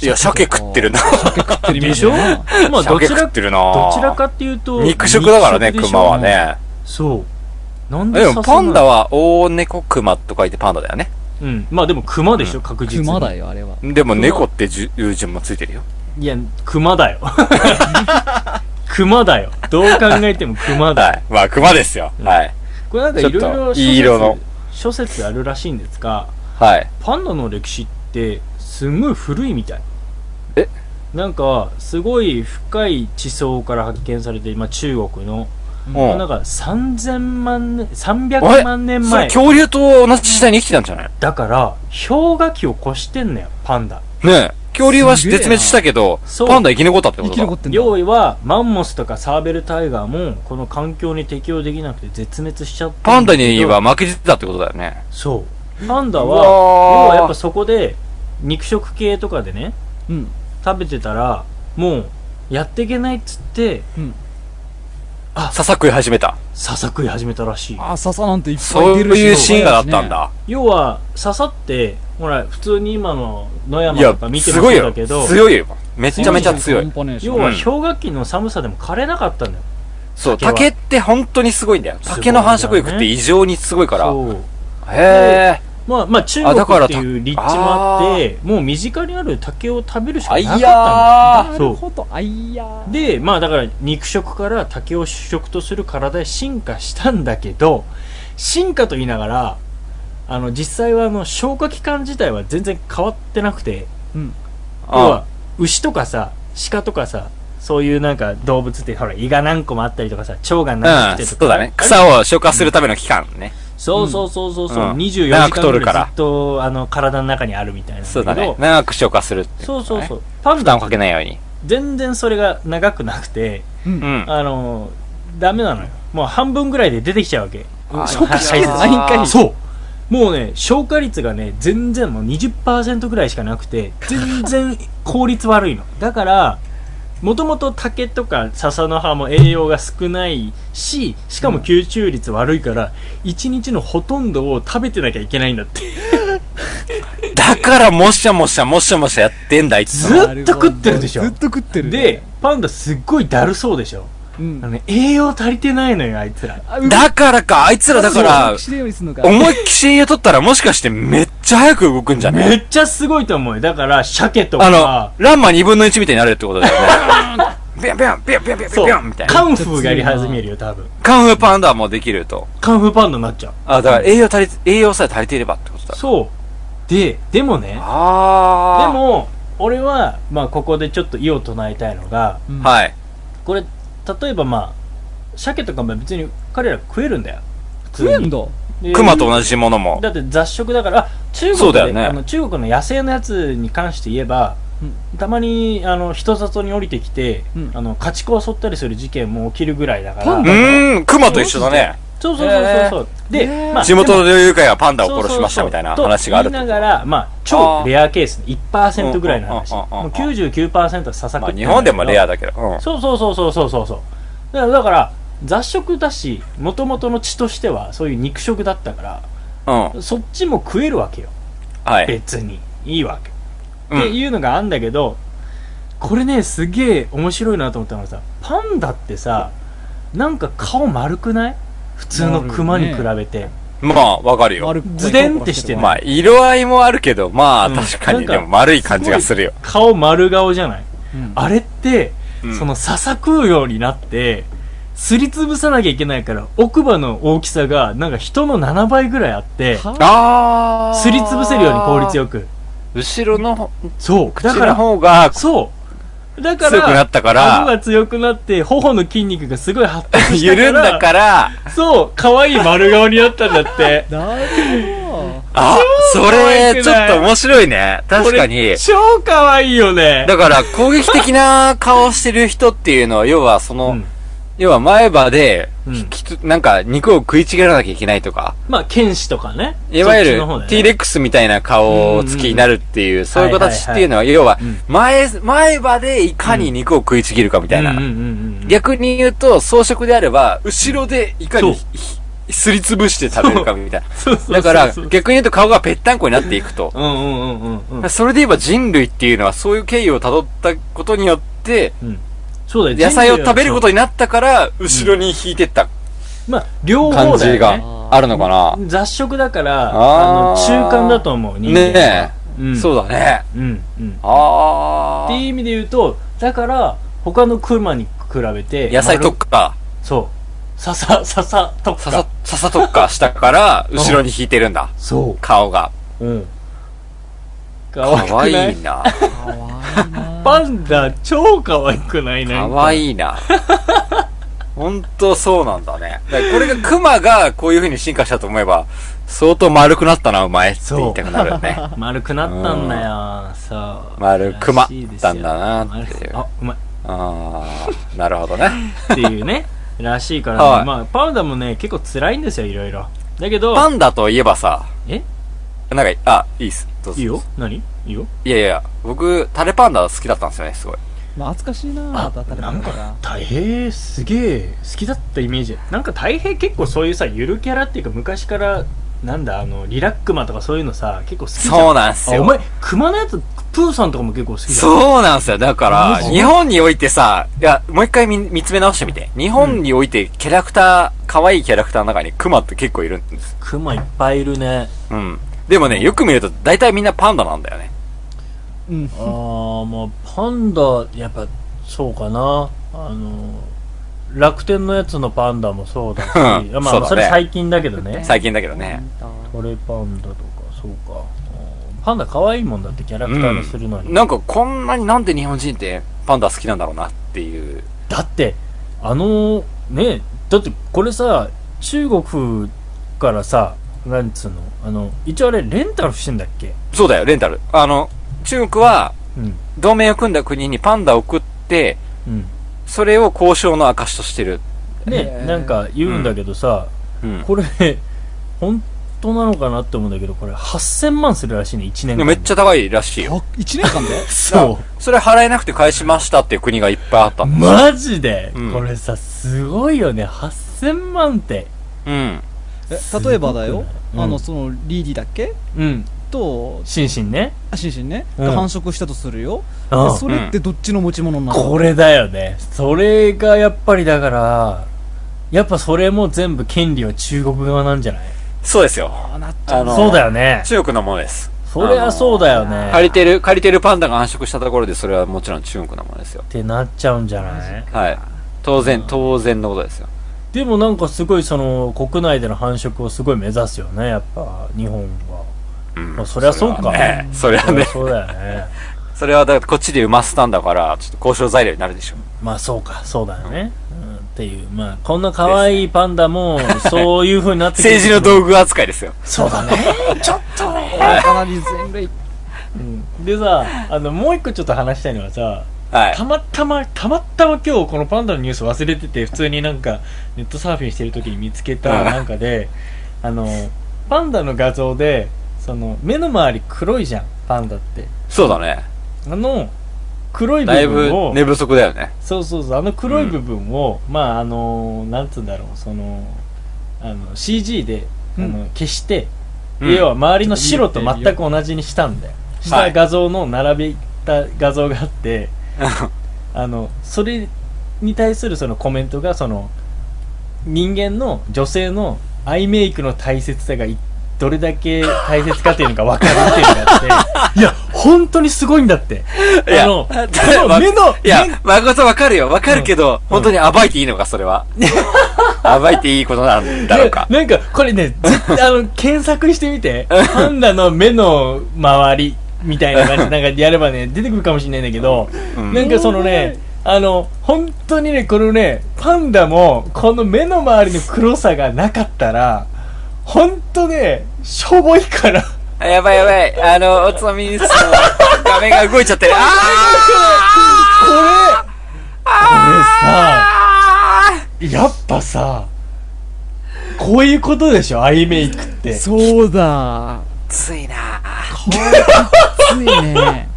Speaker 2: いや、鮭食ってるな。
Speaker 1: でしょまあ、ど
Speaker 2: 鮭
Speaker 1: ち
Speaker 2: 食
Speaker 1: ら
Speaker 2: っ
Speaker 1: か、
Speaker 2: てるな
Speaker 1: どちらかっていうと、
Speaker 2: 肉食だからね、
Speaker 1: 肉食でしょ
Speaker 2: 熊は。ね。
Speaker 1: そう。なんで
Speaker 2: で
Speaker 1: 笹
Speaker 2: も、パンダ
Speaker 1: は、
Speaker 2: は、大猫熊と書いてパンダだよね。
Speaker 1: うん。まあでも熊でしょ、確実に。
Speaker 3: 熊だよあれは
Speaker 2: でも、猫ってじゅいう字もついてるよ。
Speaker 1: いや、熊だよ。 [LAUGHS] 熊だよ。どう考えても熊だよ
Speaker 2: は。い。まあ、熊ですよ。はい。
Speaker 1: これなんかいろいろ諸
Speaker 2: ちょっといい色の
Speaker 1: 説諸説あるらしいんですが
Speaker 2: はい。
Speaker 1: パンダの歴史ってすごい古いみたい
Speaker 2: え
Speaker 1: なんかすごい深い地層から発見されて今中国の、
Speaker 2: も
Speaker 1: なん
Speaker 2: う。
Speaker 1: か3000万年300万
Speaker 2: あれ
Speaker 1: 年
Speaker 2: それ
Speaker 1: 前
Speaker 2: 恐竜と同じ時代に生きてたんじゃない
Speaker 1: だから氷河期を越してんのよパンダ
Speaker 2: ねえ。恐竜は
Speaker 3: すげえな
Speaker 2: 絶滅したけど、
Speaker 1: そう
Speaker 2: パンダ生き残ったってこ
Speaker 3: 生
Speaker 2: と
Speaker 3: き
Speaker 2: だ
Speaker 3: 残ってんだ
Speaker 1: 要はマンモスとかサーベルタイガーもこの環境に適応できなくて絶滅しちゃった
Speaker 2: パンダには負けてたってことだよね。
Speaker 1: そうパンダ
Speaker 2: う
Speaker 1: は
Speaker 2: わー
Speaker 1: 要はやっぱそこで肉食系とかでね
Speaker 3: うん
Speaker 1: 食べてたらもうやっていけないっつって
Speaker 3: うん
Speaker 2: ささ食い始めた。
Speaker 1: 笹食い始めたらしい
Speaker 3: あ笹なんていっぱ
Speaker 2: そ
Speaker 3: いう出るし
Speaker 2: いうシーンがあったんだ。
Speaker 1: 要は笹ってほら普通に今の野山
Speaker 2: い
Speaker 1: と
Speaker 2: や
Speaker 1: か見、ても
Speaker 2: す
Speaker 1: そ
Speaker 2: ご
Speaker 1: う
Speaker 2: い
Speaker 1: だ
Speaker 2: よ。
Speaker 1: けど
Speaker 2: 強いよ。めちゃめちゃ強い。
Speaker 1: 要
Speaker 3: 要
Speaker 1: は
Speaker 3: は
Speaker 1: 氷河期の寒さでも枯れなかったんだよ
Speaker 2: そう、
Speaker 1: 竹は
Speaker 2: 竹って本当にすごいんだよ。
Speaker 1: すごいんだよね
Speaker 2: 竹の繁殖力って異常にすごいから。
Speaker 1: そう
Speaker 2: へえ。
Speaker 1: まあまあ中
Speaker 2: あ
Speaker 1: 国
Speaker 2: だから
Speaker 1: っていう立地もあってもう身近にある竹を食べるしか
Speaker 2: あ
Speaker 1: ないかったん
Speaker 2: や
Speaker 1: だ
Speaker 3: な
Speaker 1: よそ
Speaker 3: る
Speaker 1: う
Speaker 3: ほどあいやー
Speaker 1: でまあだから肉食から竹を主食とする体へ進化したんだけど進化と言いながらあの実際はあの消化器官自体は全然変わってなくて
Speaker 3: うん
Speaker 1: 要
Speaker 2: ー。
Speaker 1: は牛とかさ鹿とかさそういうなんか動物ってほら胃が何個もあったりとかさ腸が何個っ
Speaker 2: う
Speaker 1: て
Speaker 2: ん、
Speaker 1: と
Speaker 2: そ
Speaker 1: か、
Speaker 2: うだね。草を消化するための期間ね。
Speaker 1: そうそうそうそうそう、
Speaker 2: うん
Speaker 1: 24時間
Speaker 2: 長く取るから
Speaker 1: ずっとあの体の中にあるみたいなんだけど
Speaker 2: そうだね。長く消化するってい
Speaker 1: そうそうそううパン
Speaker 2: 負
Speaker 1: ダ
Speaker 2: 担をかけないように。
Speaker 1: 全然それが長くなくて
Speaker 2: うん。
Speaker 1: [LAUGHS] あのダメなのよもう半分ぐらいで出てきちゃうわけ
Speaker 2: 消化しきれない
Speaker 1: 排泄そうもうね消化率がね全然もう20%ぐらいしかなくて全然効率悪いのだからもともと竹とか笹の葉も栄養が少ないししかも吸収率悪いから、一日のほとんどを食べてなきゃいけないんだって
Speaker 2: だから、もしゃもしゃ、もしゃもしゃやってんだ、いつ
Speaker 1: ず
Speaker 2: も。
Speaker 1: っと食ってるでしょ
Speaker 3: ずっと食ってるね
Speaker 1: で、パンダすっごいだるそうでしょ
Speaker 3: うん
Speaker 1: あの、ね、栄養足りてないのよあいつら
Speaker 3: あう
Speaker 2: だからか、あいつらだか
Speaker 3: そう
Speaker 2: ら
Speaker 3: 隠、しようにするのか
Speaker 2: 思いっきし栄養取ったらもしかしてめっちゃ早く動くんじゃ
Speaker 1: め
Speaker 2: ね
Speaker 1: っちゃすごいと思うよだから鮭とか
Speaker 2: あの、ランマ2分の1みたいになるってことだ
Speaker 1: [LAUGHS]
Speaker 2: よね。ビャンビャン、ビャンビャンビャンビ
Speaker 1: そう
Speaker 2: ャンみたいな。
Speaker 1: カンフーがやり始めるよ多分
Speaker 2: カンフーパンダはもうできると。
Speaker 1: カンフーパンダになっちゃう
Speaker 2: あ、だから栄養足り、栄養さえ足りていればってことだ。
Speaker 1: そうででもねで
Speaker 2: あ
Speaker 1: も俺は、まあ、ここでちょっと異を唱えたいのが
Speaker 3: うん
Speaker 2: ー。はい。
Speaker 1: これ例えばまあ鮭とかも別に彼ら食えるんだよ
Speaker 3: 食えんだ
Speaker 2: 熊と同じものも。
Speaker 1: だって雑食だからあ中
Speaker 2: そ
Speaker 1: 国
Speaker 2: うだ
Speaker 1: で、
Speaker 2: よね
Speaker 1: あの中国の野生のやつに関して言えば、たまにあの人里に降りてきて、
Speaker 3: うん
Speaker 1: あの家畜を襲ったりする事件も起きるぐらいだから
Speaker 3: パン
Speaker 2: う
Speaker 3: ダ
Speaker 2: ーん、熊と一緒だね。
Speaker 1: そうそうそうそうそう、で、
Speaker 3: へー
Speaker 1: まあ
Speaker 2: 地元の猟友会がパンダを殺しましたみたいな話がある
Speaker 1: と言いながら、まあ、超レアケース、1%ぐらいの話。
Speaker 2: うん
Speaker 1: も
Speaker 2: うんうんうんうん
Speaker 1: う99%はささく
Speaker 2: まあ
Speaker 1: って
Speaker 2: 日本でもレア
Speaker 1: だ
Speaker 2: だけど。うん。
Speaker 1: そうそうそうそうそうそうそう。だから、だから雑食だし、もともとの血としては、そういう肉食だったか
Speaker 2: うん。
Speaker 1: ら、そっちも食えるわけよ。
Speaker 2: はい。
Speaker 1: 別に。いいわけ。
Speaker 2: う
Speaker 1: って
Speaker 2: ん。
Speaker 1: いうのがあんだけど、これね、すげえ面白いなと思ったのがさ、パンダってさ、なんか顔丸くない普通の熊に比べて。
Speaker 2: まあ、わかるよ。
Speaker 3: 丸っこい
Speaker 1: ズデンってしてる
Speaker 2: まあ、色合いもあるけど、まあ、
Speaker 1: うん
Speaker 2: 確か
Speaker 1: なん
Speaker 2: に、
Speaker 1: か
Speaker 2: でも丸い感じがするよ。
Speaker 1: 顔丸顔じゃない
Speaker 3: うん
Speaker 1: あれって、
Speaker 2: うん
Speaker 1: その笹食うようになって、すりつぶさなきゃいけないから、奥歯の大きさが、なんか人の7倍ぐらいあって、
Speaker 3: は
Speaker 2: あ
Speaker 1: すりつぶせるように効率
Speaker 2: よ。
Speaker 1: よく。
Speaker 2: 後ろの、
Speaker 1: そう。だ
Speaker 2: 口
Speaker 1: か
Speaker 2: の
Speaker 1: ら、
Speaker 2: 方が
Speaker 1: そう。だから、
Speaker 2: 強くなったか
Speaker 1: 顎
Speaker 2: ら、
Speaker 1: が強くなって、頬の筋肉がすごい発達したから、
Speaker 2: [LAUGHS] 緩んだから、
Speaker 1: そう、可愛い丸顔になったんだって。
Speaker 3: なるほど
Speaker 2: あ、それ、
Speaker 1: 超可愛
Speaker 2: ちょ
Speaker 1: くない
Speaker 2: っと面白いね。 [LAUGHS] 確か
Speaker 1: こ
Speaker 2: に
Speaker 1: れ。超可愛いよね。
Speaker 2: だから、攻撃的な顔してる人っていうのは、要はその、
Speaker 1: うん
Speaker 2: 要は前歯で、
Speaker 1: うん
Speaker 2: ひきつなんか肉を食いちぎらなきゃいけないとか、
Speaker 1: まあ、剣士とかね。
Speaker 2: いわゆる
Speaker 1: そっちの方だよね
Speaker 2: T レックスみたいな顔つきになるっていう、そういう形っていうのは、要は
Speaker 1: うん
Speaker 2: 前、前歯でいかに肉を食いちぎるかみたいな。
Speaker 1: うんうんうんうん
Speaker 2: 逆に言うと、装飾であれば、後ろでいかに
Speaker 1: そ
Speaker 2: ひすりつぶして食べるかみたいな。
Speaker 1: そうそうそうそ
Speaker 2: だ
Speaker 1: う
Speaker 2: から、逆に言うと顔がぺったんこになっていくと。
Speaker 1: うんうんうんうんうん。
Speaker 2: それで言えば人類っていうのはそういう経緯を辿ったことによって、
Speaker 1: うんそうだよ
Speaker 2: 野菜を食べること
Speaker 1: に、
Speaker 2: になったから、後ろに引いてった
Speaker 1: まあ、両
Speaker 2: 感
Speaker 1: 方だよ、ね、
Speaker 2: じがあるのかな。
Speaker 1: 雑食だからあ
Speaker 2: あー
Speaker 1: の中間だと思う人間は
Speaker 2: ね
Speaker 1: う
Speaker 2: え。
Speaker 1: ん、
Speaker 2: そううだね。
Speaker 1: うんうんっ
Speaker 2: あ
Speaker 1: ていう
Speaker 2: ー。
Speaker 1: 意味で言うとだから他のクマに比べて
Speaker 2: 野菜
Speaker 1: 丸
Speaker 2: 特化、
Speaker 1: そう笹笹とか
Speaker 2: ささ、ささ特化したから、後ろに引いてるんだ。
Speaker 1: そ
Speaker 2: 顔が。
Speaker 1: ううんか
Speaker 2: か
Speaker 1: わ
Speaker 2: わ
Speaker 1: いくない
Speaker 2: いな。
Speaker 1: パンダ超かわいくないね
Speaker 2: かわいいな。ほんとそうなんだね。だからこれが、クマがこういう風に進化したと思えば、相当丸くなったな、お前って言いたくなるよね。
Speaker 1: 丸くなったんだよそう
Speaker 2: 丸くまったんだな
Speaker 1: らしいです [LAUGHS] よ
Speaker 2: っていう
Speaker 1: 丸あうまい
Speaker 2: あー、なるほどね。
Speaker 1: っていう
Speaker 2: [LAUGHS]
Speaker 1: ねらしいから、
Speaker 2: はい
Speaker 1: まあパンダもね結構辛いんですよいろいろだけど
Speaker 2: パンダといえばさ、
Speaker 1: え
Speaker 2: なんか、あ、いいっす。どうぞ。
Speaker 1: いいよ何いいよ
Speaker 2: いやいや、僕、タレパンダ好きだったんですよね、すごい。
Speaker 3: まあ懐かしいなあたた
Speaker 1: なんか大平すげえ好きだったイメージなんか大平結構そういうさゆるキャラっていうか昔からなんだあのリラックマとかそういうのさ結構好きじゃん
Speaker 2: そうなんす
Speaker 1: あお
Speaker 2: よ。
Speaker 1: 前熊のやつプーさんとかも結構好きだう
Speaker 2: そうなんすよ。だから、
Speaker 1: マジ
Speaker 2: 日本においてさ、いや、もう一回見見つめ直してみて。日本において、キャラクター、可愛いキャラクターの中にクマって結構いるんです。
Speaker 1: 熊いっぱいいるね
Speaker 2: うん。でもね、よく見ると、大体みんなパンダなんだよね。
Speaker 3: うん
Speaker 1: ああまあパンダやっぱそうかなあの楽天のやつのパンダもそう
Speaker 2: [LAUGHS]
Speaker 1: だし
Speaker 2: うん
Speaker 1: まあ
Speaker 2: そうだね
Speaker 1: それ最近だけど
Speaker 2: [LAUGHS]
Speaker 1: ね
Speaker 2: 最近だけどね。
Speaker 1: トレパンダとかそうかうんパンダ可愛いもんだってキャラクターにするのに、
Speaker 2: なんか、こんなになんで日本人って、パンダ好きなんだろうなっていう。
Speaker 1: だってあのねだってこれさ中国からさなんつうのあの一応あれレンタルしてんだっけ
Speaker 2: そうだよ、レンタル。あの、中国は
Speaker 1: うん
Speaker 2: 同盟を組んだ国にパンダを送って、
Speaker 1: うん
Speaker 2: それを交渉の証としてる。
Speaker 1: ねなんか言うんだけどさ、
Speaker 2: うん。
Speaker 1: これ本当なのかなって思うんだけどこれ8000万するらしいね1年間
Speaker 2: めっち
Speaker 1: ゃ
Speaker 2: ゃ高いらしいよ。
Speaker 3: 1年間で
Speaker 1: そ
Speaker 2: それ払えなくて返しましたっていう国がいっぱいあった
Speaker 1: う
Speaker 2: の
Speaker 1: マジで、
Speaker 2: うん
Speaker 1: これさすごいよね8000万って
Speaker 2: うん。
Speaker 3: え例えばだよ、
Speaker 1: うん
Speaker 3: あのそのリーディだっけ
Speaker 1: うん
Speaker 3: と
Speaker 1: 心身ね
Speaker 3: あシンシンね、
Speaker 1: うん
Speaker 3: が繁殖したとするよ、
Speaker 1: うん
Speaker 3: でそれってどっちの持ち物なの、
Speaker 1: これだよね。それがやっぱりだから、やっぱそれも全部権利は中国側なんじゃない
Speaker 2: そうですよ。
Speaker 3: あなっちゃ
Speaker 2: あの、
Speaker 1: そうだよね。
Speaker 2: 中国のものです。
Speaker 1: そりゃそうだよね。
Speaker 2: 借りてる、借りてるパンダが繁殖したところで、それはもちろん中国のものですよ
Speaker 1: っ。てなっちゃうんじゃない
Speaker 2: はい。当然、当然のことですよ。
Speaker 1: でもなんかすごいその国内での繁殖をすごい目指すよね、やっぱ日本は。
Speaker 2: うん
Speaker 1: まあそりゃそうか
Speaker 2: それは
Speaker 1: そりゃ
Speaker 2: ね、
Speaker 1: そうだよね。
Speaker 2: それはだからこっちで産ませたんだから、ちょっと交渉材料になるでしょ。
Speaker 1: まあそうか、そうだよね。うんっていう、まあこんな可愛いパンダもそういう風になってくる
Speaker 2: 政治の道具扱いですよ。
Speaker 1: そうだね。
Speaker 3: かなり全類
Speaker 1: うんでさ、あのもう一個ちょっと話したいのはさ、
Speaker 2: はい
Speaker 1: た。またま、たまたま今日このパンダのニュース忘れてて、普通になんかネットサーフィンしてる時に見つけた
Speaker 2: うん
Speaker 1: なんかで、あの、パンダの画像で、その、目の周り黒いじゃん、パンダって。
Speaker 2: そうだね。
Speaker 1: あの、黒い部
Speaker 2: だいぶ
Speaker 1: 分を、
Speaker 2: 寝不足だよね。
Speaker 1: そうそうそう、あの黒い部分を、まああの、なんつうんだろう、その、あの、CG で、あの消して、
Speaker 2: うん
Speaker 1: 要は周りの白と全く同じにしたんだよ。
Speaker 2: は
Speaker 1: した
Speaker 2: い
Speaker 1: 画像の並べた画像があって、
Speaker 2: [LAUGHS]
Speaker 1: あのそれに対するそのコメントがその人間の女性のアイメイクの大切さがいどれだけ大切かっていうのが分かるっていうのがあって
Speaker 2: [LAUGHS]
Speaker 1: いや本当にすごいんだって
Speaker 2: いや
Speaker 1: あ
Speaker 2: [LAUGHS]
Speaker 1: の
Speaker 2: わ
Speaker 1: この目の
Speaker 2: いや、誠わかるよ。わかるけど、本当に暴いていいのか、それ
Speaker 1: [LAUGHS]
Speaker 2: は。暴いていいことなんだろうか。
Speaker 1: いやなんかこれね絶
Speaker 2: [LAUGHS]
Speaker 1: 対あの検索してみてパンダの目の周りみたいな
Speaker 2: [LAUGHS]
Speaker 1: 感じでなんかやればね出てくるかもしれないんだけど、
Speaker 2: うん
Speaker 1: なんかそのねあの本当にねこのねパンダもこの目の周りの黒さがなかったら本当ねしょぼいから
Speaker 2: あやばいやばい。あの、おつまみニュースの画面が動い
Speaker 1: [LAUGHS]
Speaker 2: ちゃってる。あ
Speaker 1: これこれさやっぱさこういうことでしょアイメイクって
Speaker 3: そうだ
Speaker 2: ーついな
Speaker 3: ついね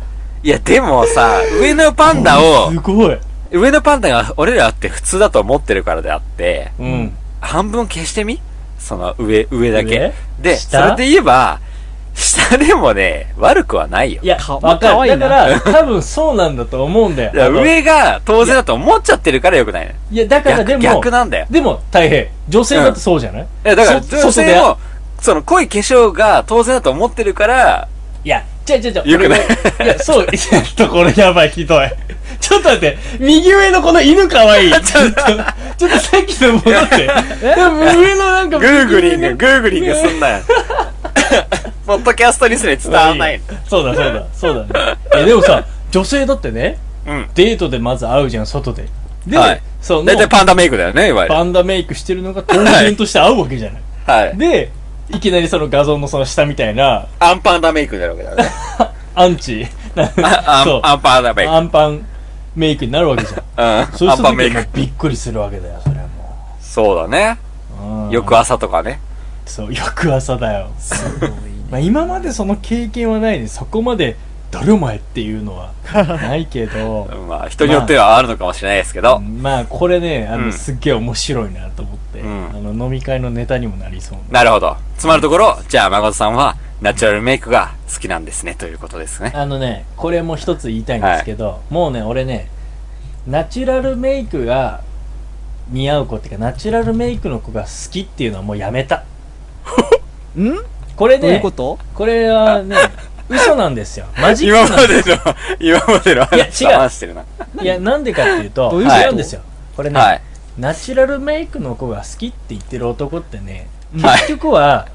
Speaker 2: いや、でもさ、上のパンダを
Speaker 1: す、ごい
Speaker 2: 上のパンダが俺らって普通だと思ってるからであって、
Speaker 1: うん
Speaker 2: 半分消してみその上、上だけ
Speaker 1: 上。
Speaker 2: で、そ
Speaker 1: 下
Speaker 2: れで言えば、下でもね、悪くはないよ。
Speaker 1: いや、
Speaker 3: か
Speaker 1: わ
Speaker 3: か
Speaker 1: か
Speaker 3: わいい
Speaker 1: る。だ
Speaker 3: な
Speaker 1: から、多分そうなんだと思うんだよ。
Speaker 2: いや
Speaker 1: あの
Speaker 2: 上が当然だと思っちゃってるからよくないね。
Speaker 1: いや、だからで
Speaker 2: 逆
Speaker 1: も、
Speaker 2: 逆なんだよ。
Speaker 1: でも、大変。女性だってそうじゃない、
Speaker 2: いや、だから
Speaker 1: そ
Speaker 2: 女
Speaker 1: 外
Speaker 2: 性
Speaker 1: で
Speaker 2: も、その濃い化粧が当然だと思ってるから、
Speaker 1: いや、ちょいちょいちょい。
Speaker 2: よくない
Speaker 1: これねいや、
Speaker 2: [LAUGHS]
Speaker 1: そう、いやちょっとこれやばい、ひどい。ちょっと待って、右上のこの犬かわ
Speaker 2: [LAUGHS]
Speaker 1: いい。ちょっと、ちょっとさっきの戻って。え上のなんか、
Speaker 2: グーグリング、グーグリングすんな
Speaker 1: [LAUGHS]
Speaker 2: よ。ポッドキャストリスナーに伝わんないの。
Speaker 1: そうだ、そうだ、そうだね。いや、でもさ、女性だってね、
Speaker 2: うん。
Speaker 1: デートでまず会うじゃん、外で。で、
Speaker 2: はい
Speaker 1: そう、も
Speaker 2: だ
Speaker 1: う
Speaker 2: いたいパンダメイクだよね、いわゆる。
Speaker 1: パンダメイクしてるのが当然として合うわけじゃない。
Speaker 2: はい。
Speaker 1: で、いきなりその画像のその下みたいな、
Speaker 2: アンパンダメイクになるわけだよね。
Speaker 1: アンチ、
Speaker 2: あ
Speaker 1: [LAUGHS] そう
Speaker 2: アンアンパンダメイク。
Speaker 1: アンパンメイクになるわけじゃん。
Speaker 2: う
Speaker 1: そ
Speaker 2: ん。
Speaker 1: う
Speaker 2: ア
Speaker 1: した
Speaker 2: ンパ
Speaker 1: 時
Speaker 2: ンメイ
Speaker 1: はも
Speaker 2: ク
Speaker 1: う。びっくりするわけだよ、それはも
Speaker 2: そうだね。
Speaker 1: う。うん
Speaker 2: 翌朝とかね。
Speaker 1: そう、翌朝だよ。まあ今までその経験はないね。そこまで、だるまえっていうのはないけど、
Speaker 2: まあ、人によってはあるのかもしれないですけど。
Speaker 1: まあこれね、あ
Speaker 2: う
Speaker 1: の、
Speaker 2: ん
Speaker 1: すっげえ面白いなと思って、
Speaker 2: うん
Speaker 1: あの、飲み会のネタにもなりそうな。
Speaker 2: なるほど。つまるところ、じゃあ、誠さんは、ナチュラルメイクが好きなんですね、ということですね。
Speaker 1: あのね、これも一つ言いたいんですけど、もうね、俺ね、ナチュラルメイクが似合う子っていうか、ナチュラルメイクの子が好きっていうのはもうやめた。
Speaker 3: ん
Speaker 1: これ
Speaker 3: [LAUGHS] どうい
Speaker 1: ね、
Speaker 3: うこと
Speaker 1: これはね、嘘なんで
Speaker 3: [LAUGHS]
Speaker 1: すよ。マジック
Speaker 2: 今
Speaker 1: なん
Speaker 2: ま
Speaker 1: で
Speaker 2: での、今までの
Speaker 1: いや
Speaker 2: 話
Speaker 1: 違う
Speaker 2: 話してるな。
Speaker 1: す。いや、なんでかっていうと、
Speaker 3: どういうこと
Speaker 1: 違うんですよ。これね、
Speaker 2: はい。
Speaker 1: ナチュラルメイクの子が好きって言ってる男ってね、
Speaker 2: はい
Speaker 1: 結局は、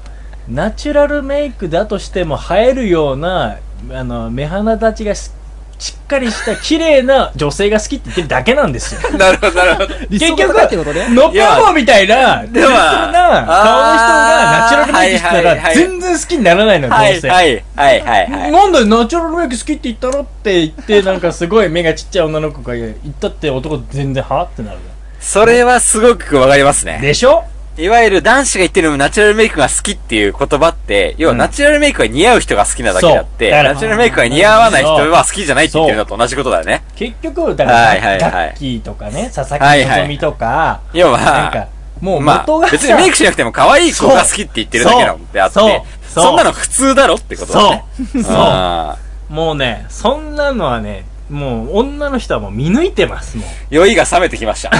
Speaker 1: ナチュラルメイクだとしても映えるような、あの、目鼻立ちがししっかりした綺麗な女性が好きって言ってるだけなんです
Speaker 2: [LAUGHS]
Speaker 1: よ。
Speaker 2: なるほど、なる
Speaker 1: [LAUGHS]
Speaker 2: ほど。
Speaker 3: 理想が
Speaker 1: 結局
Speaker 3: 高いってことね。
Speaker 1: のっぺもみたいな、理
Speaker 2: で
Speaker 1: 想
Speaker 2: は
Speaker 1: な顔の人がナチュラルメイクしてた
Speaker 2: あーはいはいは
Speaker 1: ら
Speaker 2: い
Speaker 1: 全然好きにならないの、どう
Speaker 2: はい、
Speaker 1: せ。
Speaker 2: はい、はい、はい、はい。
Speaker 1: なんでナチュラルメイク好きって言ったのって言って、なんかすごい目がちっちゃい女の子が言ったって男全然はってな
Speaker 2: [LAUGHS]
Speaker 1: る。
Speaker 2: それはすごくわかりますね。
Speaker 1: でしょ
Speaker 2: いわゆる男子が言ってるナチュラルメイクが好きっていう言葉って、要は
Speaker 1: うん
Speaker 2: ナチュラルメイクが似合う人が好きなだけであっ
Speaker 1: そう
Speaker 2: て、
Speaker 1: だから
Speaker 2: ナチュラルメイクが似合わない人は好きじゃないって言ってるのと同じことだよね。
Speaker 1: 結局、だから、
Speaker 2: はいはいはい
Speaker 1: ガッキーとかね、佐々
Speaker 2: はい
Speaker 1: 木
Speaker 2: はい
Speaker 1: 希とか、
Speaker 2: 要
Speaker 1: なんか
Speaker 2: は、、
Speaker 1: もう
Speaker 2: ま
Speaker 1: 元が
Speaker 2: あ、
Speaker 1: さ、
Speaker 2: 別にメイクしなくても可愛い子が好きって言ってるだけなのであって
Speaker 1: そう、そう
Speaker 2: そんなの普通だろってことだね。
Speaker 1: そう。そ
Speaker 2: あ
Speaker 1: う。もうね、そんなのはね、もう女の人はもう見抜いてます、もう。
Speaker 2: う。酔いが冷めてきました。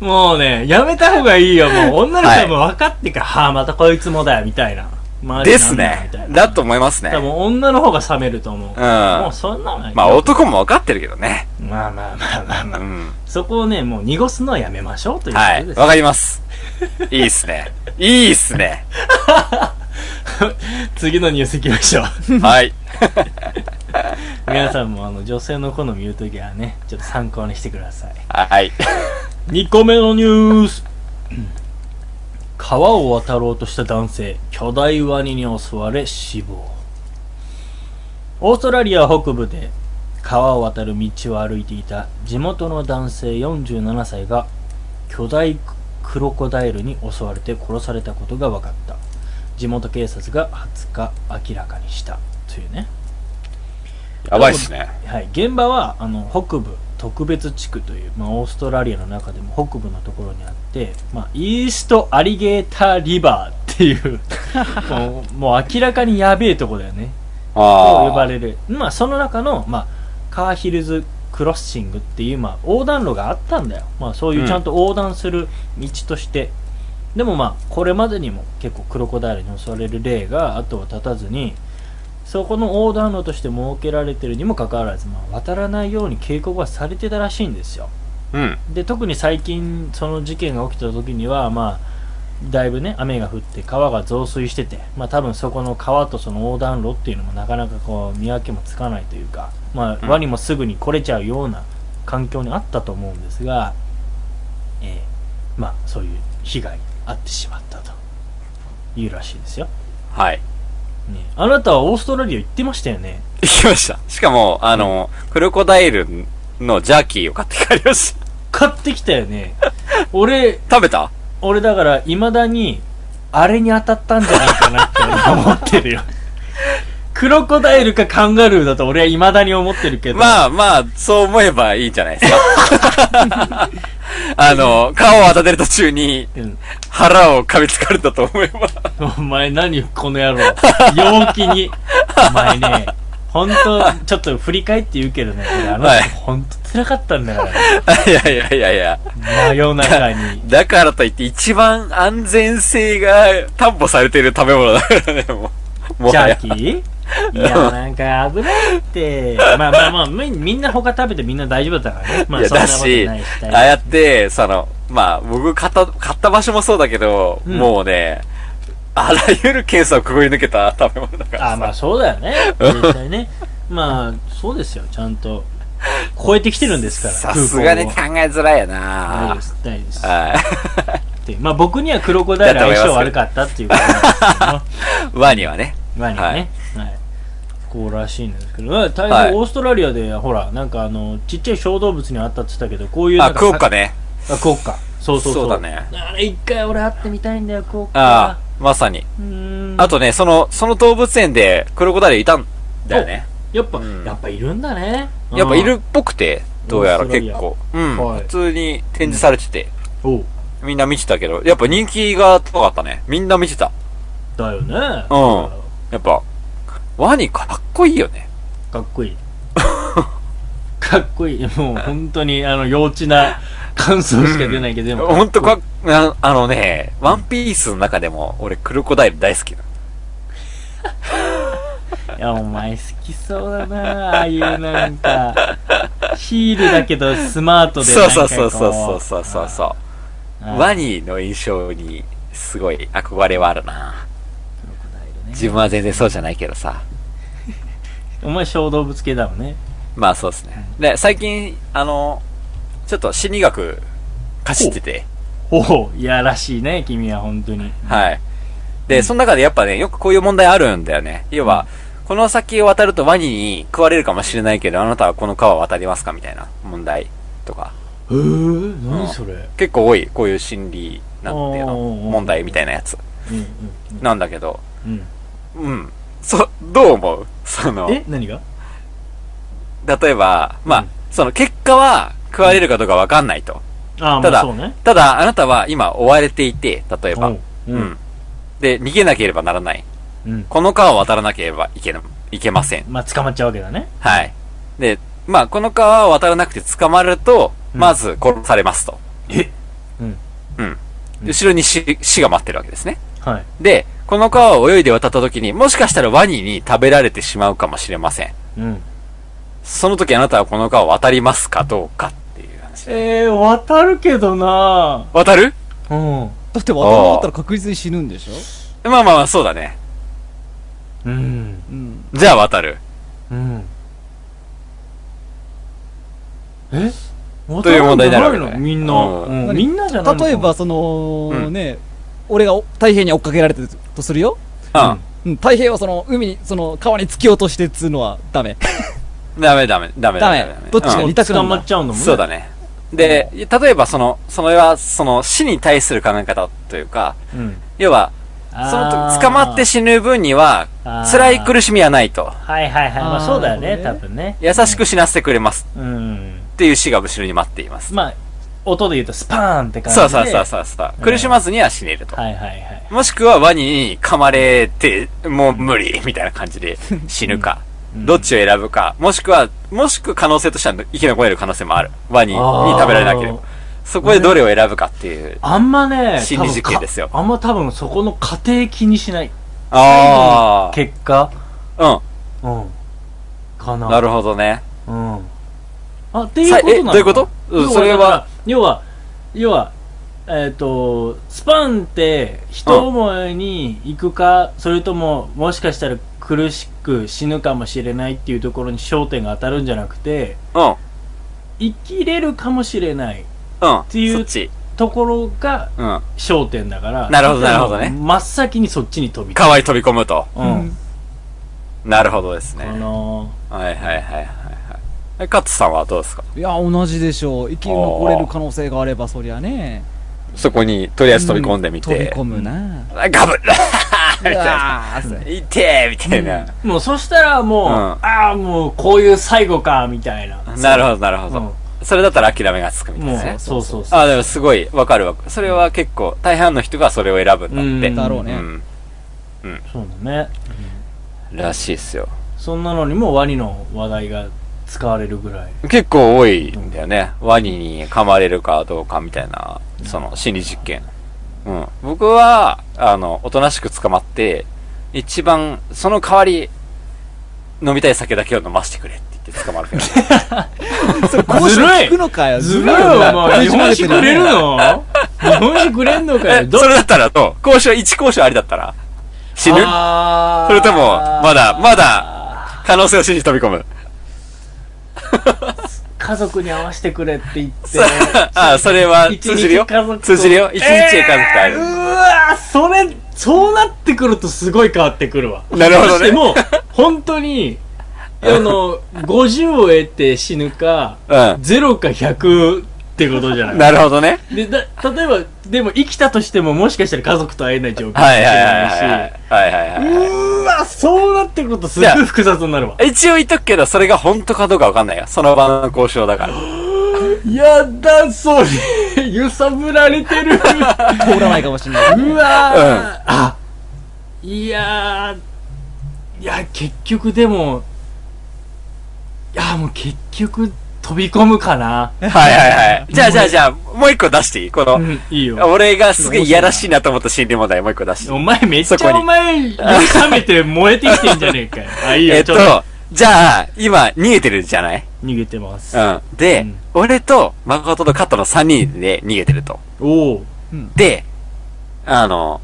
Speaker 1: もうね、やめた方がいいよ、もう。女の人はもう分かってから、はあ、またこいつもだよ、みたいな。周り
Speaker 2: で
Speaker 1: に
Speaker 2: す
Speaker 1: なんな
Speaker 2: ね
Speaker 1: みたい。な
Speaker 2: だと思いますね。
Speaker 1: 多
Speaker 2: うん。
Speaker 1: 分女の方が冷めると思う。も
Speaker 2: ま
Speaker 1: うそんなのは
Speaker 2: あ男もわかってるけどね。
Speaker 1: まあまあまあまあま
Speaker 2: う
Speaker 1: あ。
Speaker 2: ん。
Speaker 1: そこをね、もう濁すのはやめましょうというこ
Speaker 2: は
Speaker 1: と
Speaker 2: い。
Speaker 1: です。
Speaker 2: わかります。いいっすね。いいっすね。
Speaker 1: 次のニュース行きましょう。
Speaker 2: はい。
Speaker 1: 皆さんもあの女性の好み言うときはね、ちょっと参考にしてください。
Speaker 2: はい。
Speaker 1: 2個目のニュース。川を渡ろうとした男性、巨大ワニに襲われ死亡。オーストラリア北部で川を渡る道を歩いていた地元の男性47歳が巨大クロコダイルに襲われて殺されたことが分かった。地元警察が20日明らかにした。というね。
Speaker 2: やばいっすね。
Speaker 1: はい、現場はあの北部特別地区という、まあ、オーストラリアの中でも北部のところにあって、まあ、イーストアリゲーターリバーっていうもうもう明らかにやべえとこだよね
Speaker 2: あ
Speaker 1: と
Speaker 2: あ。
Speaker 1: 呼ばれる、まあ、その中の、まあ、カーヒルズクロッシングっていう、まあ、横断路があったんだよ、まあ、そういううんちゃんと横断する道として、でもまあこれまでにも結構クロコダイルに襲われる例が後を絶たずにそこの横断路として設けられてるにもかかわらず、まあ、渡らないように警告がされてたらしいんですよ
Speaker 2: うん。
Speaker 1: で特に最近その事件が起きた時にはまあだいぶね雨が降って川が増水しててまあ多分そこの川とその横断路っていうのもなかなかこう見分けもつかないというかまあ
Speaker 2: うん
Speaker 1: ワニもすぐに来れちゃうような環境にあったと思うんですが、えーまあそういう被害に遭ってしまったというらしいですよ、
Speaker 2: はい。
Speaker 1: ね、あなたはオーストラリア行ってましたよね
Speaker 2: 行きました。しかも、あの、クロコダイルのジャーキーを買って帰りました。
Speaker 1: 買ってきたよ
Speaker 2: [LAUGHS]
Speaker 1: ね俺
Speaker 2: 食べた
Speaker 1: 俺だからいまだにあれに当たったんじゃないかなって俺思って
Speaker 2: [LAUGHS]
Speaker 1: るよクロコダイルかカンガルーだと俺はいまだに思ってるけど、
Speaker 2: まあまあ、そう思えばいいんじゃないですか。 [LAUGHS] あの、顔を当てる途中に
Speaker 1: うん、
Speaker 2: 腹を噛みつかれたと思えば。
Speaker 1: お前何この野郎陽気にお前ね本当ちょっと振り返って言うけどね俺あの
Speaker 2: はい
Speaker 1: 人本当辛かったんだから、
Speaker 2: いやいやいやいや。
Speaker 1: 真夜中に
Speaker 2: だからといって一番安全性が担保されている食べ物だからね、もう。 [LAUGHS] も
Speaker 1: ジ
Speaker 2: は
Speaker 1: ャ
Speaker 2: や
Speaker 1: ー。キーいや、なんか危ないって。まあまあまあ、みみんな他食べてみんな大丈夫だったからね。ま
Speaker 2: い
Speaker 1: あ
Speaker 2: や
Speaker 1: そんな
Speaker 2: だ
Speaker 1: こと
Speaker 2: し、
Speaker 1: ないし
Speaker 2: あ
Speaker 1: 大
Speaker 2: あ
Speaker 1: 丈
Speaker 2: やって、その、まあ、僕買った、買った場所もそうだけど、
Speaker 1: うん
Speaker 2: もうね、あらゆる検査をくぐり抜けた食べ物だから
Speaker 1: 夫。あ、まあそうだよね。絶対ね。まあ、そうですよ。ちゃんと超えてきてるんですから。
Speaker 2: さすがに考
Speaker 1: 空港を
Speaker 2: えづらいよ
Speaker 1: 大丈夫
Speaker 2: な
Speaker 1: です。大丈夫です。
Speaker 2: は
Speaker 1: ってまあ僕にはクロコダイル相性悪かったっていうことなんですけ
Speaker 2: [LAUGHS]
Speaker 1: どね。
Speaker 2: い。 [LAUGHS] ワニはね。
Speaker 1: ワニね、
Speaker 2: は
Speaker 1: はいいこうらしいんですけど、まあ大
Speaker 2: はい
Speaker 1: 変オーストラリアで、ほら、なんかあの、ちっちゃい小動物にあったって言ったけど、こういうなん
Speaker 2: あ、
Speaker 1: か
Speaker 2: クオッカね。
Speaker 1: あ、クオッカ。そうそうそう。
Speaker 2: そうだね
Speaker 1: あれ、一回俺会ってみたいんだよ、クオッカ。
Speaker 2: ああ、まさに。
Speaker 1: うーん。
Speaker 2: あ、とね、その、その動物園でクロコダイルいたんだよね。
Speaker 1: やっぱ、
Speaker 2: うん
Speaker 1: やっぱいるんだね。
Speaker 2: やっぱい
Speaker 1: うん
Speaker 2: るっぽくて、どうやら結構。うん。
Speaker 1: はい
Speaker 2: 普通に展示されてて、
Speaker 1: おう
Speaker 2: みんな見てたけど、やっぱ人気が高かったね。みんな見てた。
Speaker 1: だよね。
Speaker 2: うん。やっぱ、ワニかっこいいよね。
Speaker 1: かっこいい。 [LAUGHS] かっこいい。もう本当に、あの、幼稚な感想しか出ないけど、でも。
Speaker 2: ほんとかっあ、あのね、ワンピースの中でも、俺クロコダイル大好きなの。
Speaker 1: いや、お前好きそうだなああいうなんか、ヒールだけどスマートで
Speaker 2: そ
Speaker 1: な
Speaker 2: うん
Speaker 1: か
Speaker 2: そ
Speaker 1: こ
Speaker 2: うそうそうそうそうそうそう。
Speaker 1: ああ
Speaker 2: ワニの印象にすごい憧れはあるな。
Speaker 1: クロコダイル
Speaker 3: ね
Speaker 2: 自分は全然そうじゃないけどさ。
Speaker 1: お前小動物系だわね
Speaker 2: まあそうですね。で、最近、あの、ちょっと心理学、かじってて、
Speaker 1: おおいやらしいね君は本当に
Speaker 2: はい。で、その中でやっぱね、よくこういう問題あるんだよね。要は、この先を渡るとワニに食われるかもしれないけど、あなたはこの川を渡りますかみたいな問題とか。
Speaker 1: えー、何それうん
Speaker 2: 結構多い、こういう心理、なんていうの、
Speaker 1: おー
Speaker 2: 問題みたいなやつ。なんだけど、
Speaker 1: うんうん
Speaker 2: うん。そ、どう思うその、
Speaker 1: え何が
Speaker 2: 例えば、まあ、
Speaker 1: うん
Speaker 2: その結果は食われるかどうかわかんないと。
Speaker 1: ああま
Speaker 2: た
Speaker 1: あ
Speaker 2: だ
Speaker 1: そうね
Speaker 2: ただ、あなたは今追われていて、例えば。
Speaker 1: うんう
Speaker 2: うんん。で、逃げなければならない。
Speaker 1: うん
Speaker 2: この川を渡らなければいけな、いけません。
Speaker 1: まあ捕まっちゃうわけだね
Speaker 2: はい。で、まあ、この川を渡らなくて捕まると、
Speaker 1: うん
Speaker 2: まず殺されますと。
Speaker 1: えうん
Speaker 2: うん。後ろに死、死が待ってるわけですね。
Speaker 1: はい
Speaker 2: で、この川を泳いで渡った時に、もしかしたらワニに食べられてしまうかもしれません。
Speaker 1: うん
Speaker 2: その時あなたはこの川を渡りますかどうかっていう話。
Speaker 1: えー、渡るけどな
Speaker 2: 渡る
Speaker 1: うん
Speaker 3: だって渡らなかったら確実に死ぬんでしょ
Speaker 2: まあまあまあ、そうだね。
Speaker 1: うん
Speaker 3: うん
Speaker 2: じゃあ渡る。
Speaker 1: うんえ
Speaker 2: という問題になるわ
Speaker 1: 渡んじ
Speaker 2: けだね
Speaker 1: ゃないのみんな、
Speaker 2: う
Speaker 1: うんみんなじゃないのか
Speaker 3: 例えばその、
Speaker 2: うん
Speaker 3: ね俺がお太平に追っかけられてるとするよ、
Speaker 2: う
Speaker 3: う
Speaker 2: ん。
Speaker 3: ん、太平はその海にその川に突き落としてっつうのはダメ
Speaker 2: ダメダメ、ダメ
Speaker 3: ダメどっちが
Speaker 2: うん
Speaker 3: 二択な
Speaker 1: 捕
Speaker 3: ん
Speaker 1: まっ
Speaker 3: だ
Speaker 1: ちゃうのもんね
Speaker 2: そうだね。で、例えばその、それは、その死に対する考え方というか、
Speaker 1: うん
Speaker 2: 要は、その
Speaker 1: あー
Speaker 2: 時捕まって死ぬ分には、
Speaker 1: あー
Speaker 2: 辛い苦しみはないと。
Speaker 1: はいはいはいま
Speaker 3: あ
Speaker 1: あ
Speaker 3: ー
Speaker 1: そうだよね
Speaker 3: な
Speaker 1: 多
Speaker 3: るほ
Speaker 1: 分ね
Speaker 2: 優しく死なせてくれます
Speaker 1: うん
Speaker 2: っていう死が後ろに待っています。
Speaker 1: まあ音で言うとスパーンって感じ
Speaker 2: そ
Speaker 1: で
Speaker 2: うそうそうそうそう。
Speaker 1: うん
Speaker 2: 苦しまずには死ねると。
Speaker 1: はいはいはい
Speaker 2: もしくはワニに噛まれて、もう無理みたいな感じ
Speaker 1: [LAUGHS]
Speaker 2: で死ぬか。
Speaker 1: うん
Speaker 2: どっちを選ぶか。もしくは、もしくは可能性としては生き残れる可能性もある。ワニに食べられなければ
Speaker 1: あー。
Speaker 2: そこでどれを選ぶかっていう。
Speaker 1: あんまね
Speaker 2: 心理実験ですよ
Speaker 1: 多分かあんま多分そこの過程気にしない
Speaker 2: あ
Speaker 1: 結果
Speaker 2: あ。
Speaker 1: うんか
Speaker 2: う。
Speaker 1: なん
Speaker 2: なるほどね。
Speaker 1: うんあっていうことなの
Speaker 2: さえどういうことうん
Speaker 1: 要
Speaker 2: それは
Speaker 1: だから要は要はえっ、とスパンって人思いに行くか、それとももしかしたら苦しく死ぬかもしれないっていうところに焦点が当たるんじゃなくて
Speaker 2: うん。
Speaker 1: 生きれるかもしれない
Speaker 2: うん。
Speaker 1: ていう
Speaker 2: そっち。
Speaker 1: ところが
Speaker 2: うん。
Speaker 1: 焦点だから
Speaker 2: なるほどなるほどね
Speaker 1: 真っ先にそっちに飛び
Speaker 2: 川に飛び込むと。
Speaker 1: うん
Speaker 2: なるほどですね。
Speaker 1: こ
Speaker 2: はい
Speaker 1: の
Speaker 2: はいはいはいはい。え、カッツさんはどうですか
Speaker 3: いや同じでしょう生き残れる可能性があればそりゃね
Speaker 2: そこに、とりあえず飛び込んでみ
Speaker 3: 飛び
Speaker 2: て。
Speaker 3: 込むな
Speaker 2: あガブッみたいな。
Speaker 3: あ
Speaker 2: [LAUGHS] いてーみたいな。
Speaker 1: もうそしたらもう、
Speaker 2: うん
Speaker 1: ああもうこういう最後かみたいな
Speaker 2: なるほどなるほど。それだったら諦めがつくみたい
Speaker 1: も
Speaker 2: なね
Speaker 1: う。そうそうそう
Speaker 2: あ、でもすごい、わかるわかる。それは結構、大半の人がそれを選ぶんだって。
Speaker 1: うん
Speaker 3: だろう
Speaker 2: う
Speaker 3: ね、
Speaker 2: ん。
Speaker 1: そうだね
Speaker 2: らしいっすよ。
Speaker 1: そんなのにもワニの話題が使われるぐらい
Speaker 2: 結構多いんだよね。ワニに噛まれるかどうかみたいな、その心理実験。うん。僕は、あの、おとなしく捕まって、一番、その代わり、飲みたい酒だけを飲ませてくれって言って捕まる
Speaker 1: [LAUGHS]
Speaker 2: けど。
Speaker 3: それ交渉聞くのかよ
Speaker 1: ずる
Speaker 3: よ
Speaker 1: いお前日
Speaker 3: 食い込まれ
Speaker 1: 本
Speaker 3: て
Speaker 1: 酒
Speaker 3: るよ
Speaker 1: くれる
Speaker 2: [LAUGHS]
Speaker 1: の日本酒くれんのか
Speaker 2: え
Speaker 1: よ、ど
Speaker 2: それだったらどう交渉、一交渉ありだったら死ぬ
Speaker 1: あー
Speaker 2: それとも、まだ、まだ、可能性を信じ飛び込む。
Speaker 1: 家族に合わせてくれって言って
Speaker 2: [LAUGHS] ああ、それは
Speaker 1: 一
Speaker 2: 通じるよ
Speaker 1: 日家族と
Speaker 2: 通じるよ一日で家族と会える
Speaker 1: えーうわーそれそうなってくるとすごい変わってくるわ
Speaker 2: なるほど
Speaker 1: そ
Speaker 2: ね
Speaker 1: して
Speaker 2: [LAUGHS]
Speaker 1: もう本当にあの50を得て死ぬか
Speaker 2: う
Speaker 1: 0か100ってことじゃない
Speaker 2: ん。なるほどね。
Speaker 1: でだ例えばでも生きたとしてももしかしたら家族と会えない状況かもし
Speaker 2: はい
Speaker 1: れ
Speaker 2: はいはい
Speaker 1: ないし、
Speaker 2: はい。はいはいはいはいう
Speaker 1: ーわそうなってくるとすっごい複雑になるわ
Speaker 2: 一応言っとくけど、それが本当かどうかわかんないよ。その場の交渉だから。
Speaker 1: やだそれ揺さぶられてる
Speaker 2: [LAUGHS]
Speaker 1: うわ
Speaker 3: 通らないかもしれない
Speaker 1: ー、
Speaker 2: ん
Speaker 1: あいやーいや結局でもいやもう結局飛び込むかな、
Speaker 2: はいはいはい。じゃあじゃあじゃあ、もう一個出していいこの、
Speaker 1: うん、いいよ
Speaker 2: 俺がすげえいやらしいなと思った心理問題もう一個出してい
Speaker 1: お
Speaker 2: い。
Speaker 1: 前めっち
Speaker 2: そこ
Speaker 1: ゃ
Speaker 2: に
Speaker 1: お前冷めて燃えてきてんじゃねえかよあいいよ、
Speaker 2: えっ
Speaker 1: ち
Speaker 2: と
Speaker 1: ょっと、
Speaker 2: じゃあ、今、逃げてるじゃない
Speaker 1: 逃げてます、
Speaker 2: うん。で、
Speaker 1: うん
Speaker 2: 俺と、誠とカットの3人で逃げてると。
Speaker 1: おお [LAUGHS]
Speaker 2: で、あの、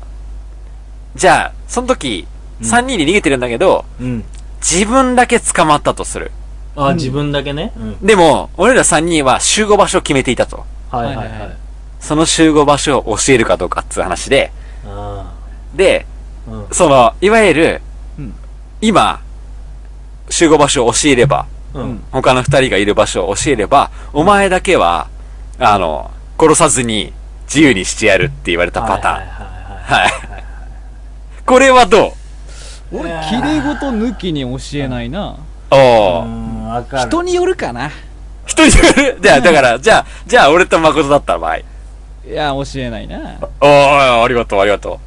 Speaker 2: じゃあ、その時、 3人で逃げてるんだけど、
Speaker 1: うん。
Speaker 2: 自分だけ捕まったとする。
Speaker 1: あ、自分だけね。うん。
Speaker 2: でも、俺ら3人は集合場所を決めていたと。
Speaker 1: はいはい
Speaker 3: はい
Speaker 1: は
Speaker 3: はいい。
Speaker 2: その集合場所を教えるかどうかっつう話で、
Speaker 1: あ
Speaker 2: で、
Speaker 1: あ。うん。
Speaker 2: その、いわゆる、
Speaker 3: うん
Speaker 2: 今、集合場所を教えれば、
Speaker 1: うん。
Speaker 2: 他の二人がいる場所を教えれば、お前だけは、あの、殺さずに自由にしてやるって言われたパターン。
Speaker 1: はいはいはいはい。
Speaker 2: はい。これはどう
Speaker 3: 俺綺麗事抜きに教えないな
Speaker 2: お
Speaker 1: う
Speaker 2: ー。
Speaker 1: ん、わかる。
Speaker 3: 人によるかな
Speaker 2: 一人でやるじゃあ、だから、じゃあ、じゃあ、俺と誠だった場合。
Speaker 3: いや教えないな
Speaker 2: おー、ありがとう、ありがと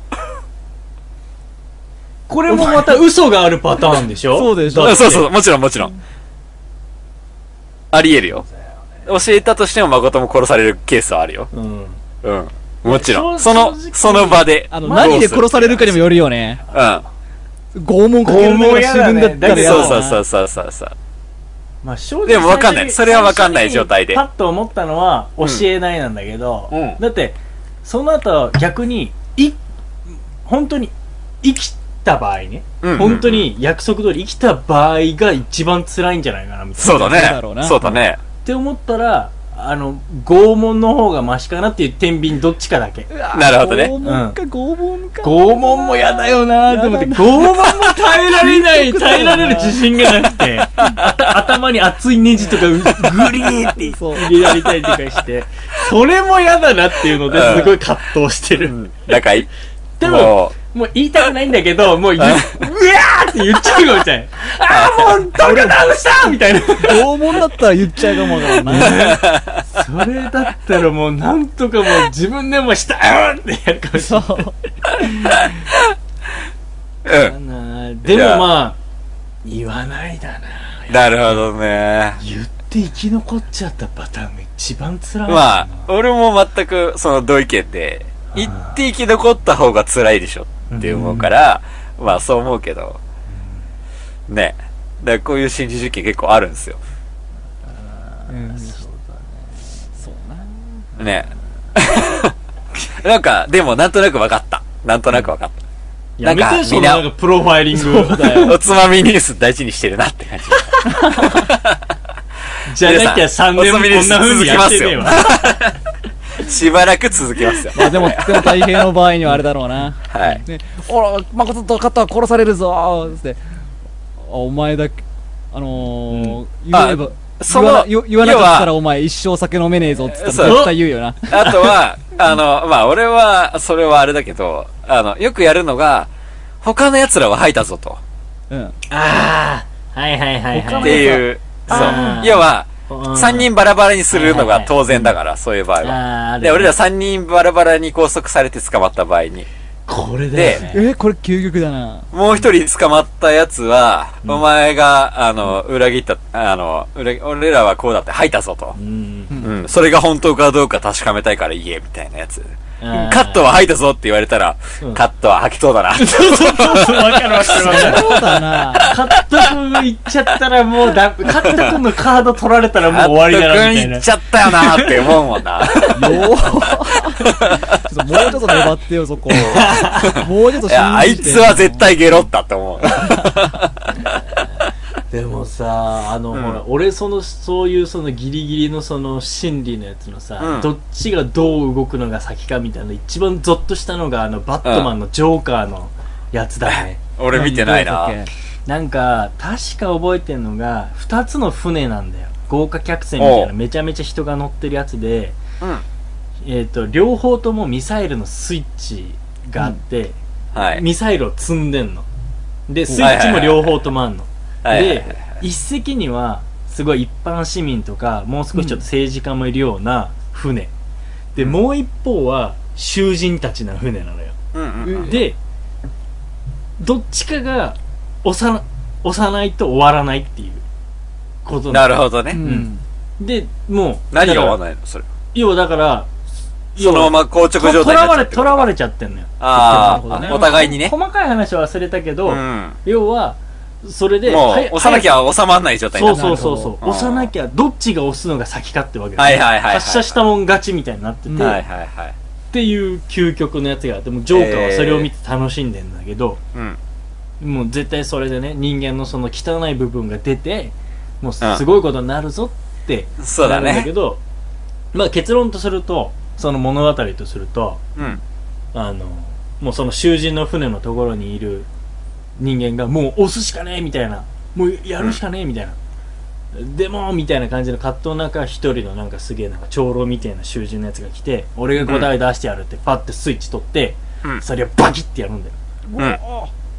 Speaker 1: これもまた嘘があるパターンでしょ
Speaker 3: そうでし
Speaker 2: う。
Speaker 3: ょ
Speaker 1: だ
Speaker 2: うん
Speaker 1: って
Speaker 2: そうそう、もちろん、もちろん。ありえるよ。教えたとしても誠も殺されるケースはあるよ。
Speaker 1: うん。
Speaker 2: うん。もちろん。
Speaker 1: 正
Speaker 2: そ
Speaker 1: 直
Speaker 2: の、その場で。
Speaker 3: あの何で殺されるかにもよるよね
Speaker 2: うん。
Speaker 3: 拷問かけるのが死ぬんだった
Speaker 1: だ
Speaker 3: ら
Speaker 1: け
Speaker 3: や
Speaker 1: ど
Speaker 2: そう
Speaker 3: だ
Speaker 2: そうそううそうそうそう。
Speaker 1: まあ正直
Speaker 2: でもわかんないそれはわかんない状態で
Speaker 1: 最初にパッと思ったのは教えないなんだけど、
Speaker 2: うん
Speaker 1: だって、その後逆に、い、本当に生きた場合ね。
Speaker 2: うんうんうん
Speaker 1: 本当に約束通り生きた場合が一番辛いんじゃないかな、みたいな。
Speaker 2: そうだ
Speaker 3: そうだろう
Speaker 2: ね。
Speaker 3: な
Speaker 2: そうだね。
Speaker 1: って思ったら、あの、拷問の方がマシかなっていう天秤どっちかだけ。
Speaker 2: なるほどね
Speaker 3: 拷問か拷問か
Speaker 1: 拷問も嫌だよなーと思って、
Speaker 3: や
Speaker 1: 拷問も耐えられな [LAUGHS] い、
Speaker 3: 究極だ
Speaker 1: 耐
Speaker 3: よ
Speaker 1: え
Speaker 3: な
Speaker 1: られる自信がなく [LAUGHS] て、あた頭に熱いネジとかうグリーって
Speaker 3: そう
Speaker 1: 入れられたりとかして、それも嫌だなっていうのですごい葛藤してる。
Speaker 2: なんかい、
Speaker 1: でも、
Speaker 2: も
Speaker 1: もう言いたくないんだけど、もう言う、うわーって言っちゃうよみたいな。 [LAUGHS] あーもう、どこ倒したみたいな。
Speaker 3: 拷問だったら言っちゃうかもわからんな
Speaker 1: [LAUGHS]
Speaker 2: [LAUGHS]
Speaker 1: それだったらもう、なんとかもう自分でもしたよってやるかもしれない。
Speaker 3: そう
Speaker 2: う、う
Speaker 1: だ
Speaker 2: ん。
Speaker 1: なでもまあ言わないだな
Speaker 2: なるほどね。
Speaker 1: 言って生き残っちゃったパターンが一番辛い
Speaker 2: まあ、俺も全く、その、同意見で、言って生き残った方が辛いでしょって思うから、まあ、そう思うけど、ね。だからこういう心理実験結構あるんですよ。
Speaker 3: うんそうな
Speaker 2: ね。なんか、でも、なんとなく分かった。なんとなく分かった。
Speaker 1: やめ
Speaker 2: なん
Speaker 1: て
Speaker 2: か
Speaker 1: その
Speaker 2: みんな
Speaker 1: なんかプロファイリング
Speaker 3: そうだよ
Speaker 2: おつまみニュース大事にしてるなって感じ。
Speaker 1: じゃなきゃ3年もこんな風にやってねえわ
Speaker 2: しばらく続きますよ。
Speaker 3: まあでも、でも大平の場合にはあれだろうな。
Speaker 2: はい。
Speaker 3: ね、おら、誠と肩は殺されるぞーつって。あお前だけ、あのー言えば、
Speaker 2: そ
Speaker 3: そ
Speaker 2: の
Speaker 3: の言わな言わなかった
Speaker 2: 要
Speaker 3: らお前一生酒飲めねえぞっつった
Speaker 2: そう
Speaker 3: ら絶対言うよな。
Speaker 2: あとは、あの、まあ、俺は、それはあれだけど、あの、よくやるのが、他の奴らは吐いたぞと。
Speaker 3: うん。
Speaker 1: ああはいはいはい
Speaker 2: っ
Speaker 1: は
Speaker 2: ていう、そう
Speaker 1: あ。ー
Speaker 2: 要は、
Speaker 1: うん
Speaker 2: 三人バラバラにするの
Speaker 1: はいはいは
Speaker 2: が
Speaker 1: い
Speaker 2: 当然だから、そういう場合
Speaker 1: あーあ
Speaker 2: は。
Speaker 1: る
Speaker 2: で、俺ら三人バラバラに拘束されて捕まった場合に。
Speaker 1: これだよね
Speaker 3: え、これ究極だな。
Speaker 2: もう一人捕まった奴は、お前が、あの、裏切った、あの、裏切俺らはこうだって吐いたぞと。
Speaker 1: うん
Speaker 2: うん、それが本当かどうか確かめたいから言え、みたいなやつ。
Speaker 1: あー
Speaker 2: カットは吐いたぞって言われたら、
Speaker 1: うん
Speaker 2: カットは吐きそうだな。
Speaker 1: [LAUGHS] そうそうそうそうわかるわかるわかる
Speaker 3: そうだ
Speaker 2: [LAUGHS]
Speaker 3: な。
Speaker 1: カット君いっちゃったらもうだカット君のカード取られた [LAUGHS] らもう終わりだなみたい
Speaker 2: カット君行
Speaker 1: な
Speaker 2: っちゃったよなって思うもんな。
Speaker 3: よーちょっともうちょっと粘ってよ、そ
Speaker 2: [LAUGHS]
Speaker 3: こ。もうちょっと信じ
Speaker 2: い
Speaker 3: て。
Speaker 2: や、あいつは絶対ゲロったと
Speaker 1: [LAUGHS]
Speaker 2: 思う。
Speaker 1: でもさあの、
Speaker 2: ん
Speaker 1: ほら俺そのそういうそのギリギリのその心理のやつのさ、
Speaker 2: うん
Speaker 1: どっちがどう動くのが先かみたいな一番ゾッとしたのがあのバットマンのジョーカーのやつだね、
Speaker 2: 俺見てないな。
Speaker 1: なんか確か覚えてんのが2つの船なんだよ豪華客船みたい
Speaker 2: おう
Speaker 1: なめちゃめちゃ人が乗ってるやつで、
Speaker 2: うん
Speaker 1: えっと両方ともミサイルのスイッチがあって、
Speaker 2: はい。
Speaker 1: ミサイルを積んでんのでスイッチも両方ともあんの、
Speaker 2: はいはい
Speaker 1: で、一隻にはすごい一般市民とかもう少しちょっと政治家もいるような船、でもう一方は囚人たちの船なのよ、
Speaker 2: うんうんうん
Speaker 1: でどっちかが押さな押さないと終わらないっていうこと
Speaker 2: な
Speaker 1: る
Speaker 2: るほど
Speaker 3: う
Speaker 2: ね。
Speaker 3: ん。
Speaker 1: でもう
Speaker 2: 何が終わ
Speaker 1: だから
Speaker 2: ないのそれ。
Speaker 1: 要はだから
Speaker 2: そのまま硬直状
Speaker 1: と
Speaker 2: 態に
Speaker 1: ら
Speaker 2: なっ
Speaker 1: わ
Speaker 2: ちゃ
Speaker 1: れ
Speaker 2: って
Speaker 1: とらわれちゃってんのよ
Speaker 2: あ
Speaker 3: なるほどね
Speaker 2: あ、お互いにね。
Speaker 1: 細かい話は忘れたけど、
Speaker 2: うん。
Speaker 1: 要はそれで
Speaker 2: も、
Speaker 1: はいう
Speaker 2: 押さなきゃ収まらない状態に
Speaker 1: そ
Speaker 2: な
Speaker 1: う
Speaker 2: る。
Speaker 1: そうそうそ
Speaker 3: なる
Speaker 1: う
Speaker 2: ほど
Speaker 1: 押さなきゃどっちが押すのが先かってわけだ
Speaker 2: は
Speaker 1: よ
Speaker 2: いはいはいはい
Speaker 1: 発射したもん勝ちみたいになってて、
Speaker 3: うん
Speaker 2: はい
Speaker 1: っ
Speaker 2: はいはい。
Speaker 1: ていう究極のやつがあってもうジョーカーはそれを見て楽しんでんだけど、
Speaker 2: うん。
Speaker 1: もう絶対それでね人間のその汚い部分が出てもうすごいことになるぞって
Speaker 2: そうだ
Speaker 1: なるんだけ
Speaker 2: ね。
Speaker 1: ど、まあ結論とするとその物語とすると
Speaker 2: うん。
Speaker 1: あのもうその囚人の船のところにいる人間がもう押すしかねえみたいなもうやるしかねえみたいな、でもみたいな感じの葛藤の中一人のなんかすげえなんか長老みたいな囚人のやつが来て俺が答え出してやるってパッてスイッチ取って、
Speaker 2: うん
Speaker 1: それをバキッてやるんだよ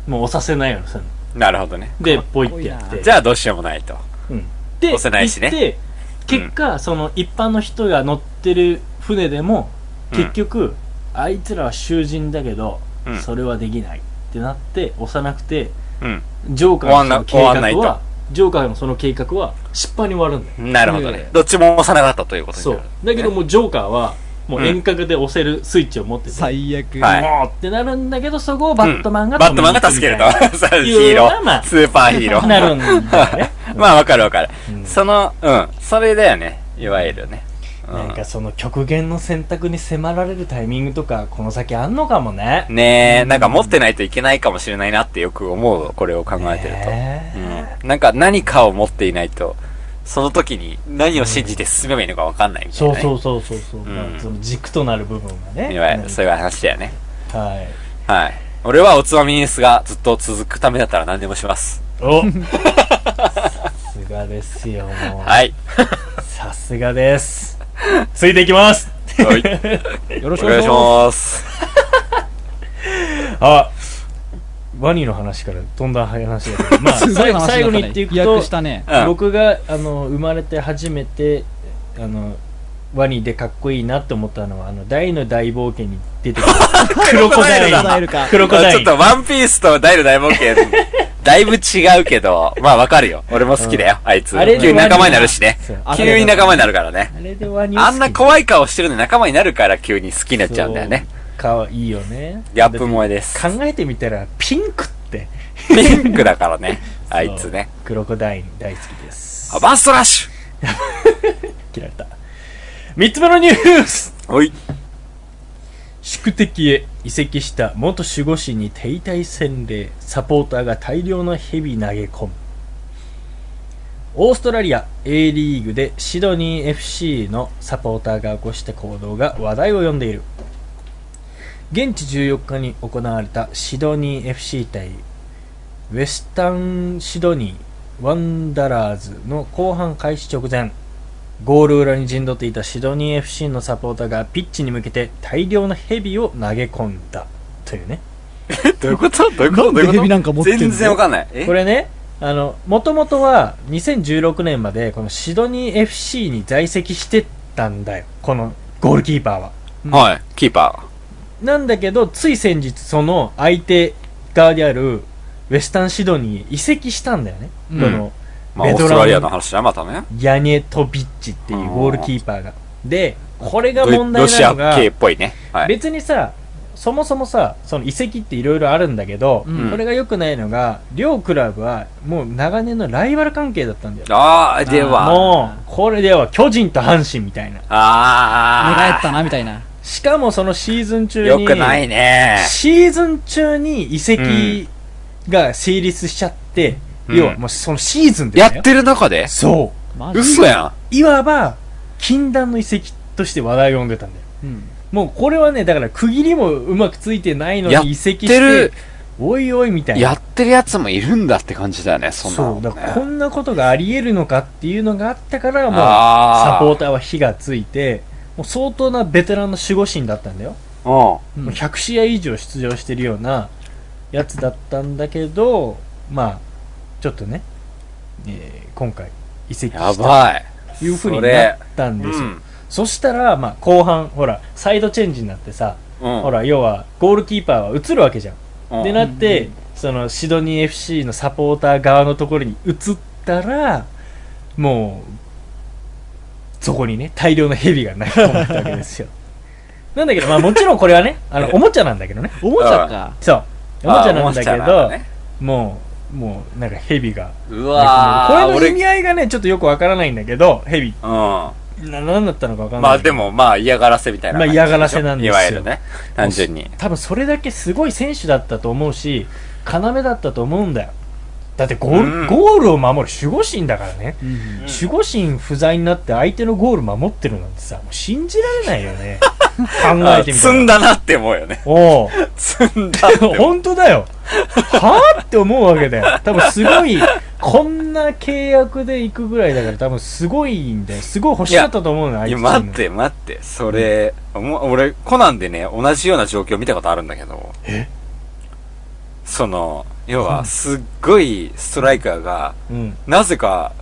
Speaker 2: うん。
Speaker 1: もう押させないようにするの
Speaker 2: なるほどね。
Speaker 1: でポイってやって
Speaker 2: じゃあどうしようもないと。
Speaker 1: うん、で
Speaker 2: 押せないしね
Speaker 1: 行って結果、その一般の人が乗ってる船でも
Speaker 2: うん
Speaker 1: 結局、あいつらは囚人だけど、
Speaker 2: うん
Speaker 1: それはできないってなって押さなくて
Speaker 2: うん。
Speaker 1: ジョーカーのその計
Speaker 2: 終わん
Speaker 1: 画
Speaker 2: な終わんない
Speaker 1: はジョーカーのその計画は失敗に終わるんだよ
Speaker 2: なるほど
Speaker 3: いやい
Speaker 2: ね
Speaker 3: や。
Speaker 2: どっちも押さなかったということに
Speaker 1: そ
Speaker 2: な
Speaker 1: う
Speaker 2: る。
Speaker 1: だけどもうジョーカーはもう遠隔で押せるスイッチを持ってて、
Speaker 3: 最悪。
Speaker 2: はい
Speaker 1: もうってなるんだけどそこをバットマンが、
Speaker 2: バットマンが助けると。 [LAUGHS] そうヒ
Speaker 1: いう
Speaker 2: ー
Speaker 1: の
Speaker 2: ロ
Speaker 1: がま
Speaker 2: ー。
Speaker 1: あ
Speaker 2: スーパーヒーロー。
Speaker 1: [LAUGHS] なるんだよね
Speaker 2: まあわかるわかる、
Speaker 1: うん
Speaker 2: そのうんそれだよねいわゆるね、うん
Speaker 1: なんかその極限の選択に迫られるタイミングとかこの先あんのかもね
Speaker 2: ねえなんか持ってないといけないかもしれないなってよく思うこれを考えてると、
Speaker 1: ねえ
Speaker 2: うん、なんか何かを持っていないとその時に何を信じて進めばいいのかわかんないみたい
Speaker 1: そ
Speaker 2: な
Speaker 1: う
Speaker 2: ね、
Speaker 1: そうそうそうそう、
Speaker 2: ん
Speaker 1: まあその軸となる部分がね
Speaker 2: いわゆるそういう話だよね
Speaker 1: はい
Speaker 2: はい俺はおつまみニュースがずっと続くためだったら何でもします
Speaker 1: おさすがですよもう、
Speaker 2: はい
Speaker 1: さすがですついていきます
Speaker 2: はい
Speaker 3: よろしく
Speaker 2: お
Speaker 3: お願い
Speaker 2: 願い
Speaker 3: し
Speaker 2: し
Speaker 3: ま
Speaker 2: ます
Speaker 1: あワニの話から飛んだ話だけど、まあ、
Speaker 3: す。すごい
Speaker 1: 最後
Speaker 3: 話
Speaker 1: 最後に
Speaker 3: だ
Speaker 1: 言
Speaker 3: っね
Speaker 1: ったていく
Speaker 3: 飛躍
Speaker 1: と
Speaker 3: したね。
Speaker 2: うん
Speaker 1: 僕があの生まれて初めてあのワニでかっこいいなって思ったのはあの大の大冒険に出てくるクロコダイ
Speaker 2: [LAUGHS] クロ
Speaker 3: コダイル
Speaker 1: ル
Speaker 3: か
Speaker 1: クロコダ
Speaker 2: ち
Speaker 1: イ
Speaker 2: ょっ
Speaker 1: ル
Speaker 2: とワンピースとダイの大
Speaker 1: [LAUGHS]
Speaker 2: 冒険だいぶ違うけどまあわかるよ俺も好きだよ、あいつ
Speaker 1: あれで
Speaker 2: 急に仲間になるしね
Speaker 1: そう
Speaker 3: あ
Speaker 2: 急に仲間になるからね。
Speaker 1: あれでワニを好き
Speaker 2: あんな怖い顔してるのに仲間になるから急に好きになっちゃうんだよね。
Speaker 1: そうかわいいよね
Speaker 2: ギャップ萌えです。
Speaker 1: 考えてみたらピンクって
Speaker 2: ピンクだから
Speaker 1: [LAUGHS]
Speaker 2: ね。あいつね。
Speaker 1: クロコダイル大好きです
Speaker 2: あ、バーストラッシ
Speaker 1: 切られた3つ目のニュース
Speaker 2: ュおい。
Speaker 1: 宿敵へ移籍した元守護神に停滞洗礼サポーターが大量の蛇投げ込むオーストラリア A リーグでシドニー FC のサポーターが起こした行動が話題を呼んでいる現地14日に行われたシドニー FC 対ウェスタンシドニーワンダラーズの後半開始直前ゴール裏に陣取っていたシドニー FC のサポーターがピッチに向けて大量のヘビを投げ込んだというね
Speaker 2: どういうことどういうことどういう
Speaker 3: なんで
Speaker 2: こと
Speaker 3: 蛇なんか持ってんの
Speaker 2: 全然わかんない。え
Speaker 1: これねあのもともとは2016年までこのシドニー FC に在籍してたんだよこのゴールキーパーは
Speaker 2: はい。キーパ
Speaker 1: なんだけどつい先日その相手側であるウェスタンシドニーに移籍したんだよね、
Speaker 3: うん
Speaker 1: この
Speaker 2: ー。まあ、オ
Speaker 1: ベトナ
Speaker 2: ー
Speaker 1: ム
Speaker 2: ストラリアの話だ、またね。
Speaker 1: ヤニェトビッチっていうゴールキーパーがでこれが
Speaker 2: ロ
Speaker 1: 問題
Speaker 2: ロシ
Speaker 1: な
Speaker 2: ア
Speaker 1: のが
Speaker 2: 系っぽいね。はい。
Speaker 1: 別にさそもそもさその遺跡っていろいろあるんだけど、
Speaker 3: うん
Speaker 1: これが良くないのが両クラブはもう長年のライバル関係だったんだよ
Speaker 2: あー、では。
Speaker 1: もうこれでは巨人と阪神みたいな
Speaker 3: 寝返っ
Speaker 2: あ
Speaker 3: たな、みたいな。
Speaker 1: しかもそのシーズン
Speaker 2: ー。
Speaker 1: 中に
Speaker 2: よくないね。
Speaker 1: シーズン中に遺跡が成立しちゃって、
Speaker 2: うん
Speaker 1: 要はもうそのシーズンで
Speaker 2: や
Speaker 1: だよ
Speaker 2: ってる中で
Speaker 1: そ
Speaker 3: マジ
Speaker 2: 嘘や
Speaker 1: う
Speaker 2: ん。
Speaker 1: いわば禁断の遺跡として話題を呼んでたんだよ
Speaker 3: うん
Speaker 1: もうこれはねだから区切りもうまくついてないの
Speaker 2: やっ
Speaker 1: に移籍して
Speaker 2: てる
Speaker 1: おいおいみたいな
Speaker 2: やってるやつもいるんだって感じだよね、そんな
Speaker 1: そ
Speaker 2: の
Speaker 1: う
Speaker 2: ね。
Speaker 1: だからこんなことがありえるのかっていうのがあったからもう
Speaker 2: あー
Speaker 1: サポーターは火がついてもう相当なベテランの守護神だったんだよ、
Speaker 2: うん。
Speaker 3: うん
Speaker 1: もう100試合以上出場してるようなやつだったんだけどまあちょっとね、えー今回移籍
Speaker 2: や
Speaker 1: した
Speaker 2: ばい。
Speaker 1: というふうになったんですよそ,、
Speaker 2: うん
Speaker 1: したら、まあ、後半ほらサイドチェンジになってさ、
Speaker 2: うん
Speaker 1: ほら要はゴールキーパーは移るわけじゃん
Speaker 2: うん
Speaker 1: でなって、
Speaker 3: うん
Speaker 1: そのシドニー FC のサポーター側のところに移ったらもうそこにね大量のヘビが投げ込まれたわけですよなんだけどまあもちろんこれはねあのおもちゃなんだけどね
Speaker 3: おもちゃか。
Speaker 1: そうおもちゃなんだけ
Speaker 2: あおもちゃな
Speaker 1: ど
Speaker 2: んだね
Speaker 1: もうもうなんかヘビが
Speaker 2: う
Speaker 1: こ
Speaker 2: わー
Speaker 1: れの意
Speaker 2: 俺
Speaker 1: 味合いがねちょっとよくわからないんだけどヘビ
Speaker 2: うん
Speaker 1: な何だったのか分かん
Speaker 2: ま
Speaker 1: ない
Speaker 2: あでも、まあ嫌がらせみたいな感じしょ。
Speaker 1: まあ嫌がらせなんですよ
Speaker 2: いわゆるね。単純に。
Speaker 1: 多分それだけすごい選手だったと思うし要だったと思うんだよだってゴール,、
Speaker 2: うん
Speaker 1: ゴールを守る守護神だからね、
Speaker 3: うん
Speaker 1: 守護神不在になって相手のゴール守ってるなんてさもう信じられないよね考
Speaker 2: あ
Speaker 1: えてみた
Speaker 2: 積
Speaker 1: ら
Speaker 2: んだなって思うよね。 [LAUGHS]
Speaker 1: おう
Speaker 2: 積んだって
Speaker 1: [LAUGHS]
Speaker 2: 思う。
Speaker 1: 本当だよ。はぁって思うわけだよ。多分すごい、こんな契約で行くぐらいだから多分すごいんだよ。すごい欲しかったと思うの、あ
Speaker 2: い
Speaker 1: いつ。
Speaker 2: や、待っ。て待って。それ、もう俺、コナンでね、同じような状況見たことあるんだけど。その、要は、すっごいストライカーが、
Speaker 1: うん。
Speaker 2: なぜか、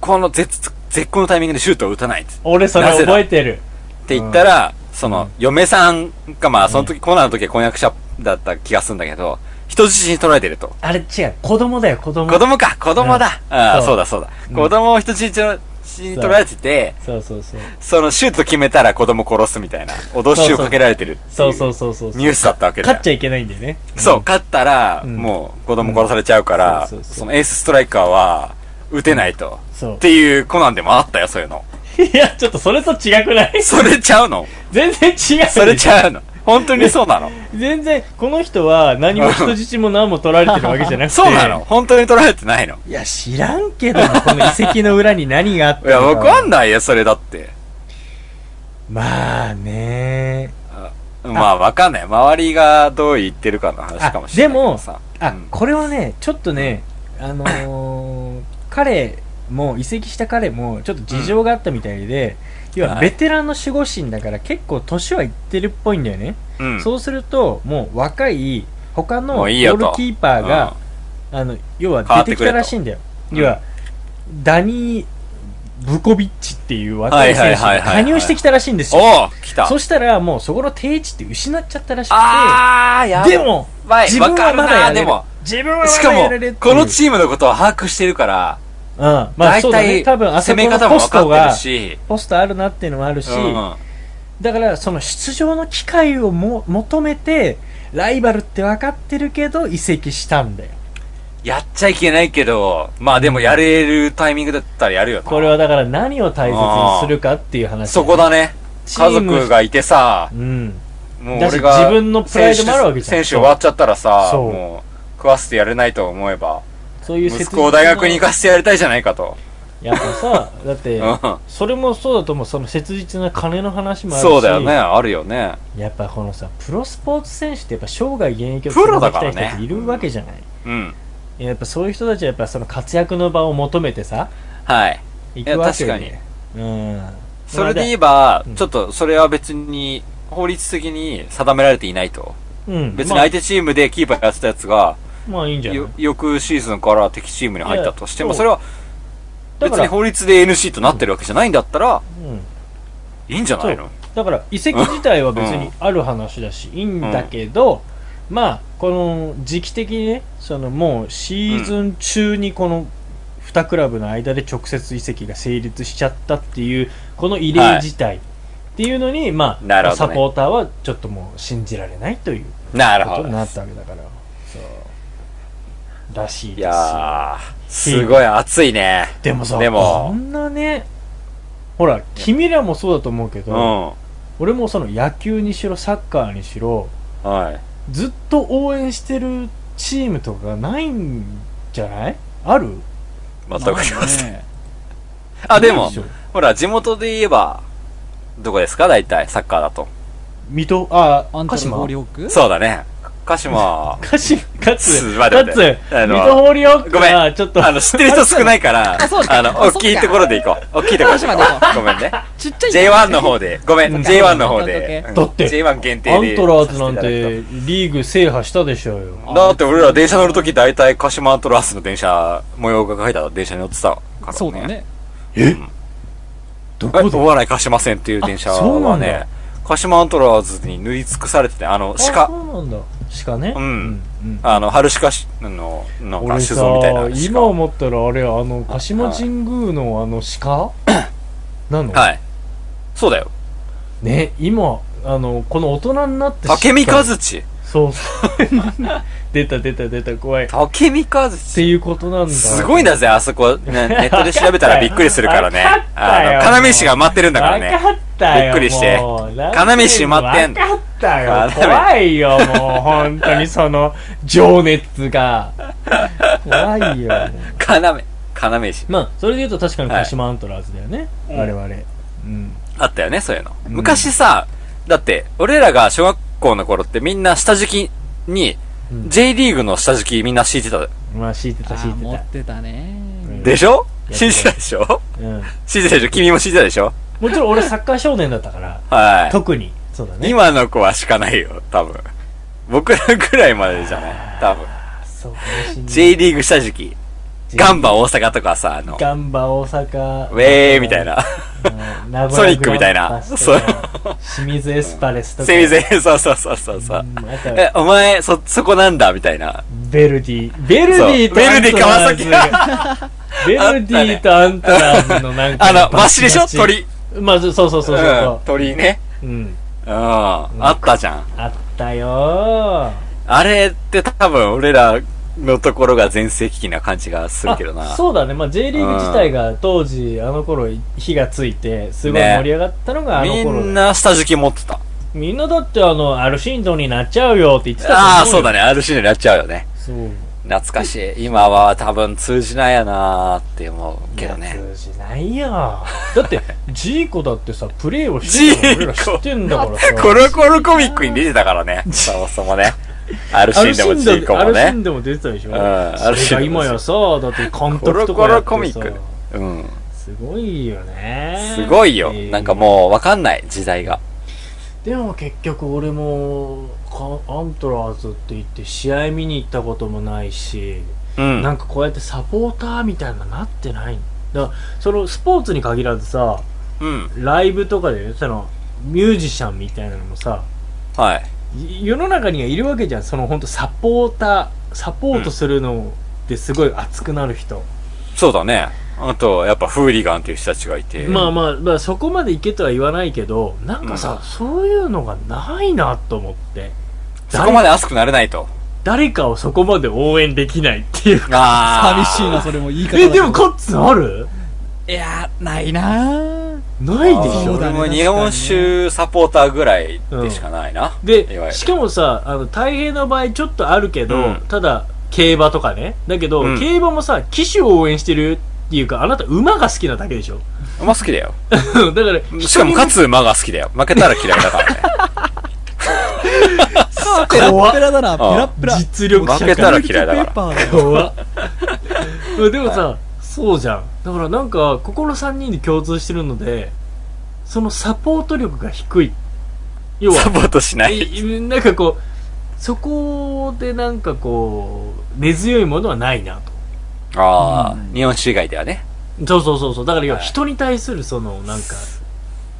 Speaker 2: この絶、絶好のタイミングでシュートを打たないっつっ
Speaker 1: 俺それ覚えてる。
Speaker 2: て言ったら、そうの
Speaker 1: ん、
Speaker 2: 嫁さんが、まあ、その時、コナンの時は婚約者だった気がするんだけど、人質に取られてると。
Speaker 1: あれ違う、子供だよ、子供。
Speaker 2: 子供か子供だああ、
Speaker 1: そ
Speaker 2: そううだそうだ
Speaker 1: う。ん
Speaker 2: 子供を人質に取られてて、
Speaker 1: そうそうそう。
Speaker 2: そのシュート決めたら子供殺すみたいな、脅しをかけられてるってい
Speaker 1: そうそうそうそう。
Speaker 2: ニュースだったわけだ
Speaker 1: 勝
Speaker 2: よ
Speaker 1: っち。ゃいけないんだよね。
Speaker 2: そう、勝ったら、
Speaker 1: うん
Speaker 2: もう子供殺されちゃうから、
Speaker 1: うんそうそうそう
Speaker 2: そのエースストライカーは、打てないと。
Speaker 1: そう
Speaker 2: っ。ていうコナンでもあったよ、そういうの。
Speaker 1: いや、ちょっとそれと違くない
Speaker 2: それちゃうの
Speaker 1: 全然違う。
Speaker 2: それちゃう
Speaker 1: [LAUGHS]
Speaker 2: の本当にそうなの
Speaker 1: 全然、この人は何も人質も何も取られてるわけじゃなくて。
Speaker 2: そうなの本当に取られてないの
Speaker 1: いや、知らんけどな、この遺跡の裏に何があった
Speaker 2: い
Speaker 1: のかは
Speaker 2: や、わかんないよ、それだって。
Speaker 1: まあね
Speaker 2: まあ、わかんない。周りがどう言ってるかの話かもしれないけどさ。
Speaker 1: あ、
Speaker 2: うん
Speaker 1: これはねちょっとねあのー彼も移籍した彼もちょっと事情があったみたいで、要は
Speaker 2: はい
Speaker 1: ベテランの守護神だから結構年はいってるっぽいんだよね、
Speaker 2: うん。
Speaker 1: そうするともう若い他のゴ
Speaker 2: もういいよ
Speaker 1: ー
Speaker 2: と
Speaker 1: ルキーパーが、あの要は
Speaker 2: 変わっ
Speaker 1: 出
Speaker 2: て
Speaker 1: てき
Speaker 2: くれ
Speaker 1: た
Speaker 2: と
Speaker 1: らしいんだよ、
Speaker 2: うん
Speaker 1: 要はダニー・ブコビッチっていう若い選手
Speaker 2: はいはい
Speaker 1: が
Speaker 2: はいはいは
Speaker 1: 加
Speaker 2: い
Speaker 1: 入してきたらしいんですよ
Speaker 2: おお来た
Speaker 1: そしたらもうそこの定位置って失っちゃったらしくて
Speaker 2: あー、やばい
Speaker 1: でも、
Speaker 2: ばい
Speaker 1: 自分はまだやれる
Speaker 2: わかるなでも。
Speaker 1: 自分はま
Speaker 2: しか
Speaker 1: だやれるってい
Speaker 2: も
Speaker 1: う、
Speaker 2: このチームのことを把握してるから、
Speaker 1: うん。まあ、
Speaker 2: 大
Speaker 1: そうだね。
Speaker 2: 体、
Speaker 1: 多分、あそ
Speaker 2: 攻
Speaker 1: こ
Speaker 2: め
Speaker 1: の
Speaker 2: 方も
Speaker 1: ポス
Speaker 2: 分
Speaker 1: ト
Speaker 2: かって
Speaker 1: が
Speaker 2: る、し、
Speaker 1: ポストあるなっていうのもあるし、
Speaker 2: うん
Speaker 1: だから、その出場の機会をも求めて、ライバルって分かってるけど、移籍したんだよ。
Speaker 2: やっちゃいけないけど、まあでもやれるタイミングだったらやるよな。
Speaker 1: これはだから何を大切にするかっていう話。
Speaker 2: そこだね。
Speaker 1: チ
Speaker 2: 家
Speaker 1: ーム
Speaker 2: 族がいてさ
Speaker 1: う、ん。
Speaker 2: もう
Speaker 1: だし
Speaker 2: 俺が、
Speaker 1: 自分のプライドもあるわけじゃん
Speaker 2: 選手選手終わっちゃったらさ、
Speaker 1: そう
Speaker 2: もう、食わせてやれないと思えば、
Speaker 1: そういう
Speaker 2: 息子を大学に行かせてやりたいじゃないかと。
Speaker 1: やっぱさ、だって
Speaker 2: [LAUGHS] う、ん
Speaker 1: それもそうだと思う。その切実な金の話もあるし。
Speaker 2: そうだよね、あるよね。
Speaker 1: やっぱこのさ、プロスポーツ選手ってやっぱ生涯現役を
Speaker 2: プロだからね
Speaker 1: 貫きたい人っているわけじゃない。
Speaker 2: うん。
Speaker 1: やっぱそういう人たちはやっぱその活躍の場を求めてさ、
Speaker 2: はい。
Speaker 1: 行くわけ
Speaker 2: いや確
Speaker 1: で。うん。
Speaker 2: それで言え
Speaker 1: い
Speaker 2: ば
Speaker 1: うん、
Speaker 2: ちょっとそれは別に、法律的に定められていないと。
Speaker 1: うん。
Speaker 2: 別に相手チームでキーパーやってたやつが、
Speaker 1: まあ、まあいいんじゃない
Speaker 2: よ翌シーズンから敵チームに入ったとして
Speaker 1: い
Speaker 2: も、
Speaker 1: や
Speaker 2: それは
Speaker 1: だ
Speaker 2: 別
Speaker 1: か
Speaker 2: に
Speaker 1: ら、
Speaker 2: 法律で NC となってるわけじゃないんだったら、
Speaker 1: うん。
Speaker 2: いいんじゃない
Speaker 1: そ
Speaker 2: の
Speaker 1: だから、遺跡自体は別にある話だし、いいんだけど、まあ、この時期的にね、そのもうシーズン中にこの2クラブの間で直接移籍が成立しちゃったっていう、この異例事態っていうのに、まあ、
Speaker 2: なるほど
Speaker 1: サ
Speaker 2: ね
Speaker 1: ポーターはちょっともう信じられないという。
Speaker 2: なる
Speaker 1: こ
Speaker 2: ほ
Speaker 1: とにな
Speaker 2: ど。
Speaker 1: ったわけだからそうらしい
Speaker 2: い
Speaker 1: ですよ
Speaker 2: やー、すごい熱いね。
Speaker 1: でもさ
Speaker 2: で
Speaker 1: こ
Speaker 2: も、
Speaker 1: んなねほら君らもそうだと思うけ
Speaker 2: う
Speaker 1: ど、
Speaker 2: ん。は
Speaker 1: 俺もその野球にしろサッカーにしろずっと応援してるチームとかがないんじゃないある
Speaker 2: い。全くありません。
Speaker 3: ね
Speaker 2: あ、でも
Speaker 1: ないしょ、
Speaker 2: ほら、地元で言えば、どこですか大体、サッカーだと。
Speaker 1: 水戸あ
Speaker 3: アントの
Speaker 1: 鹿島
Speaker 3: ホーリーホーク
Speaker 2: そうだね。鹿
Speaker 1: [LAUGHS]
Speaker 2: 島、
Speaker 1: 鹿島勝つ
Speaker 2: [LAUGHS] す待って
Speaker 1: 勝つ
Speaker 2: 待
Speaker 1: 水
Speaker 2: ってあの
Speaker 1: 戸ホリオック
Speaker 2: ごめん
Speaker 1: はちょっと
Speaker 2: あの、知ってる人少ないから、
Speaker 3: あそうか
Speaker 2: あの、
Speaker 3: あ
Speaker 2: 大きいところで行こう。大きいところで行こう。ごめんね。
Speaker 3: ちっちゃい
Speaker 2: J1 の方で。ごめ
Speaker 3: うん
Speaker 2: ん、J1 の方で。
Speaker 1: だって
Speaker 2: J1 限定で。
Speaker 1: アントラーズなん
Speaker 2: させいただく
Speaker 1: てリーグ制覇したでしょうよ
Speaker 2: と。だって俺ら電車乗るとき大体鹿島アントラーズの電車、模様が書いた電車に乗ってたからね。
Speaker 3: そうだ。ね
Speaker 1: どこ
Speaker 2: お
Speaker 1: で
Speaker 2: 笑い鹿島線っていう電車
Speaker 1: あそうな
Speaker 2: は
Speaker 1: んだ
Speaker 2: ね、鹿島アントラーズに塗り尽くされてて、あの、
Speaker 1: あ
Speaker 2: 鹿、
Speaker 1: そうなんだ鹿ね
Speaker 2: うん
Speaker 1: うん
Speaker 2: あの、春鹿しの、なんか
Speaker 1: 俺さ
Speaker 2: 酒造みたいな鹿。
Speaker 1: 今思ったらあれあの鹿島神宮のあの鹿なの、
Speaker 2: はい。そうだよ。
Speaker 1: ね今あのこの大人になって知った
Speaker 2: 竹見和地。
Speaker 1: そう [LAUGHS] そう。出た出た出た、怖い。っ
Speaker 2: 竹三和司
Speaker 1: ていうことなんだ。
Speaker 2: すごいんだぜ、あそこ。
Speaker 1: [LAUGHS]
Speaker 2: ねネットで調べたらびっくりするからね。
Speaker 1: わかったよ
Speaker 2: あの、要石が待ってるんだから
Speaker 1: わ
Speaker 2: ね。
Speaker 1: かったよ。
Speaker 2: びっくりして
Speaker 1: もう
Speaker 2: 要石待ってんの
Speaker 1: わかった
Speaker 2: 要
Speaker 1: よ。怖いよ、もう。本当にその、情熱が。怖
Speaker 2: [LAUGHS]
Speaker 1: いよ。
Speaker 2: 要、要石。
Speaker 1: まあ、それで言うと確かに鹿島アントラーズだよね。我々。うん。
Speaker 2: あったよね、そういうの。
Speaker 1: ん
Speaker 2: 昔さ、だって、俺らが小学校の頃ってみんな下敷きに、
Speaker 1: うん
Speaker 2: J リーグの下敷きみんな敷いてた。
Speaker 1: まあ、敷いてた、敷い
Speaker 3: あー持
Speaker 1: て
Speaker 3: ってたね
Speaker 1: うん
Speaker 2: でしょ
Speaker 1: や
Speaker 2: 敷いてたでしょ
Speaker 1: た。うん。
Speaker 2: 敷いてたでしょ君も敷いてたでしょ
Speaker 1: もちろん俺サッカー少年だったから、
Speaker 2: はい。
Speaker 1: 特に。そうだね。
Speaker 2: 今の子は敷かないよ、多分。僕らぐらいまでじゃない多分。
Speaker 1: そうかもしんない
Speaker 2: J リーグ下敷き。ガンバ大阪とかさ、あの、
Speaker 1: ガンバ大阪。
Speaker 2: ウェーみたい。な。
Speaker 1: 名古屋
Speaker 2: ソニックみたいな
Speaker 1: グランパスとか清水エスパレスとか。
Speaker 2: セミゼ、そうそうそうそうそう。
Speaker 1: うんあ
Speaker 2: え
Speaker 1: と、、
Speaker 2: お前、そ、そこなんだみたいな。
Speaker 1: ベルディ。ベルディと
Speaker 2: そう
Speaker 1: アントラーズ
Speaker 2: ベルディ
Speaker 1: が。 [LAUGHS] ベルディとアントラーズのなんか。
Speaker 2: あの、わしでしょ
Speaker 1: バチバチ
Speaker 2: 鳥。。
Speaker 1: まあ、そうそうそうそう
Speaker 2: うん
Speaker 1: そ。
Speaker 2: 鳥ね。
Speaker 1: う。うん。
Speaker 2: うん。あったじゃん。
Speaker 1: あったよー。
Speaker 2: あれって多分俺らのところが全盛期な感じがするけどな。
Speaker 1: あそうだね、まあ、J リーグ自体が当時あの頃火がついてすごい
Speaker 2: ね
Speaker 1: 盛り上がったのがあの
Speaker 2: み
Speaker 1: 頃で
Speaker 2: んな下敷き持ってた。
Speaker 1: みんなだってあのアルシンドになっちゃうよって言ってたと思
Speaker 2: ああ、そうだ
Speaker 1: ね
Speaker 2: ね。RC になっちゃうよね。
Speaker 1: そう
Speaker 2: 懐かしい。今は多分通じないやなーって思うけど
Speaker 1: い
Speaker 2: ね。
Speaker 1: や通じない
Speaker 2: [LAUGHS]
Speaker 1: よだってジーコだってさプレーをしてるの俺ら知ってんだからさ
Speaker 2: コロコロコミックに出てたからね。そもそもね。
Speaker 1: ア
Speaker 2: RC
Speaker 1: ル
Speaker 2: で
Speaker 1: シ
Speaker 2: も
Speaker 1: ン
Speaker 2: G
Speaker 1: ド
Speaker 2: コ
Speaker 1: ア
Speaker 2: も
Speaker 1: ルシ
Speaker 2: ね
Speaker 1: ン。ドも出てたでしょ、
Speaker 2: うんアルシ
Speaker 1: そ
Speaker 2: ンド
Speaker 1: れが今やさだって監
Speaker 2: コ
Speaker 1: 督
Speaker 2: ロ
Speaker 1: と
Speaker 2: コ
Speaker 1: かや
Speaker 2: ロ
Speaker 1: って
Speaker 2: コミ
Speaker 1: さ
Speaker 2: ック。うん。
Speaker 1: すごいよね
Speaker 2: すごいよ。
Speaker 1: えー
Speaker 2: なんかもうわかんない、時代が。
Speaker 1: でも結局俺もかアントラーズって言って試合見に行ったこともないし、
Speaker 2: うん。
Speaker 1: なんかこうやってサポーターみたいなのなってないだからそのスポーツに限らずさ
Speaker 2: うん。
Speaker 1: ライブとかでねそのミュージシャンみたいなのもさ
Speaker 2: はい。
Speaker 1: い世の中にはいるわけじゃんその本当サポーターサポートするのってすごい熱くなる人、
Speaker 2: そうだね。あと、やっぱフーリガンっていう人たちがいて。
Speaker 1: まあまあ、まあ、そこまでいけとは言わないけどなんかさ、
Speaker 2: うん
Speaker 1: そういうのがないなと思って
Speaker 2: そこまで熱くなれないと。
Speaker 1: 誰かをそこまで応援できないっていうか。
Speaker 2: あ
Speaker 3: 寂しいなそれも言い方
Speaker 1: え、でもカッツある
Speaker 3: いやーないなー
Speaker 1: ないでし
Speaker 3: そ
Speaker 1: ょ
Speaker 3: うだ
Speaker 2: 俺
Speaker 3: ね
Speaker 2: も日本酒サポーターぐらいでしかないな。いわゆ
Speaker 1: で、
Speaker 2: る
Speaker 1: しかもさ、あの、太平の場合ちょっとあるけど、
Speaker 2: うん
Speaker 1: ただ、競馬とかね。だけど、
Speaker 2: うん
Speaker 1: 競馬もさ、騎手を応援してるっていうか、あなた馬が好きなだけでしょ
Speaker 2: あんま好きだよ。
Speaker 1: [LAUGHS] だから、
Speaker 2: しかも勝つ馬が好きだよ。負けたら嫌いだからね。
Speaker 3: ペラッペラだな、ペラッペラ。
Speaker 1: 実力者
Speaker 2: 負けたら嫌いだから。
Speaker 3: から。
Speaker 1: 怖
Speaker 2: [LAUGHS]
Speaker 1: っうんでもさ、そうじゃん。だからなんか、ここの3人で共通してるので、そのサポート力が低い。要は
Speaker 2: サ、ポートしない。
Speaker 1: えなんかこうそこでなんかこう根強いものはないなと
Speaker 2: ああ
Speaker 3: う、ん
Speaker 2: 日本酒以外ではね。
Speaker 1: そうそうそうそうだから要は
Speaker 2: はい
Speaker 1: 人に対するそのなんか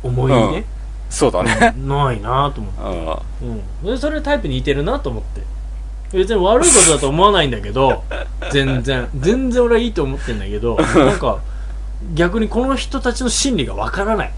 Speaker 1: 思い入れ、
Speaker 2: そうだね。
Speaker 1: ないなと思っ
Speaker 2: うん。
Speaker 1: て、うん、でそれタイプに似てるなと思って別に悪いことだと思わないんだけ [LAUGHS] ど全然全然俺はいいと思ってんだけどなんか逆にこの人たちの心理がわからない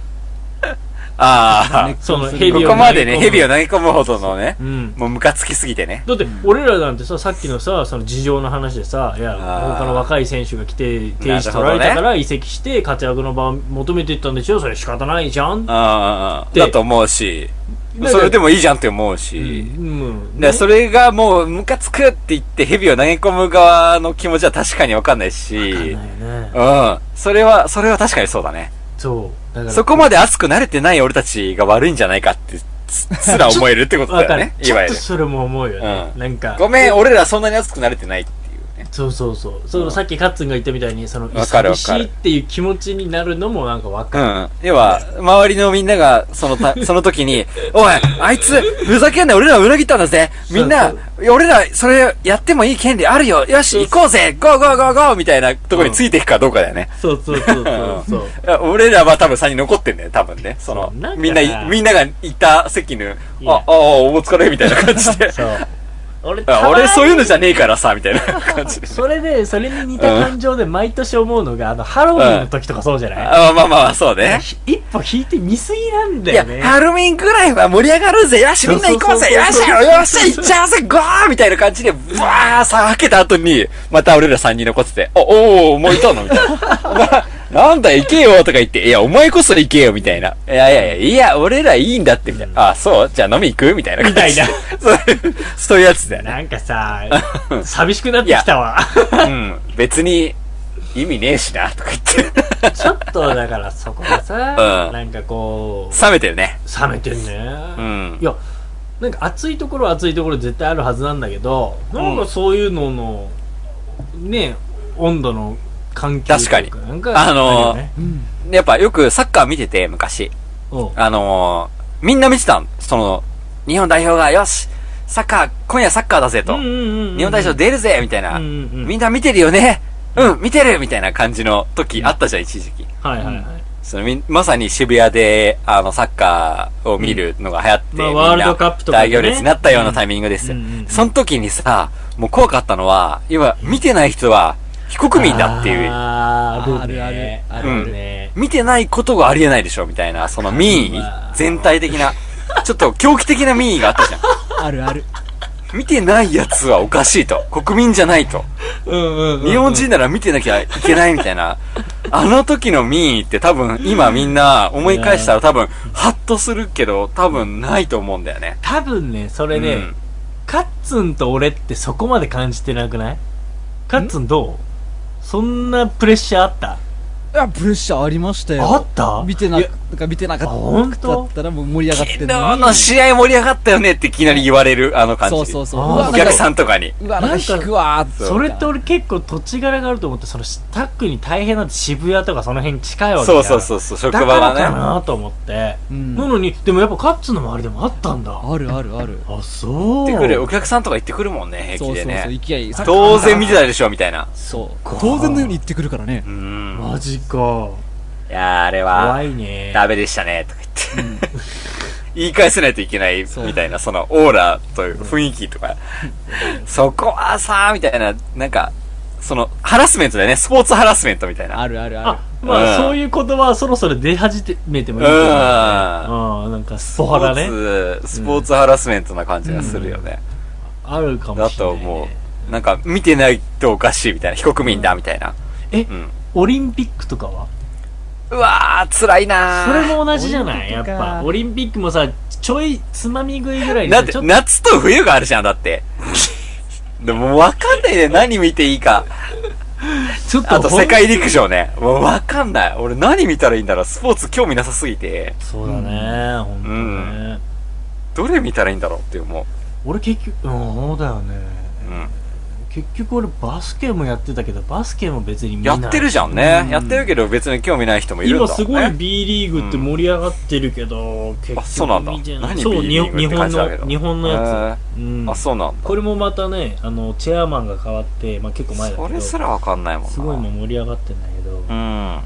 Speaker 1: [LAUGHS]
Speaker 2: ああ、
Speaker 1: そのヘ
Speaker 2: こ
Speaker 1: ビを
Speaker 2: こまでね、
Speaker 1: 投げ込む
Speaker 2: ヘビを投げ込むほどのね、
Speaker 1: うん
Speaker 2: もうムカつきすぎてね。
Speaker 1: だって俺らなんてささっきのさその事情の話でさいや
Speaker 2: あー
Speaker 1: 他の若い選手が来て定時
Speaker 2: なるほ
Speaker 1: 取ら
Speaker 2: どね
Speaker 1: れたから移籍して活躍の場を求めていったんでしょそれ仕方ないじゃん
Speaker 2: ああ、
Speaker 1: で
Speaker 2: だと思うし、
Speaker 1: で
Speaker 2: それでもいいじゃんって思う
Speaker 1: う
Speaker 2: し。
Speaker 1: ん
Speaker 2: で、それがもう、ムカつくって言って、ヘビを投げ込む側の気持ちは確かにわかんないし、
Speaker 1: ね
Speaker 2: うん。それは、それは確かにそうだね。
Speaker 1: そうだから
Speaker 2: そこまで熱くなれてない俺たちが悪いんじゃないかって、すすら思えるってこと
Speaker 1: わ
Speaker 2: だ
Speaker 1: か
Speaker 2: よ
Speaker 1: る
Speaker 2: ね。い
Speaker 1: ちょ
Speaker 2: わ
Speaker 1: っ
Speaker 2: ゆ
Speaker 1: と
Speaker 2: る。
Speaker 1: それも思うよね
Speaker 2: うん
Speaker 1: なんか
Speaker 2: ごめん、俺らそんなに熱くなれてないっていうね。
Speaker 1: そうそうそうそのさっきカッツンが言ったみたいにその
Speaker 2: わか
Speaker 1: 寂
Speaker 2: るわ
Speaker 1: し
Speaker 2: かる
Speaker 1: いっていう気持ちになるのもなんかわ
Speaker 2: う
Speaker 1: かる
Speaker 2: ん。要は、周りのみんなが、そ
Speaker 1: [LAUGHS]
Speaker 2: のた、その時に、おい、あいつ、ふざけんな、俺らを裏切ったんだぜ。みんな
Speaker 1: そう、
Speaker 2: 俺ら、それ、やってもいい権利あるよ。よし、行こうぜ。ゴーゴーゴーゴーみたいなとこについていくかどうかだよね。
Speaker 1: そうそうそうそうそう
Speaker 2: 俺らは多分3人残ってんだよ、多分ね。その、
Speaker 1: そうなんか
Speaker 2: みんな、みんながいた席の、
Speaker 1: いや [LAUGHS]
Speaker 2: あ、ああ、お疲れ、みたいな感じで。
Speaker 1: そう俺
Speaker 2: あ俺そういうのじゃねえからさ、みたいな
Speaker 1: [LAUGHS]
Speaker 2: 感じで。
Speaker 1: それでそれに似た感情で毎年思うのが、あのハロウィンの時とかそうじゃない、
Speaker 2: あまあまあまあ、そうね。
Speaker 1: ひ一歩引いて見すぎなん
Speaker 2: い
Speaker 1: だ
Speaker 2: や
Speaker 1: よね、
Speaker 2: ハロウィンぐらいは盛り上がるぜよし、みんな行こうぜよっしゃよっしゃ行っちゃうぜゴーみたいな感じで、ブワー騒けた後に、また俺ら3人残ってて、お、おー、もういたのみたいな。 [LAUGHS] な、なんだ、行けよとか言って、いや、お前こそ行けよみたいな。いやいやいや、いや、俺らいいんだって、みたいな。あ、そうじゃあ飲み行くみたいな感じで。
Speaker 1: み
Speaker 2: [LAUGHS] そういう、そういうやつだよね。
Speaker 1: なんかさ寂しくなってきたわ
Speaker 2: うん。別に、意味ねえしな、とか言って。
Speaker 1: ちょっとだからそこがさ、
Speaker 2: うん
Speaker 1: なんかこう
Speaker 2: 冷めてるね。
Speaker 1: 冷めてんね、
Speaker 2: うん
Speaker 1: い。やなんか暑いところは暑いところで絶対あるはずなんだけどなんかそういうののね温度の関係という
Speaker 2: 確か
Speaker 1: なんか
Speaker 2: あのー
Speaker 1: るよね
Speaker 2: やっぱよくサッカー見てて、昔。
Speaker 1: うん
Speaker 2: あのー、みんな見てたん。その、日本代表が、よしサッカー、今夜サッカーだぜと。
Speaker 1: うんうんうんうん
Speaker 2: 日本代表出るぜみたいな。
Speaker 1: うんうんうん
Speaker 2: みんな見てるよねうん、見てるみたいな感じの時あったじゃん、一時期。
Speaker 1: はいはいはい、
Speaker 2: そのみんまさに渋谷で、あの、サッカーを見るのが流行って、
Speaker 1: まあ
Speaker 2: みんな
Speaker 1: ワールドカップとかで
Speaker 2: 大
Speaker 1: ね
Speaker 2: 行列になったようなタイミングですよ。
Speaker 1: うんうんうんうん
Speaker 2: その時にさ、もう怖かったのは、今、見てない人は、非国民だっていう、
Speaker 1: あーあ
Speaker 3: ある
Speaker 1: ね
Speaker 3: あ
Speaker 1: あ
Speaker 3: る
Speaker 2: ある
Speaker 1: るね、
Speaker 2: 見てないことがありえないでしょ、みたいな、その民意
Speaker 1: うわ、ー
Speaker 2: 全体的な、ちょっと狂気的な民意があったじゃん。
Speaker 3: あるある。
Speaker 2: 見てないやつはおかしいと。国民じゃないと。
Speaker 1: うんうんうん
Speaker 2: 日本人なら見てなきゃいけないみたいな。あの時の民意って多分今みんな思い返したら多分ハッとするけど多分ないと思うんだよね。
Speaker 1: 多分ねそれね、
Speaker 2: うん
Speaker 1: カッツンと俺ってそこまで感じてなくないカッツンどうそんなプレッシャーあった
Speaker 3: いや、プレッシャーありましたよ。
Speaker 1: あった
Speaker 3: 見てな、
Speaker 1: いや
Speaker 3: なんか見てなか
Speaker 1: あ本
Speaker 3: った。だ
Speaker 1: 当
Speaker 3: ったらもう盛り上がって
Speaker 2: 昨
Speaker 3: ん
Speaker 2: 日
Speaker 3: のに
Speaker 2: の試合盛り上がったよねっていきなり言われるあの感じ。
Speaker 3: そうそうそう。
Speaker 1: あー
Speaker 3: うわ
Speaker 2: お客
Speaker 3: ん
Speaker 2: さんとかに。
Speaker 3: か。うわ、なんか引くわーって。
Speaker 1: それって俺結構土地柄があると思ってそのタックに大変なんて渋谷とかその辺近いわけじゃ
Speaker 2: そ
Speaker 1: ん
Speaker 2: うそうそうそう、職
Speaker 1: だ
Speaker 2: 場
Speaker 1: からか
Speaker 2: がね。
Speaker 1: なと思って、
Speaker 3: うん
Speaker 1: なのにでもやっぱカッツンの周りでもあったんだ
Speaker 3: あるあるある。
Speaker 1: あそう
Speaker 2: 行ってくる、お客さんとか行ってくるもんね、
Speaker 3: そ
Speaker 2: 平
Speaker 3: うそう
Speaker 2: 気で
Speaker 3: そう、
Speaker 2: ね。
Speaker 3: 行き合い。
Speaker 2: 当然見てたでしょ、みたいな。
Speaker 3: そう。当然のように言ってくるからね
Speaker 2: う。ん。
Speaker 1: マジか
Speaker 2: いやーあれは
Speaker 1: 怖、いね
Speaker 2: ダメでしたね、とか言って。言い返せないといけない、
Speaker 3: そう
Speaker 2: みたいな、そのオーラという雰囲気とか。そこはさ、みたいな、なんか、その、ハラスメントだよね、スポーツハラスメントみたいな。
Speaker 3: あるあるあ
Speaker 1: あ
Speaker 3: る。
Speaker 1: まあ、
Speaker 2: うん
Speaker 1: そういう言葉はそろそろ出始めてもいいと思う、ね、うんなんかスポハラ
Speaker 2: スポ
Speaker 1: ね
Speaker 2: ーツ、スポーツハラスメントな感じがするよね。
Speaker 1: あるかも
Speaker 2: だ
Speaker 1: しれ
Speaker 2: と
Speaker 1: ない、ね、
Speaker 2: 思う。なんか、見てないとおかしいみたいな、非国民だみたいな。
Speaker 1: え、
Speaker 2: うん。
Speaker 1: オリンピックとかは
Speaker 2: うわー、辛いなー
Speaker 1: それも同じじゃない
Speaker 3: オリンピ
Speaker 1: やっ
Speaker 3: ックか
Speaker 1: ぱオリンピックもさちょいつまみ食いぐらいに
Speaker 2: だ
Speaker 1: さ
Speaker 2: って
Speaker 1: ちょ、っと
Speaker 2: 夏と冬があるじゃん、だって。 [LAUGHS] でも、わかんないね、何見ていいか。
Speaker 1: ちょっと
Speaker 2: あと
Speaker 1: ほん
Speaker 2: 世界陸上ね。もうわかんない。俺何見たらいいんだろう。スポーツ興味なさすぎて。
Speaker 1: そうだね、ほんとね、
Speaker 2: どれ見たらいいんだろうって思
Speaker 1: 俺結局うんそうだよね
Speaker 2: う。う
Speaker 1: 結局俺バスケもやってたけどバスケも別に見
Speaker 2: ん。
Speaker 1: な
Speaker 2: や
Speaker 1: い
Speaker 2: ってるじゃんね。やってるけど別に興味ない人もいるんだ
Speaker 1: 今
Speaker 2: もんね。
Speaker 1: すごい B リーグって盛り上がってるけど、結
Speaker 2: あそうなんだ
Speaker 1: 見て
Speaker 2: 何
Speaker 1: そうに
Speaker 2: B リーグ
Speaker 1: 日
Speaker 2: って感
Speaker 1: 本
Speaker 2: じだけど
Speaker 1: の日本のやつ、うん
Speaker 2: あ、そうなんだ。
Speaker 1: これもまたねあのチェアマンが変わって、まあ、結構前だけど
Speaker 2: それすらわかんないもんな。
Speaker 1: すごいもう盛り上がってんだけど、
Speaker 2: うん。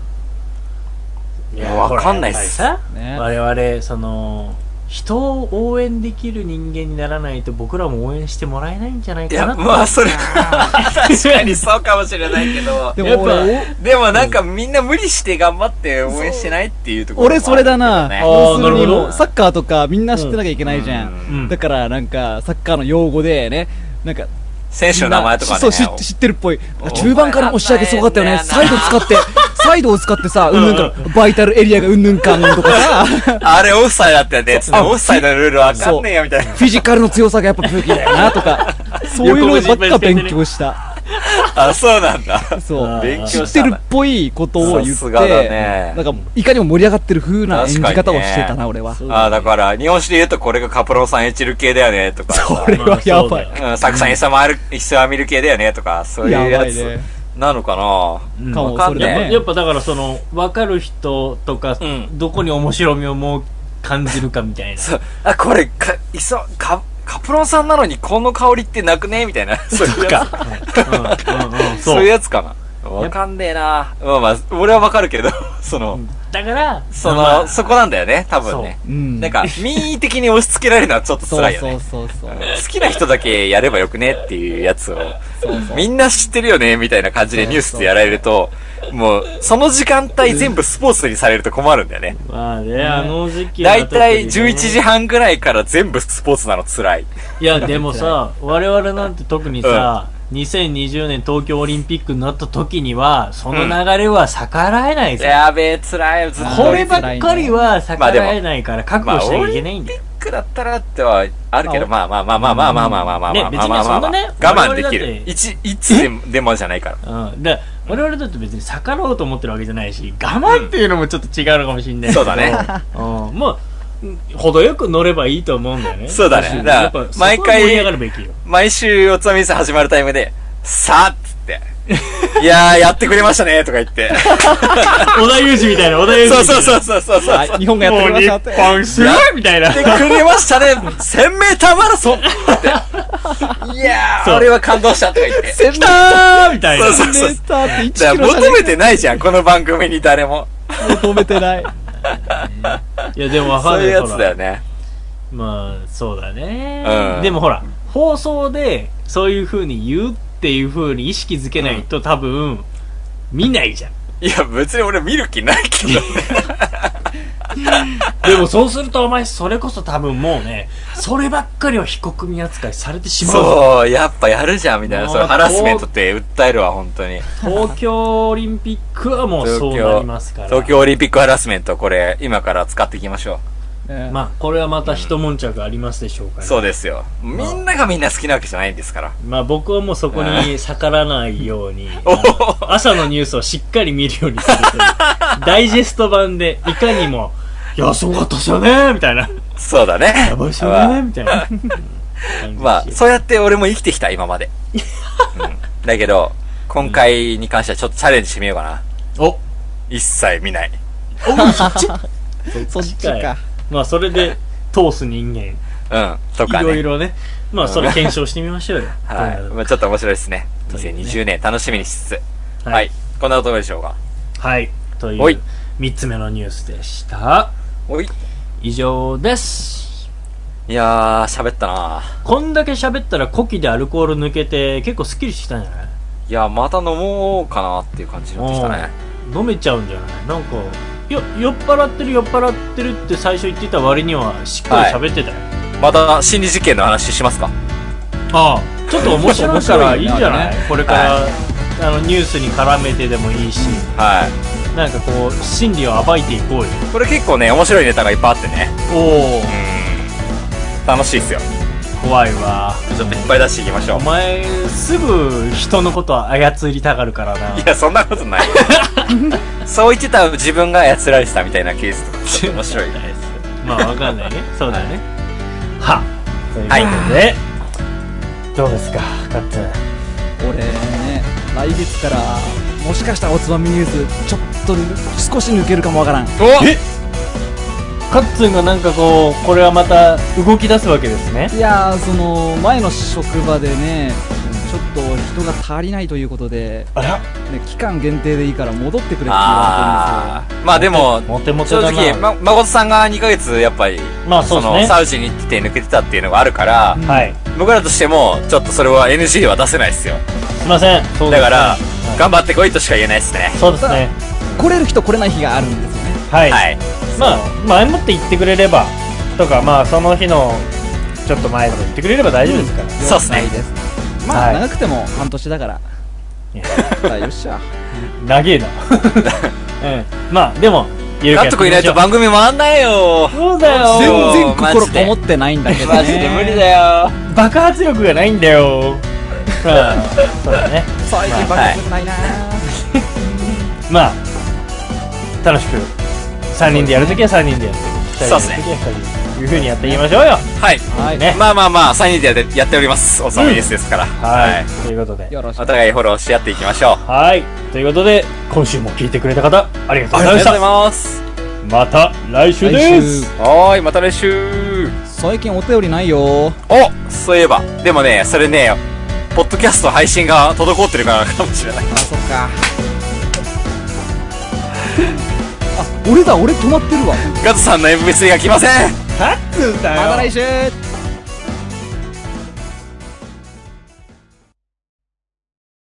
Speaker 2: いや
Speaker 1: ほら
Speaker 2: わかんないっす
Speaker 1: やっぱりさ
Speaker 3: ね
Speaker 1: 我々その人を応援できる人間にならないと僕らも応援してもらえないんじゃない
Speaker 2: い
Speaker 1: か
Speaker 2: や、
Speaker 1: なと
Speaker 2: ま
Speaker 1: [LAUGHS]
Speaker 2: あそれは確かにそうかもしれないけど。
Speaker 3: で
Speaker 1: やっ
Speaker 3: も
Speaker 1: ぱ
Speaker 3: 俺、
Speaker 2: でもなんかみんな無理して頑張って応援してないっていうところもあ
Speaker 3: 俺
Speaker 2: るけ
Speaker 3: そ
Speaker 2: どね
Speaker 3: れだな。
Speaker 1: あー
Speaker 3: 要するに
Speaker 1: なるほ
Speaker 3: も
Speaker 1: ど
Speaker 3: うサッカーとかみんな知ってなきゃいけないじゃ。
Speaker 2: うん
Speaker 1: うん
Speaker 3: だからなんか、サッカーの用語でね、なんか、
Speaker 2: 選手の名前とかね。
Speaker 3: そう知知ってるっぽい中盤からの押し上げすごかったよねサイド使
Speaker 2: [LAUGHS]
Speaker 3: ってサイドを使ってさうんぬんかバイタルエリアがうんぬんかんとか
Speaker 2: [LAUGHS]
Speaker 3: さ
Speaker 2: あれオフサイドだったよね。つって
Speaker 3: あ
Speaker 2: オフサイドのルールわかんねえよ、みたいな。
Speaker 3: フィジカルの強さがやっぱ武器だよなと
Speaker 2: [LAUGHS]
Speaker 3: かそういうのばっか勉強した
Speaker 2: あ、そうなんだ。
Speaker 3: そう
Speaker 2: 勉強
Speaker 3: 知
Speaker 2: し
Speaker 3: って
Speaker 2: た
Speaker 3: る
Speaker 2: な
Speaker 3: っ。ぽいことを言っ
Speaker 2: さ
Speaker 3: て
Speaker 2: すがだね
Speaker 3: なんかいかにも盛り上がってる風な演じ
Speaker 2: 確か
Speaker 3: 方
Speaker 2: に
Speaker 3: を
Speaker 2: ね
Speaker 3: してたな俺は
Speaker 1: そう
Speaker 2: あ、だから、日本史で言うとこれがカプロンさんエチル系だよね、とかさ。
Speaker 3: これはやば
Speaker 1: まあそうだ
Speaker 3: い
Speaker 2: うん、サクさんイサマル、イサミル系だよね、とか、そういう
Speaker 3: やば
Speaker 2: や
Speaker 3: いね
Speaker 2: つ。なのかな
Speaker 1: うん
Speaker 3: か
Speaker 2: わ
Speaker 3: も
Speaker 2: か
Speaker 3: そ
Speaker 2: ん
Speaker 3: れ
Speaker 2: ねえ
Speaker 3: だ
Speaker 1: やっぱ
Speaker 3: ね
Speaker 1: やっぱだからその分かる人とか、
Speaker 2: うん
Speaker 1: どこに面白みをもう感じるかみたいな
Speaker 2: そう。あ、これ、か、イサ、カ、カプロンさんなのにこの香りってなくねみた
Speaker 3: [LAUGHS]
Speaker 2: いな。そういうやつ。 [LAUGHS]
Speaker 1: うんうんうん
Speaker 2: そ
Speaker 1: そ
Speaker 2: ういう
Speaker 1: う
Speaker 2: やつかな。わかんねえな。まあまあ、俺はわかるけど、その、
Speaker 1: だから、
Speaker 2: そ
Speaker 1: ま
Speaker 2: の、
Speaker 1: あ
Speaker 2: そこなんだよね、多分ね。
Speaker 3: うん
Speaker 2: なんか、民意的に押し付けられるのはちょっと
Speaker 3: そう
Speaker 2: 辛いよね。
Speaker 3: そうそうそう
Speaker 2: 好きな人だけやればよくねっていうやつを、みんな知ってるよねみたいな感じでニュースでやられると、もう、その時間帯全部スポーツにされると困るんだよね。
Speaker 1: まあね、あの時期は
Speaker 2: だいたい
Speaker 1: 特にね
Speaker 2: 11時半ぐらいから全部スポーツなの辛い。
Speaker 1: いや、でも
Speaker 2: [LAUGHS]
Speaker 1: さ、我々なんて特にさ、2020年東京オリンピックになった時には、その流れは逆らえないぜ。
Speaker 2: やべえ、辛い。ずっと
Speaker 1: こればっかりは逆らえないから覚悟しなきゃいけないんだよ。
Speaker 2: オリンピックだったらってはあるけど、まあまあまあまあまあまあまあまあまあまあ
Speaker 1: ね
Speaker 2: まあまあまあまあ
Speaker 1: 別にそんなね
Speaker 2: 我慢でき
Speaker 1: 我々だ
Speaker 2: る
Speaker 1: っ。て
Speaker 2: 一、一でもでもじゃないから。
Speaker 1: うん。で、我々だって別に逆らおうと思ってるわけじゃないし、我慢っていうのもちょっと違うのかもしれないけど。
Speaker 2: そうだね。
Speaker 1: うん。もう、程よく乗ればいいと思うんだよね。
Speaker 2: そうだね
Speaker 1: むしろ
Speaker 2: だから
Speaker 1: やっぱ、毎
Speaker 2: 毎回
Speaker 1: 回盛り上がるべきよ。
Speaker 2: 毎週、おつまみです始まるタイムで、さあっ
Speaker 1: [LAUGHS]
Speaker 2: つって。いやー、やってくれましたねとか言って。
Speaker 1: 織田裕二みたいな、織田裕
Speaker 2: そう
Speaker 1: 二。
Speaker 2: そうそうそうそうそう。
Speaker 3: あ日本がやってくれましたって
Speaker 1: 本すごいみたいな
Speaker 2: や。ってくれましたね !1000 メーターマラソン
Speaker 1: [LAUGHS]
Speaker 2: って。いや
Speaker 1: そう
Speaker 2: ー、俺は感動したとか言って。
Speaker 1: [LAUGHS]
Speaker 3: センタ
Speaker 1: あーみたいな。
Speaker 2: そうそう
Speaker 3: ースターって1キ
Speaker 2: だから
Speaker 3: ロじゃね
Speaker 2: 求めてないじゃん、この番組に誰も。
Speaker 3: 求めて
Speaker 2: [LAUGHS]
Speaker 3: ない
Speaker 1: いや、でもわか
Speaker 2: そう
Speaker 1: る
Speaker 2: いうやつ
Speaker 1: ほら
Speaker 2: だよね。
Speaker 1: まあそうだね、
Speaker 2: うん
Speaker 1: でもほら放送でそういう風に言うっていう風に意識づけないと多分見ないじゃん
Speaker 2: いや、別に俺見る気ないけどね。
Speaker 1: でもそうするとお前それこそ多分もうねそればっかりは被告人扱いされてしまうぞ
Speaker 2: そう、やっぱやるじゃん、みたいな。
Speaker 1: もう
Speaker 2: そう、ハラスメントって訴えるわ、本当に。
Speaker 1: 東京オリンピックはもうそうなりますから
Speaker 2: 東京オリンピックハラスメント、これ、今から使っていきましょ
Speaker 3: ま
Speaker 1: まあこれはまた一悶着ありますでしょうか
Speaker 2: う。
Speaker 1: ら、
Speaker 2: そうですよ。みんながみんな好きなわけじゃないんですから。
Speaker 1: まあ僕はもうそこに逆らわないよう [LAUGHS] に、
Speaker 2: お
Speaker 1: あの朝のニュースをしっかり見るように [LAUGHS] するという、ダイジェスト版で、いかにも、いや、すごかったっすよねみたいな。
Speaker 2: そうだね。
Speaker 1: やばいっすよねみたいな。
Speaker 2: まあ、そうやって俺も生きてきた、今ま [LAUGHS] で。うん、だけど、今回に関してはちょっとチャレンジしてみようかな。
Speaker 1: お
Speaker 2: 一切見ない。
Speaker 3: そっち
Speaker 1: 近い
Speaker 3: か
Speaker 1: まあ、それで通す人間、
Speaker 2: うん。とか
Speaker 1: いろい
Speaker 2: ね。
Speaker 1: ろね。まあ、それ検証してみましょうよ。 [LAUGHS]
Speaker 2: はい。まあ、ちょっと面白いですね。2020年楽しみにしつつ。はい。
Speaker 1: はい。
Speaker 2: こんなところでしょうか。
Speaker 1: はい。とい、
Speaker 2: おいう
Speaker 1: 三つ目のニュースでした。
Speaker 2: おい。
Speaker 1: 以上です。
Speaker 2: いやー、喋ったな
Speaker 1: こんだけ喋ったら、呼気でアルコール抜けて、結構スッキリしてきたんじゃない
Speaker 2: いやー、また飲もうかなっていう感じになってきたね。
Speaker 1: 飲めちゃうんじゃないなんかよ酔っ払ってる酔っ払ってるって最初言ってた割にはしっかり喋ってたよ、
Speaker 2: また心理事件の話しますか
Speaker 1: ああちょっと面白いからいいんじゃない
Speaker 3: 面
Speaker 1: [LAUGHS]
Speaker 3: 白い
Speaker 1: これから、あのニュースに絡めてでもいいし
Speaker 2: はい。
Speaker 1: なんかこう心理を暴いていこうよ
Speaker 2: これ結構ね、面白いネタがいっぱいあってね。
Speaker 1: おお
Speaker 2: うん。楽しいっすよ。
Speaker 1: 怖いわ
Speaker 2: ちょっといっぱい出していきましょう
Speaker 1: お。前すぐ人のこと操りたがるからない
Speaker 2: や、そんなこと [LAUGHS] ない。そう言ってた自分が操られてたみたいなケースとか、ちょっと面白いね。
Speaker 1: まあわかんない [LAUGHS] ねそうだねはということで、どうですかカッツン
Speaker 3: 俺ね来月からもしかしたらおつまみニュースちょっと少し抜けるかもわからん
Speaker 1: カッツンがなんかこうこれはまた動き出すわけですね
Speaker 3: いやーその前の職場でねちょっと人が足りないということで、
Speaker 1: あら
Speaker 3: ね、期間限定でいいから戻ってくれって言わ
Speaker 2: あー。まあでも、
Speaker 1: モテモテ
Speaker 2: 正
Speaker 1: だな
Speaker 2: 直、ま、誠さんが2ヶ月、やっぱり、
Speaker 1: まあそうですね
Speaker 2: の、サウジに行って抜けてたっていうのがあるから、
Speaker 3: うん
Speaker 1: はい
Speaker 2: 僕らとしても、ちょっとそれは NG は出せないっすよ。
Speaker 1: すいませんそうです
Speaker 2: だから、
Speaker 1: い
Speaker 2: 頑張ってこいとしか言えないっすね。
Speaker 1: そうですね
Speaker 3: れてるんですよ来れる日と来れない日があるんですよね
Speaker 1: はい、
Speaker 2: はい。
Speaker 1: まあ前もって言ってくれればとかまあその日のちょっと前とか言ってくれれば大丈夫ですから、
Speaker 2: そうっすね
Speaker 3: 了解ですまあ、
Speaker 1: はい
Speaker 3: 長くても半年だから
Speaker 1: いや
Speaker 3: まあよっしゃ
Speaker 1: 長
Speaker 2: [LAUGHS]
Speaker 1: えなうんまあでもゆ
Speaker 2: 監督いないと番組回んないよ。
Speaker 1: そうだよ
Speaker 2: 全
Speaker 3: 全
Speaker 2: 然
Speaker 3: 然
Speaker 2: マ
Speaker 3: 心
Speaker 2: ジで
Speaker 3: こもってないんだけどね
Speaker 2: マジで無理だよ。
Speaker 1: 爆発力がないんだ
Speaker 2: [LAUGHS]
Speaker 1: ようんそうだね
Speaker 3: 最近バカすないな、
Speaker 1: まあ楽しく3人でやるときは3人でやって
Speaker 2: そうっすね
Speaker 1: 2人でやるときは2人でいうふうにやっていきましょうよ
Speaker 2: はい。
Speaker 3: はい、
Speaker 1: ね
Speaker 2: [LAUGHS] まあまあまあ、3人でやってやっております。おさみですですから。
Speaker 1: はい、。ということで
Speaker 3: よろしく
Speaker 2: お互いフォローし合っていきましょう。
Speaker 1: はいということで今週も聞いてくれた方ありがとうご
Speaker 2: ありが
Speaker 1: ざい
Speaker 2: とう
Speaker 1: ま
Speaker 2: ご
Speaker 1: し
Speaker 2: ざい
Speaker 1: た
Speaker 2: ます。
Speaker 1: また来週です
Speaker 2: はーい、また来週。
Speaker 3: 最近お便りないよ
Speaker 2: おそういえば、でもね、それね、ポッドキャスト配信が
Speaker 1: [LAUGHS]
Speaker 2: 滞ってるからかもしれない。
Speaker 3: あそっか
Speaker 1: 俺だ俺止まってるわ
Speaker 3: ガトさんの MBC が来ません
Speaker 2: タッツーだよ
Speaker 1: また来週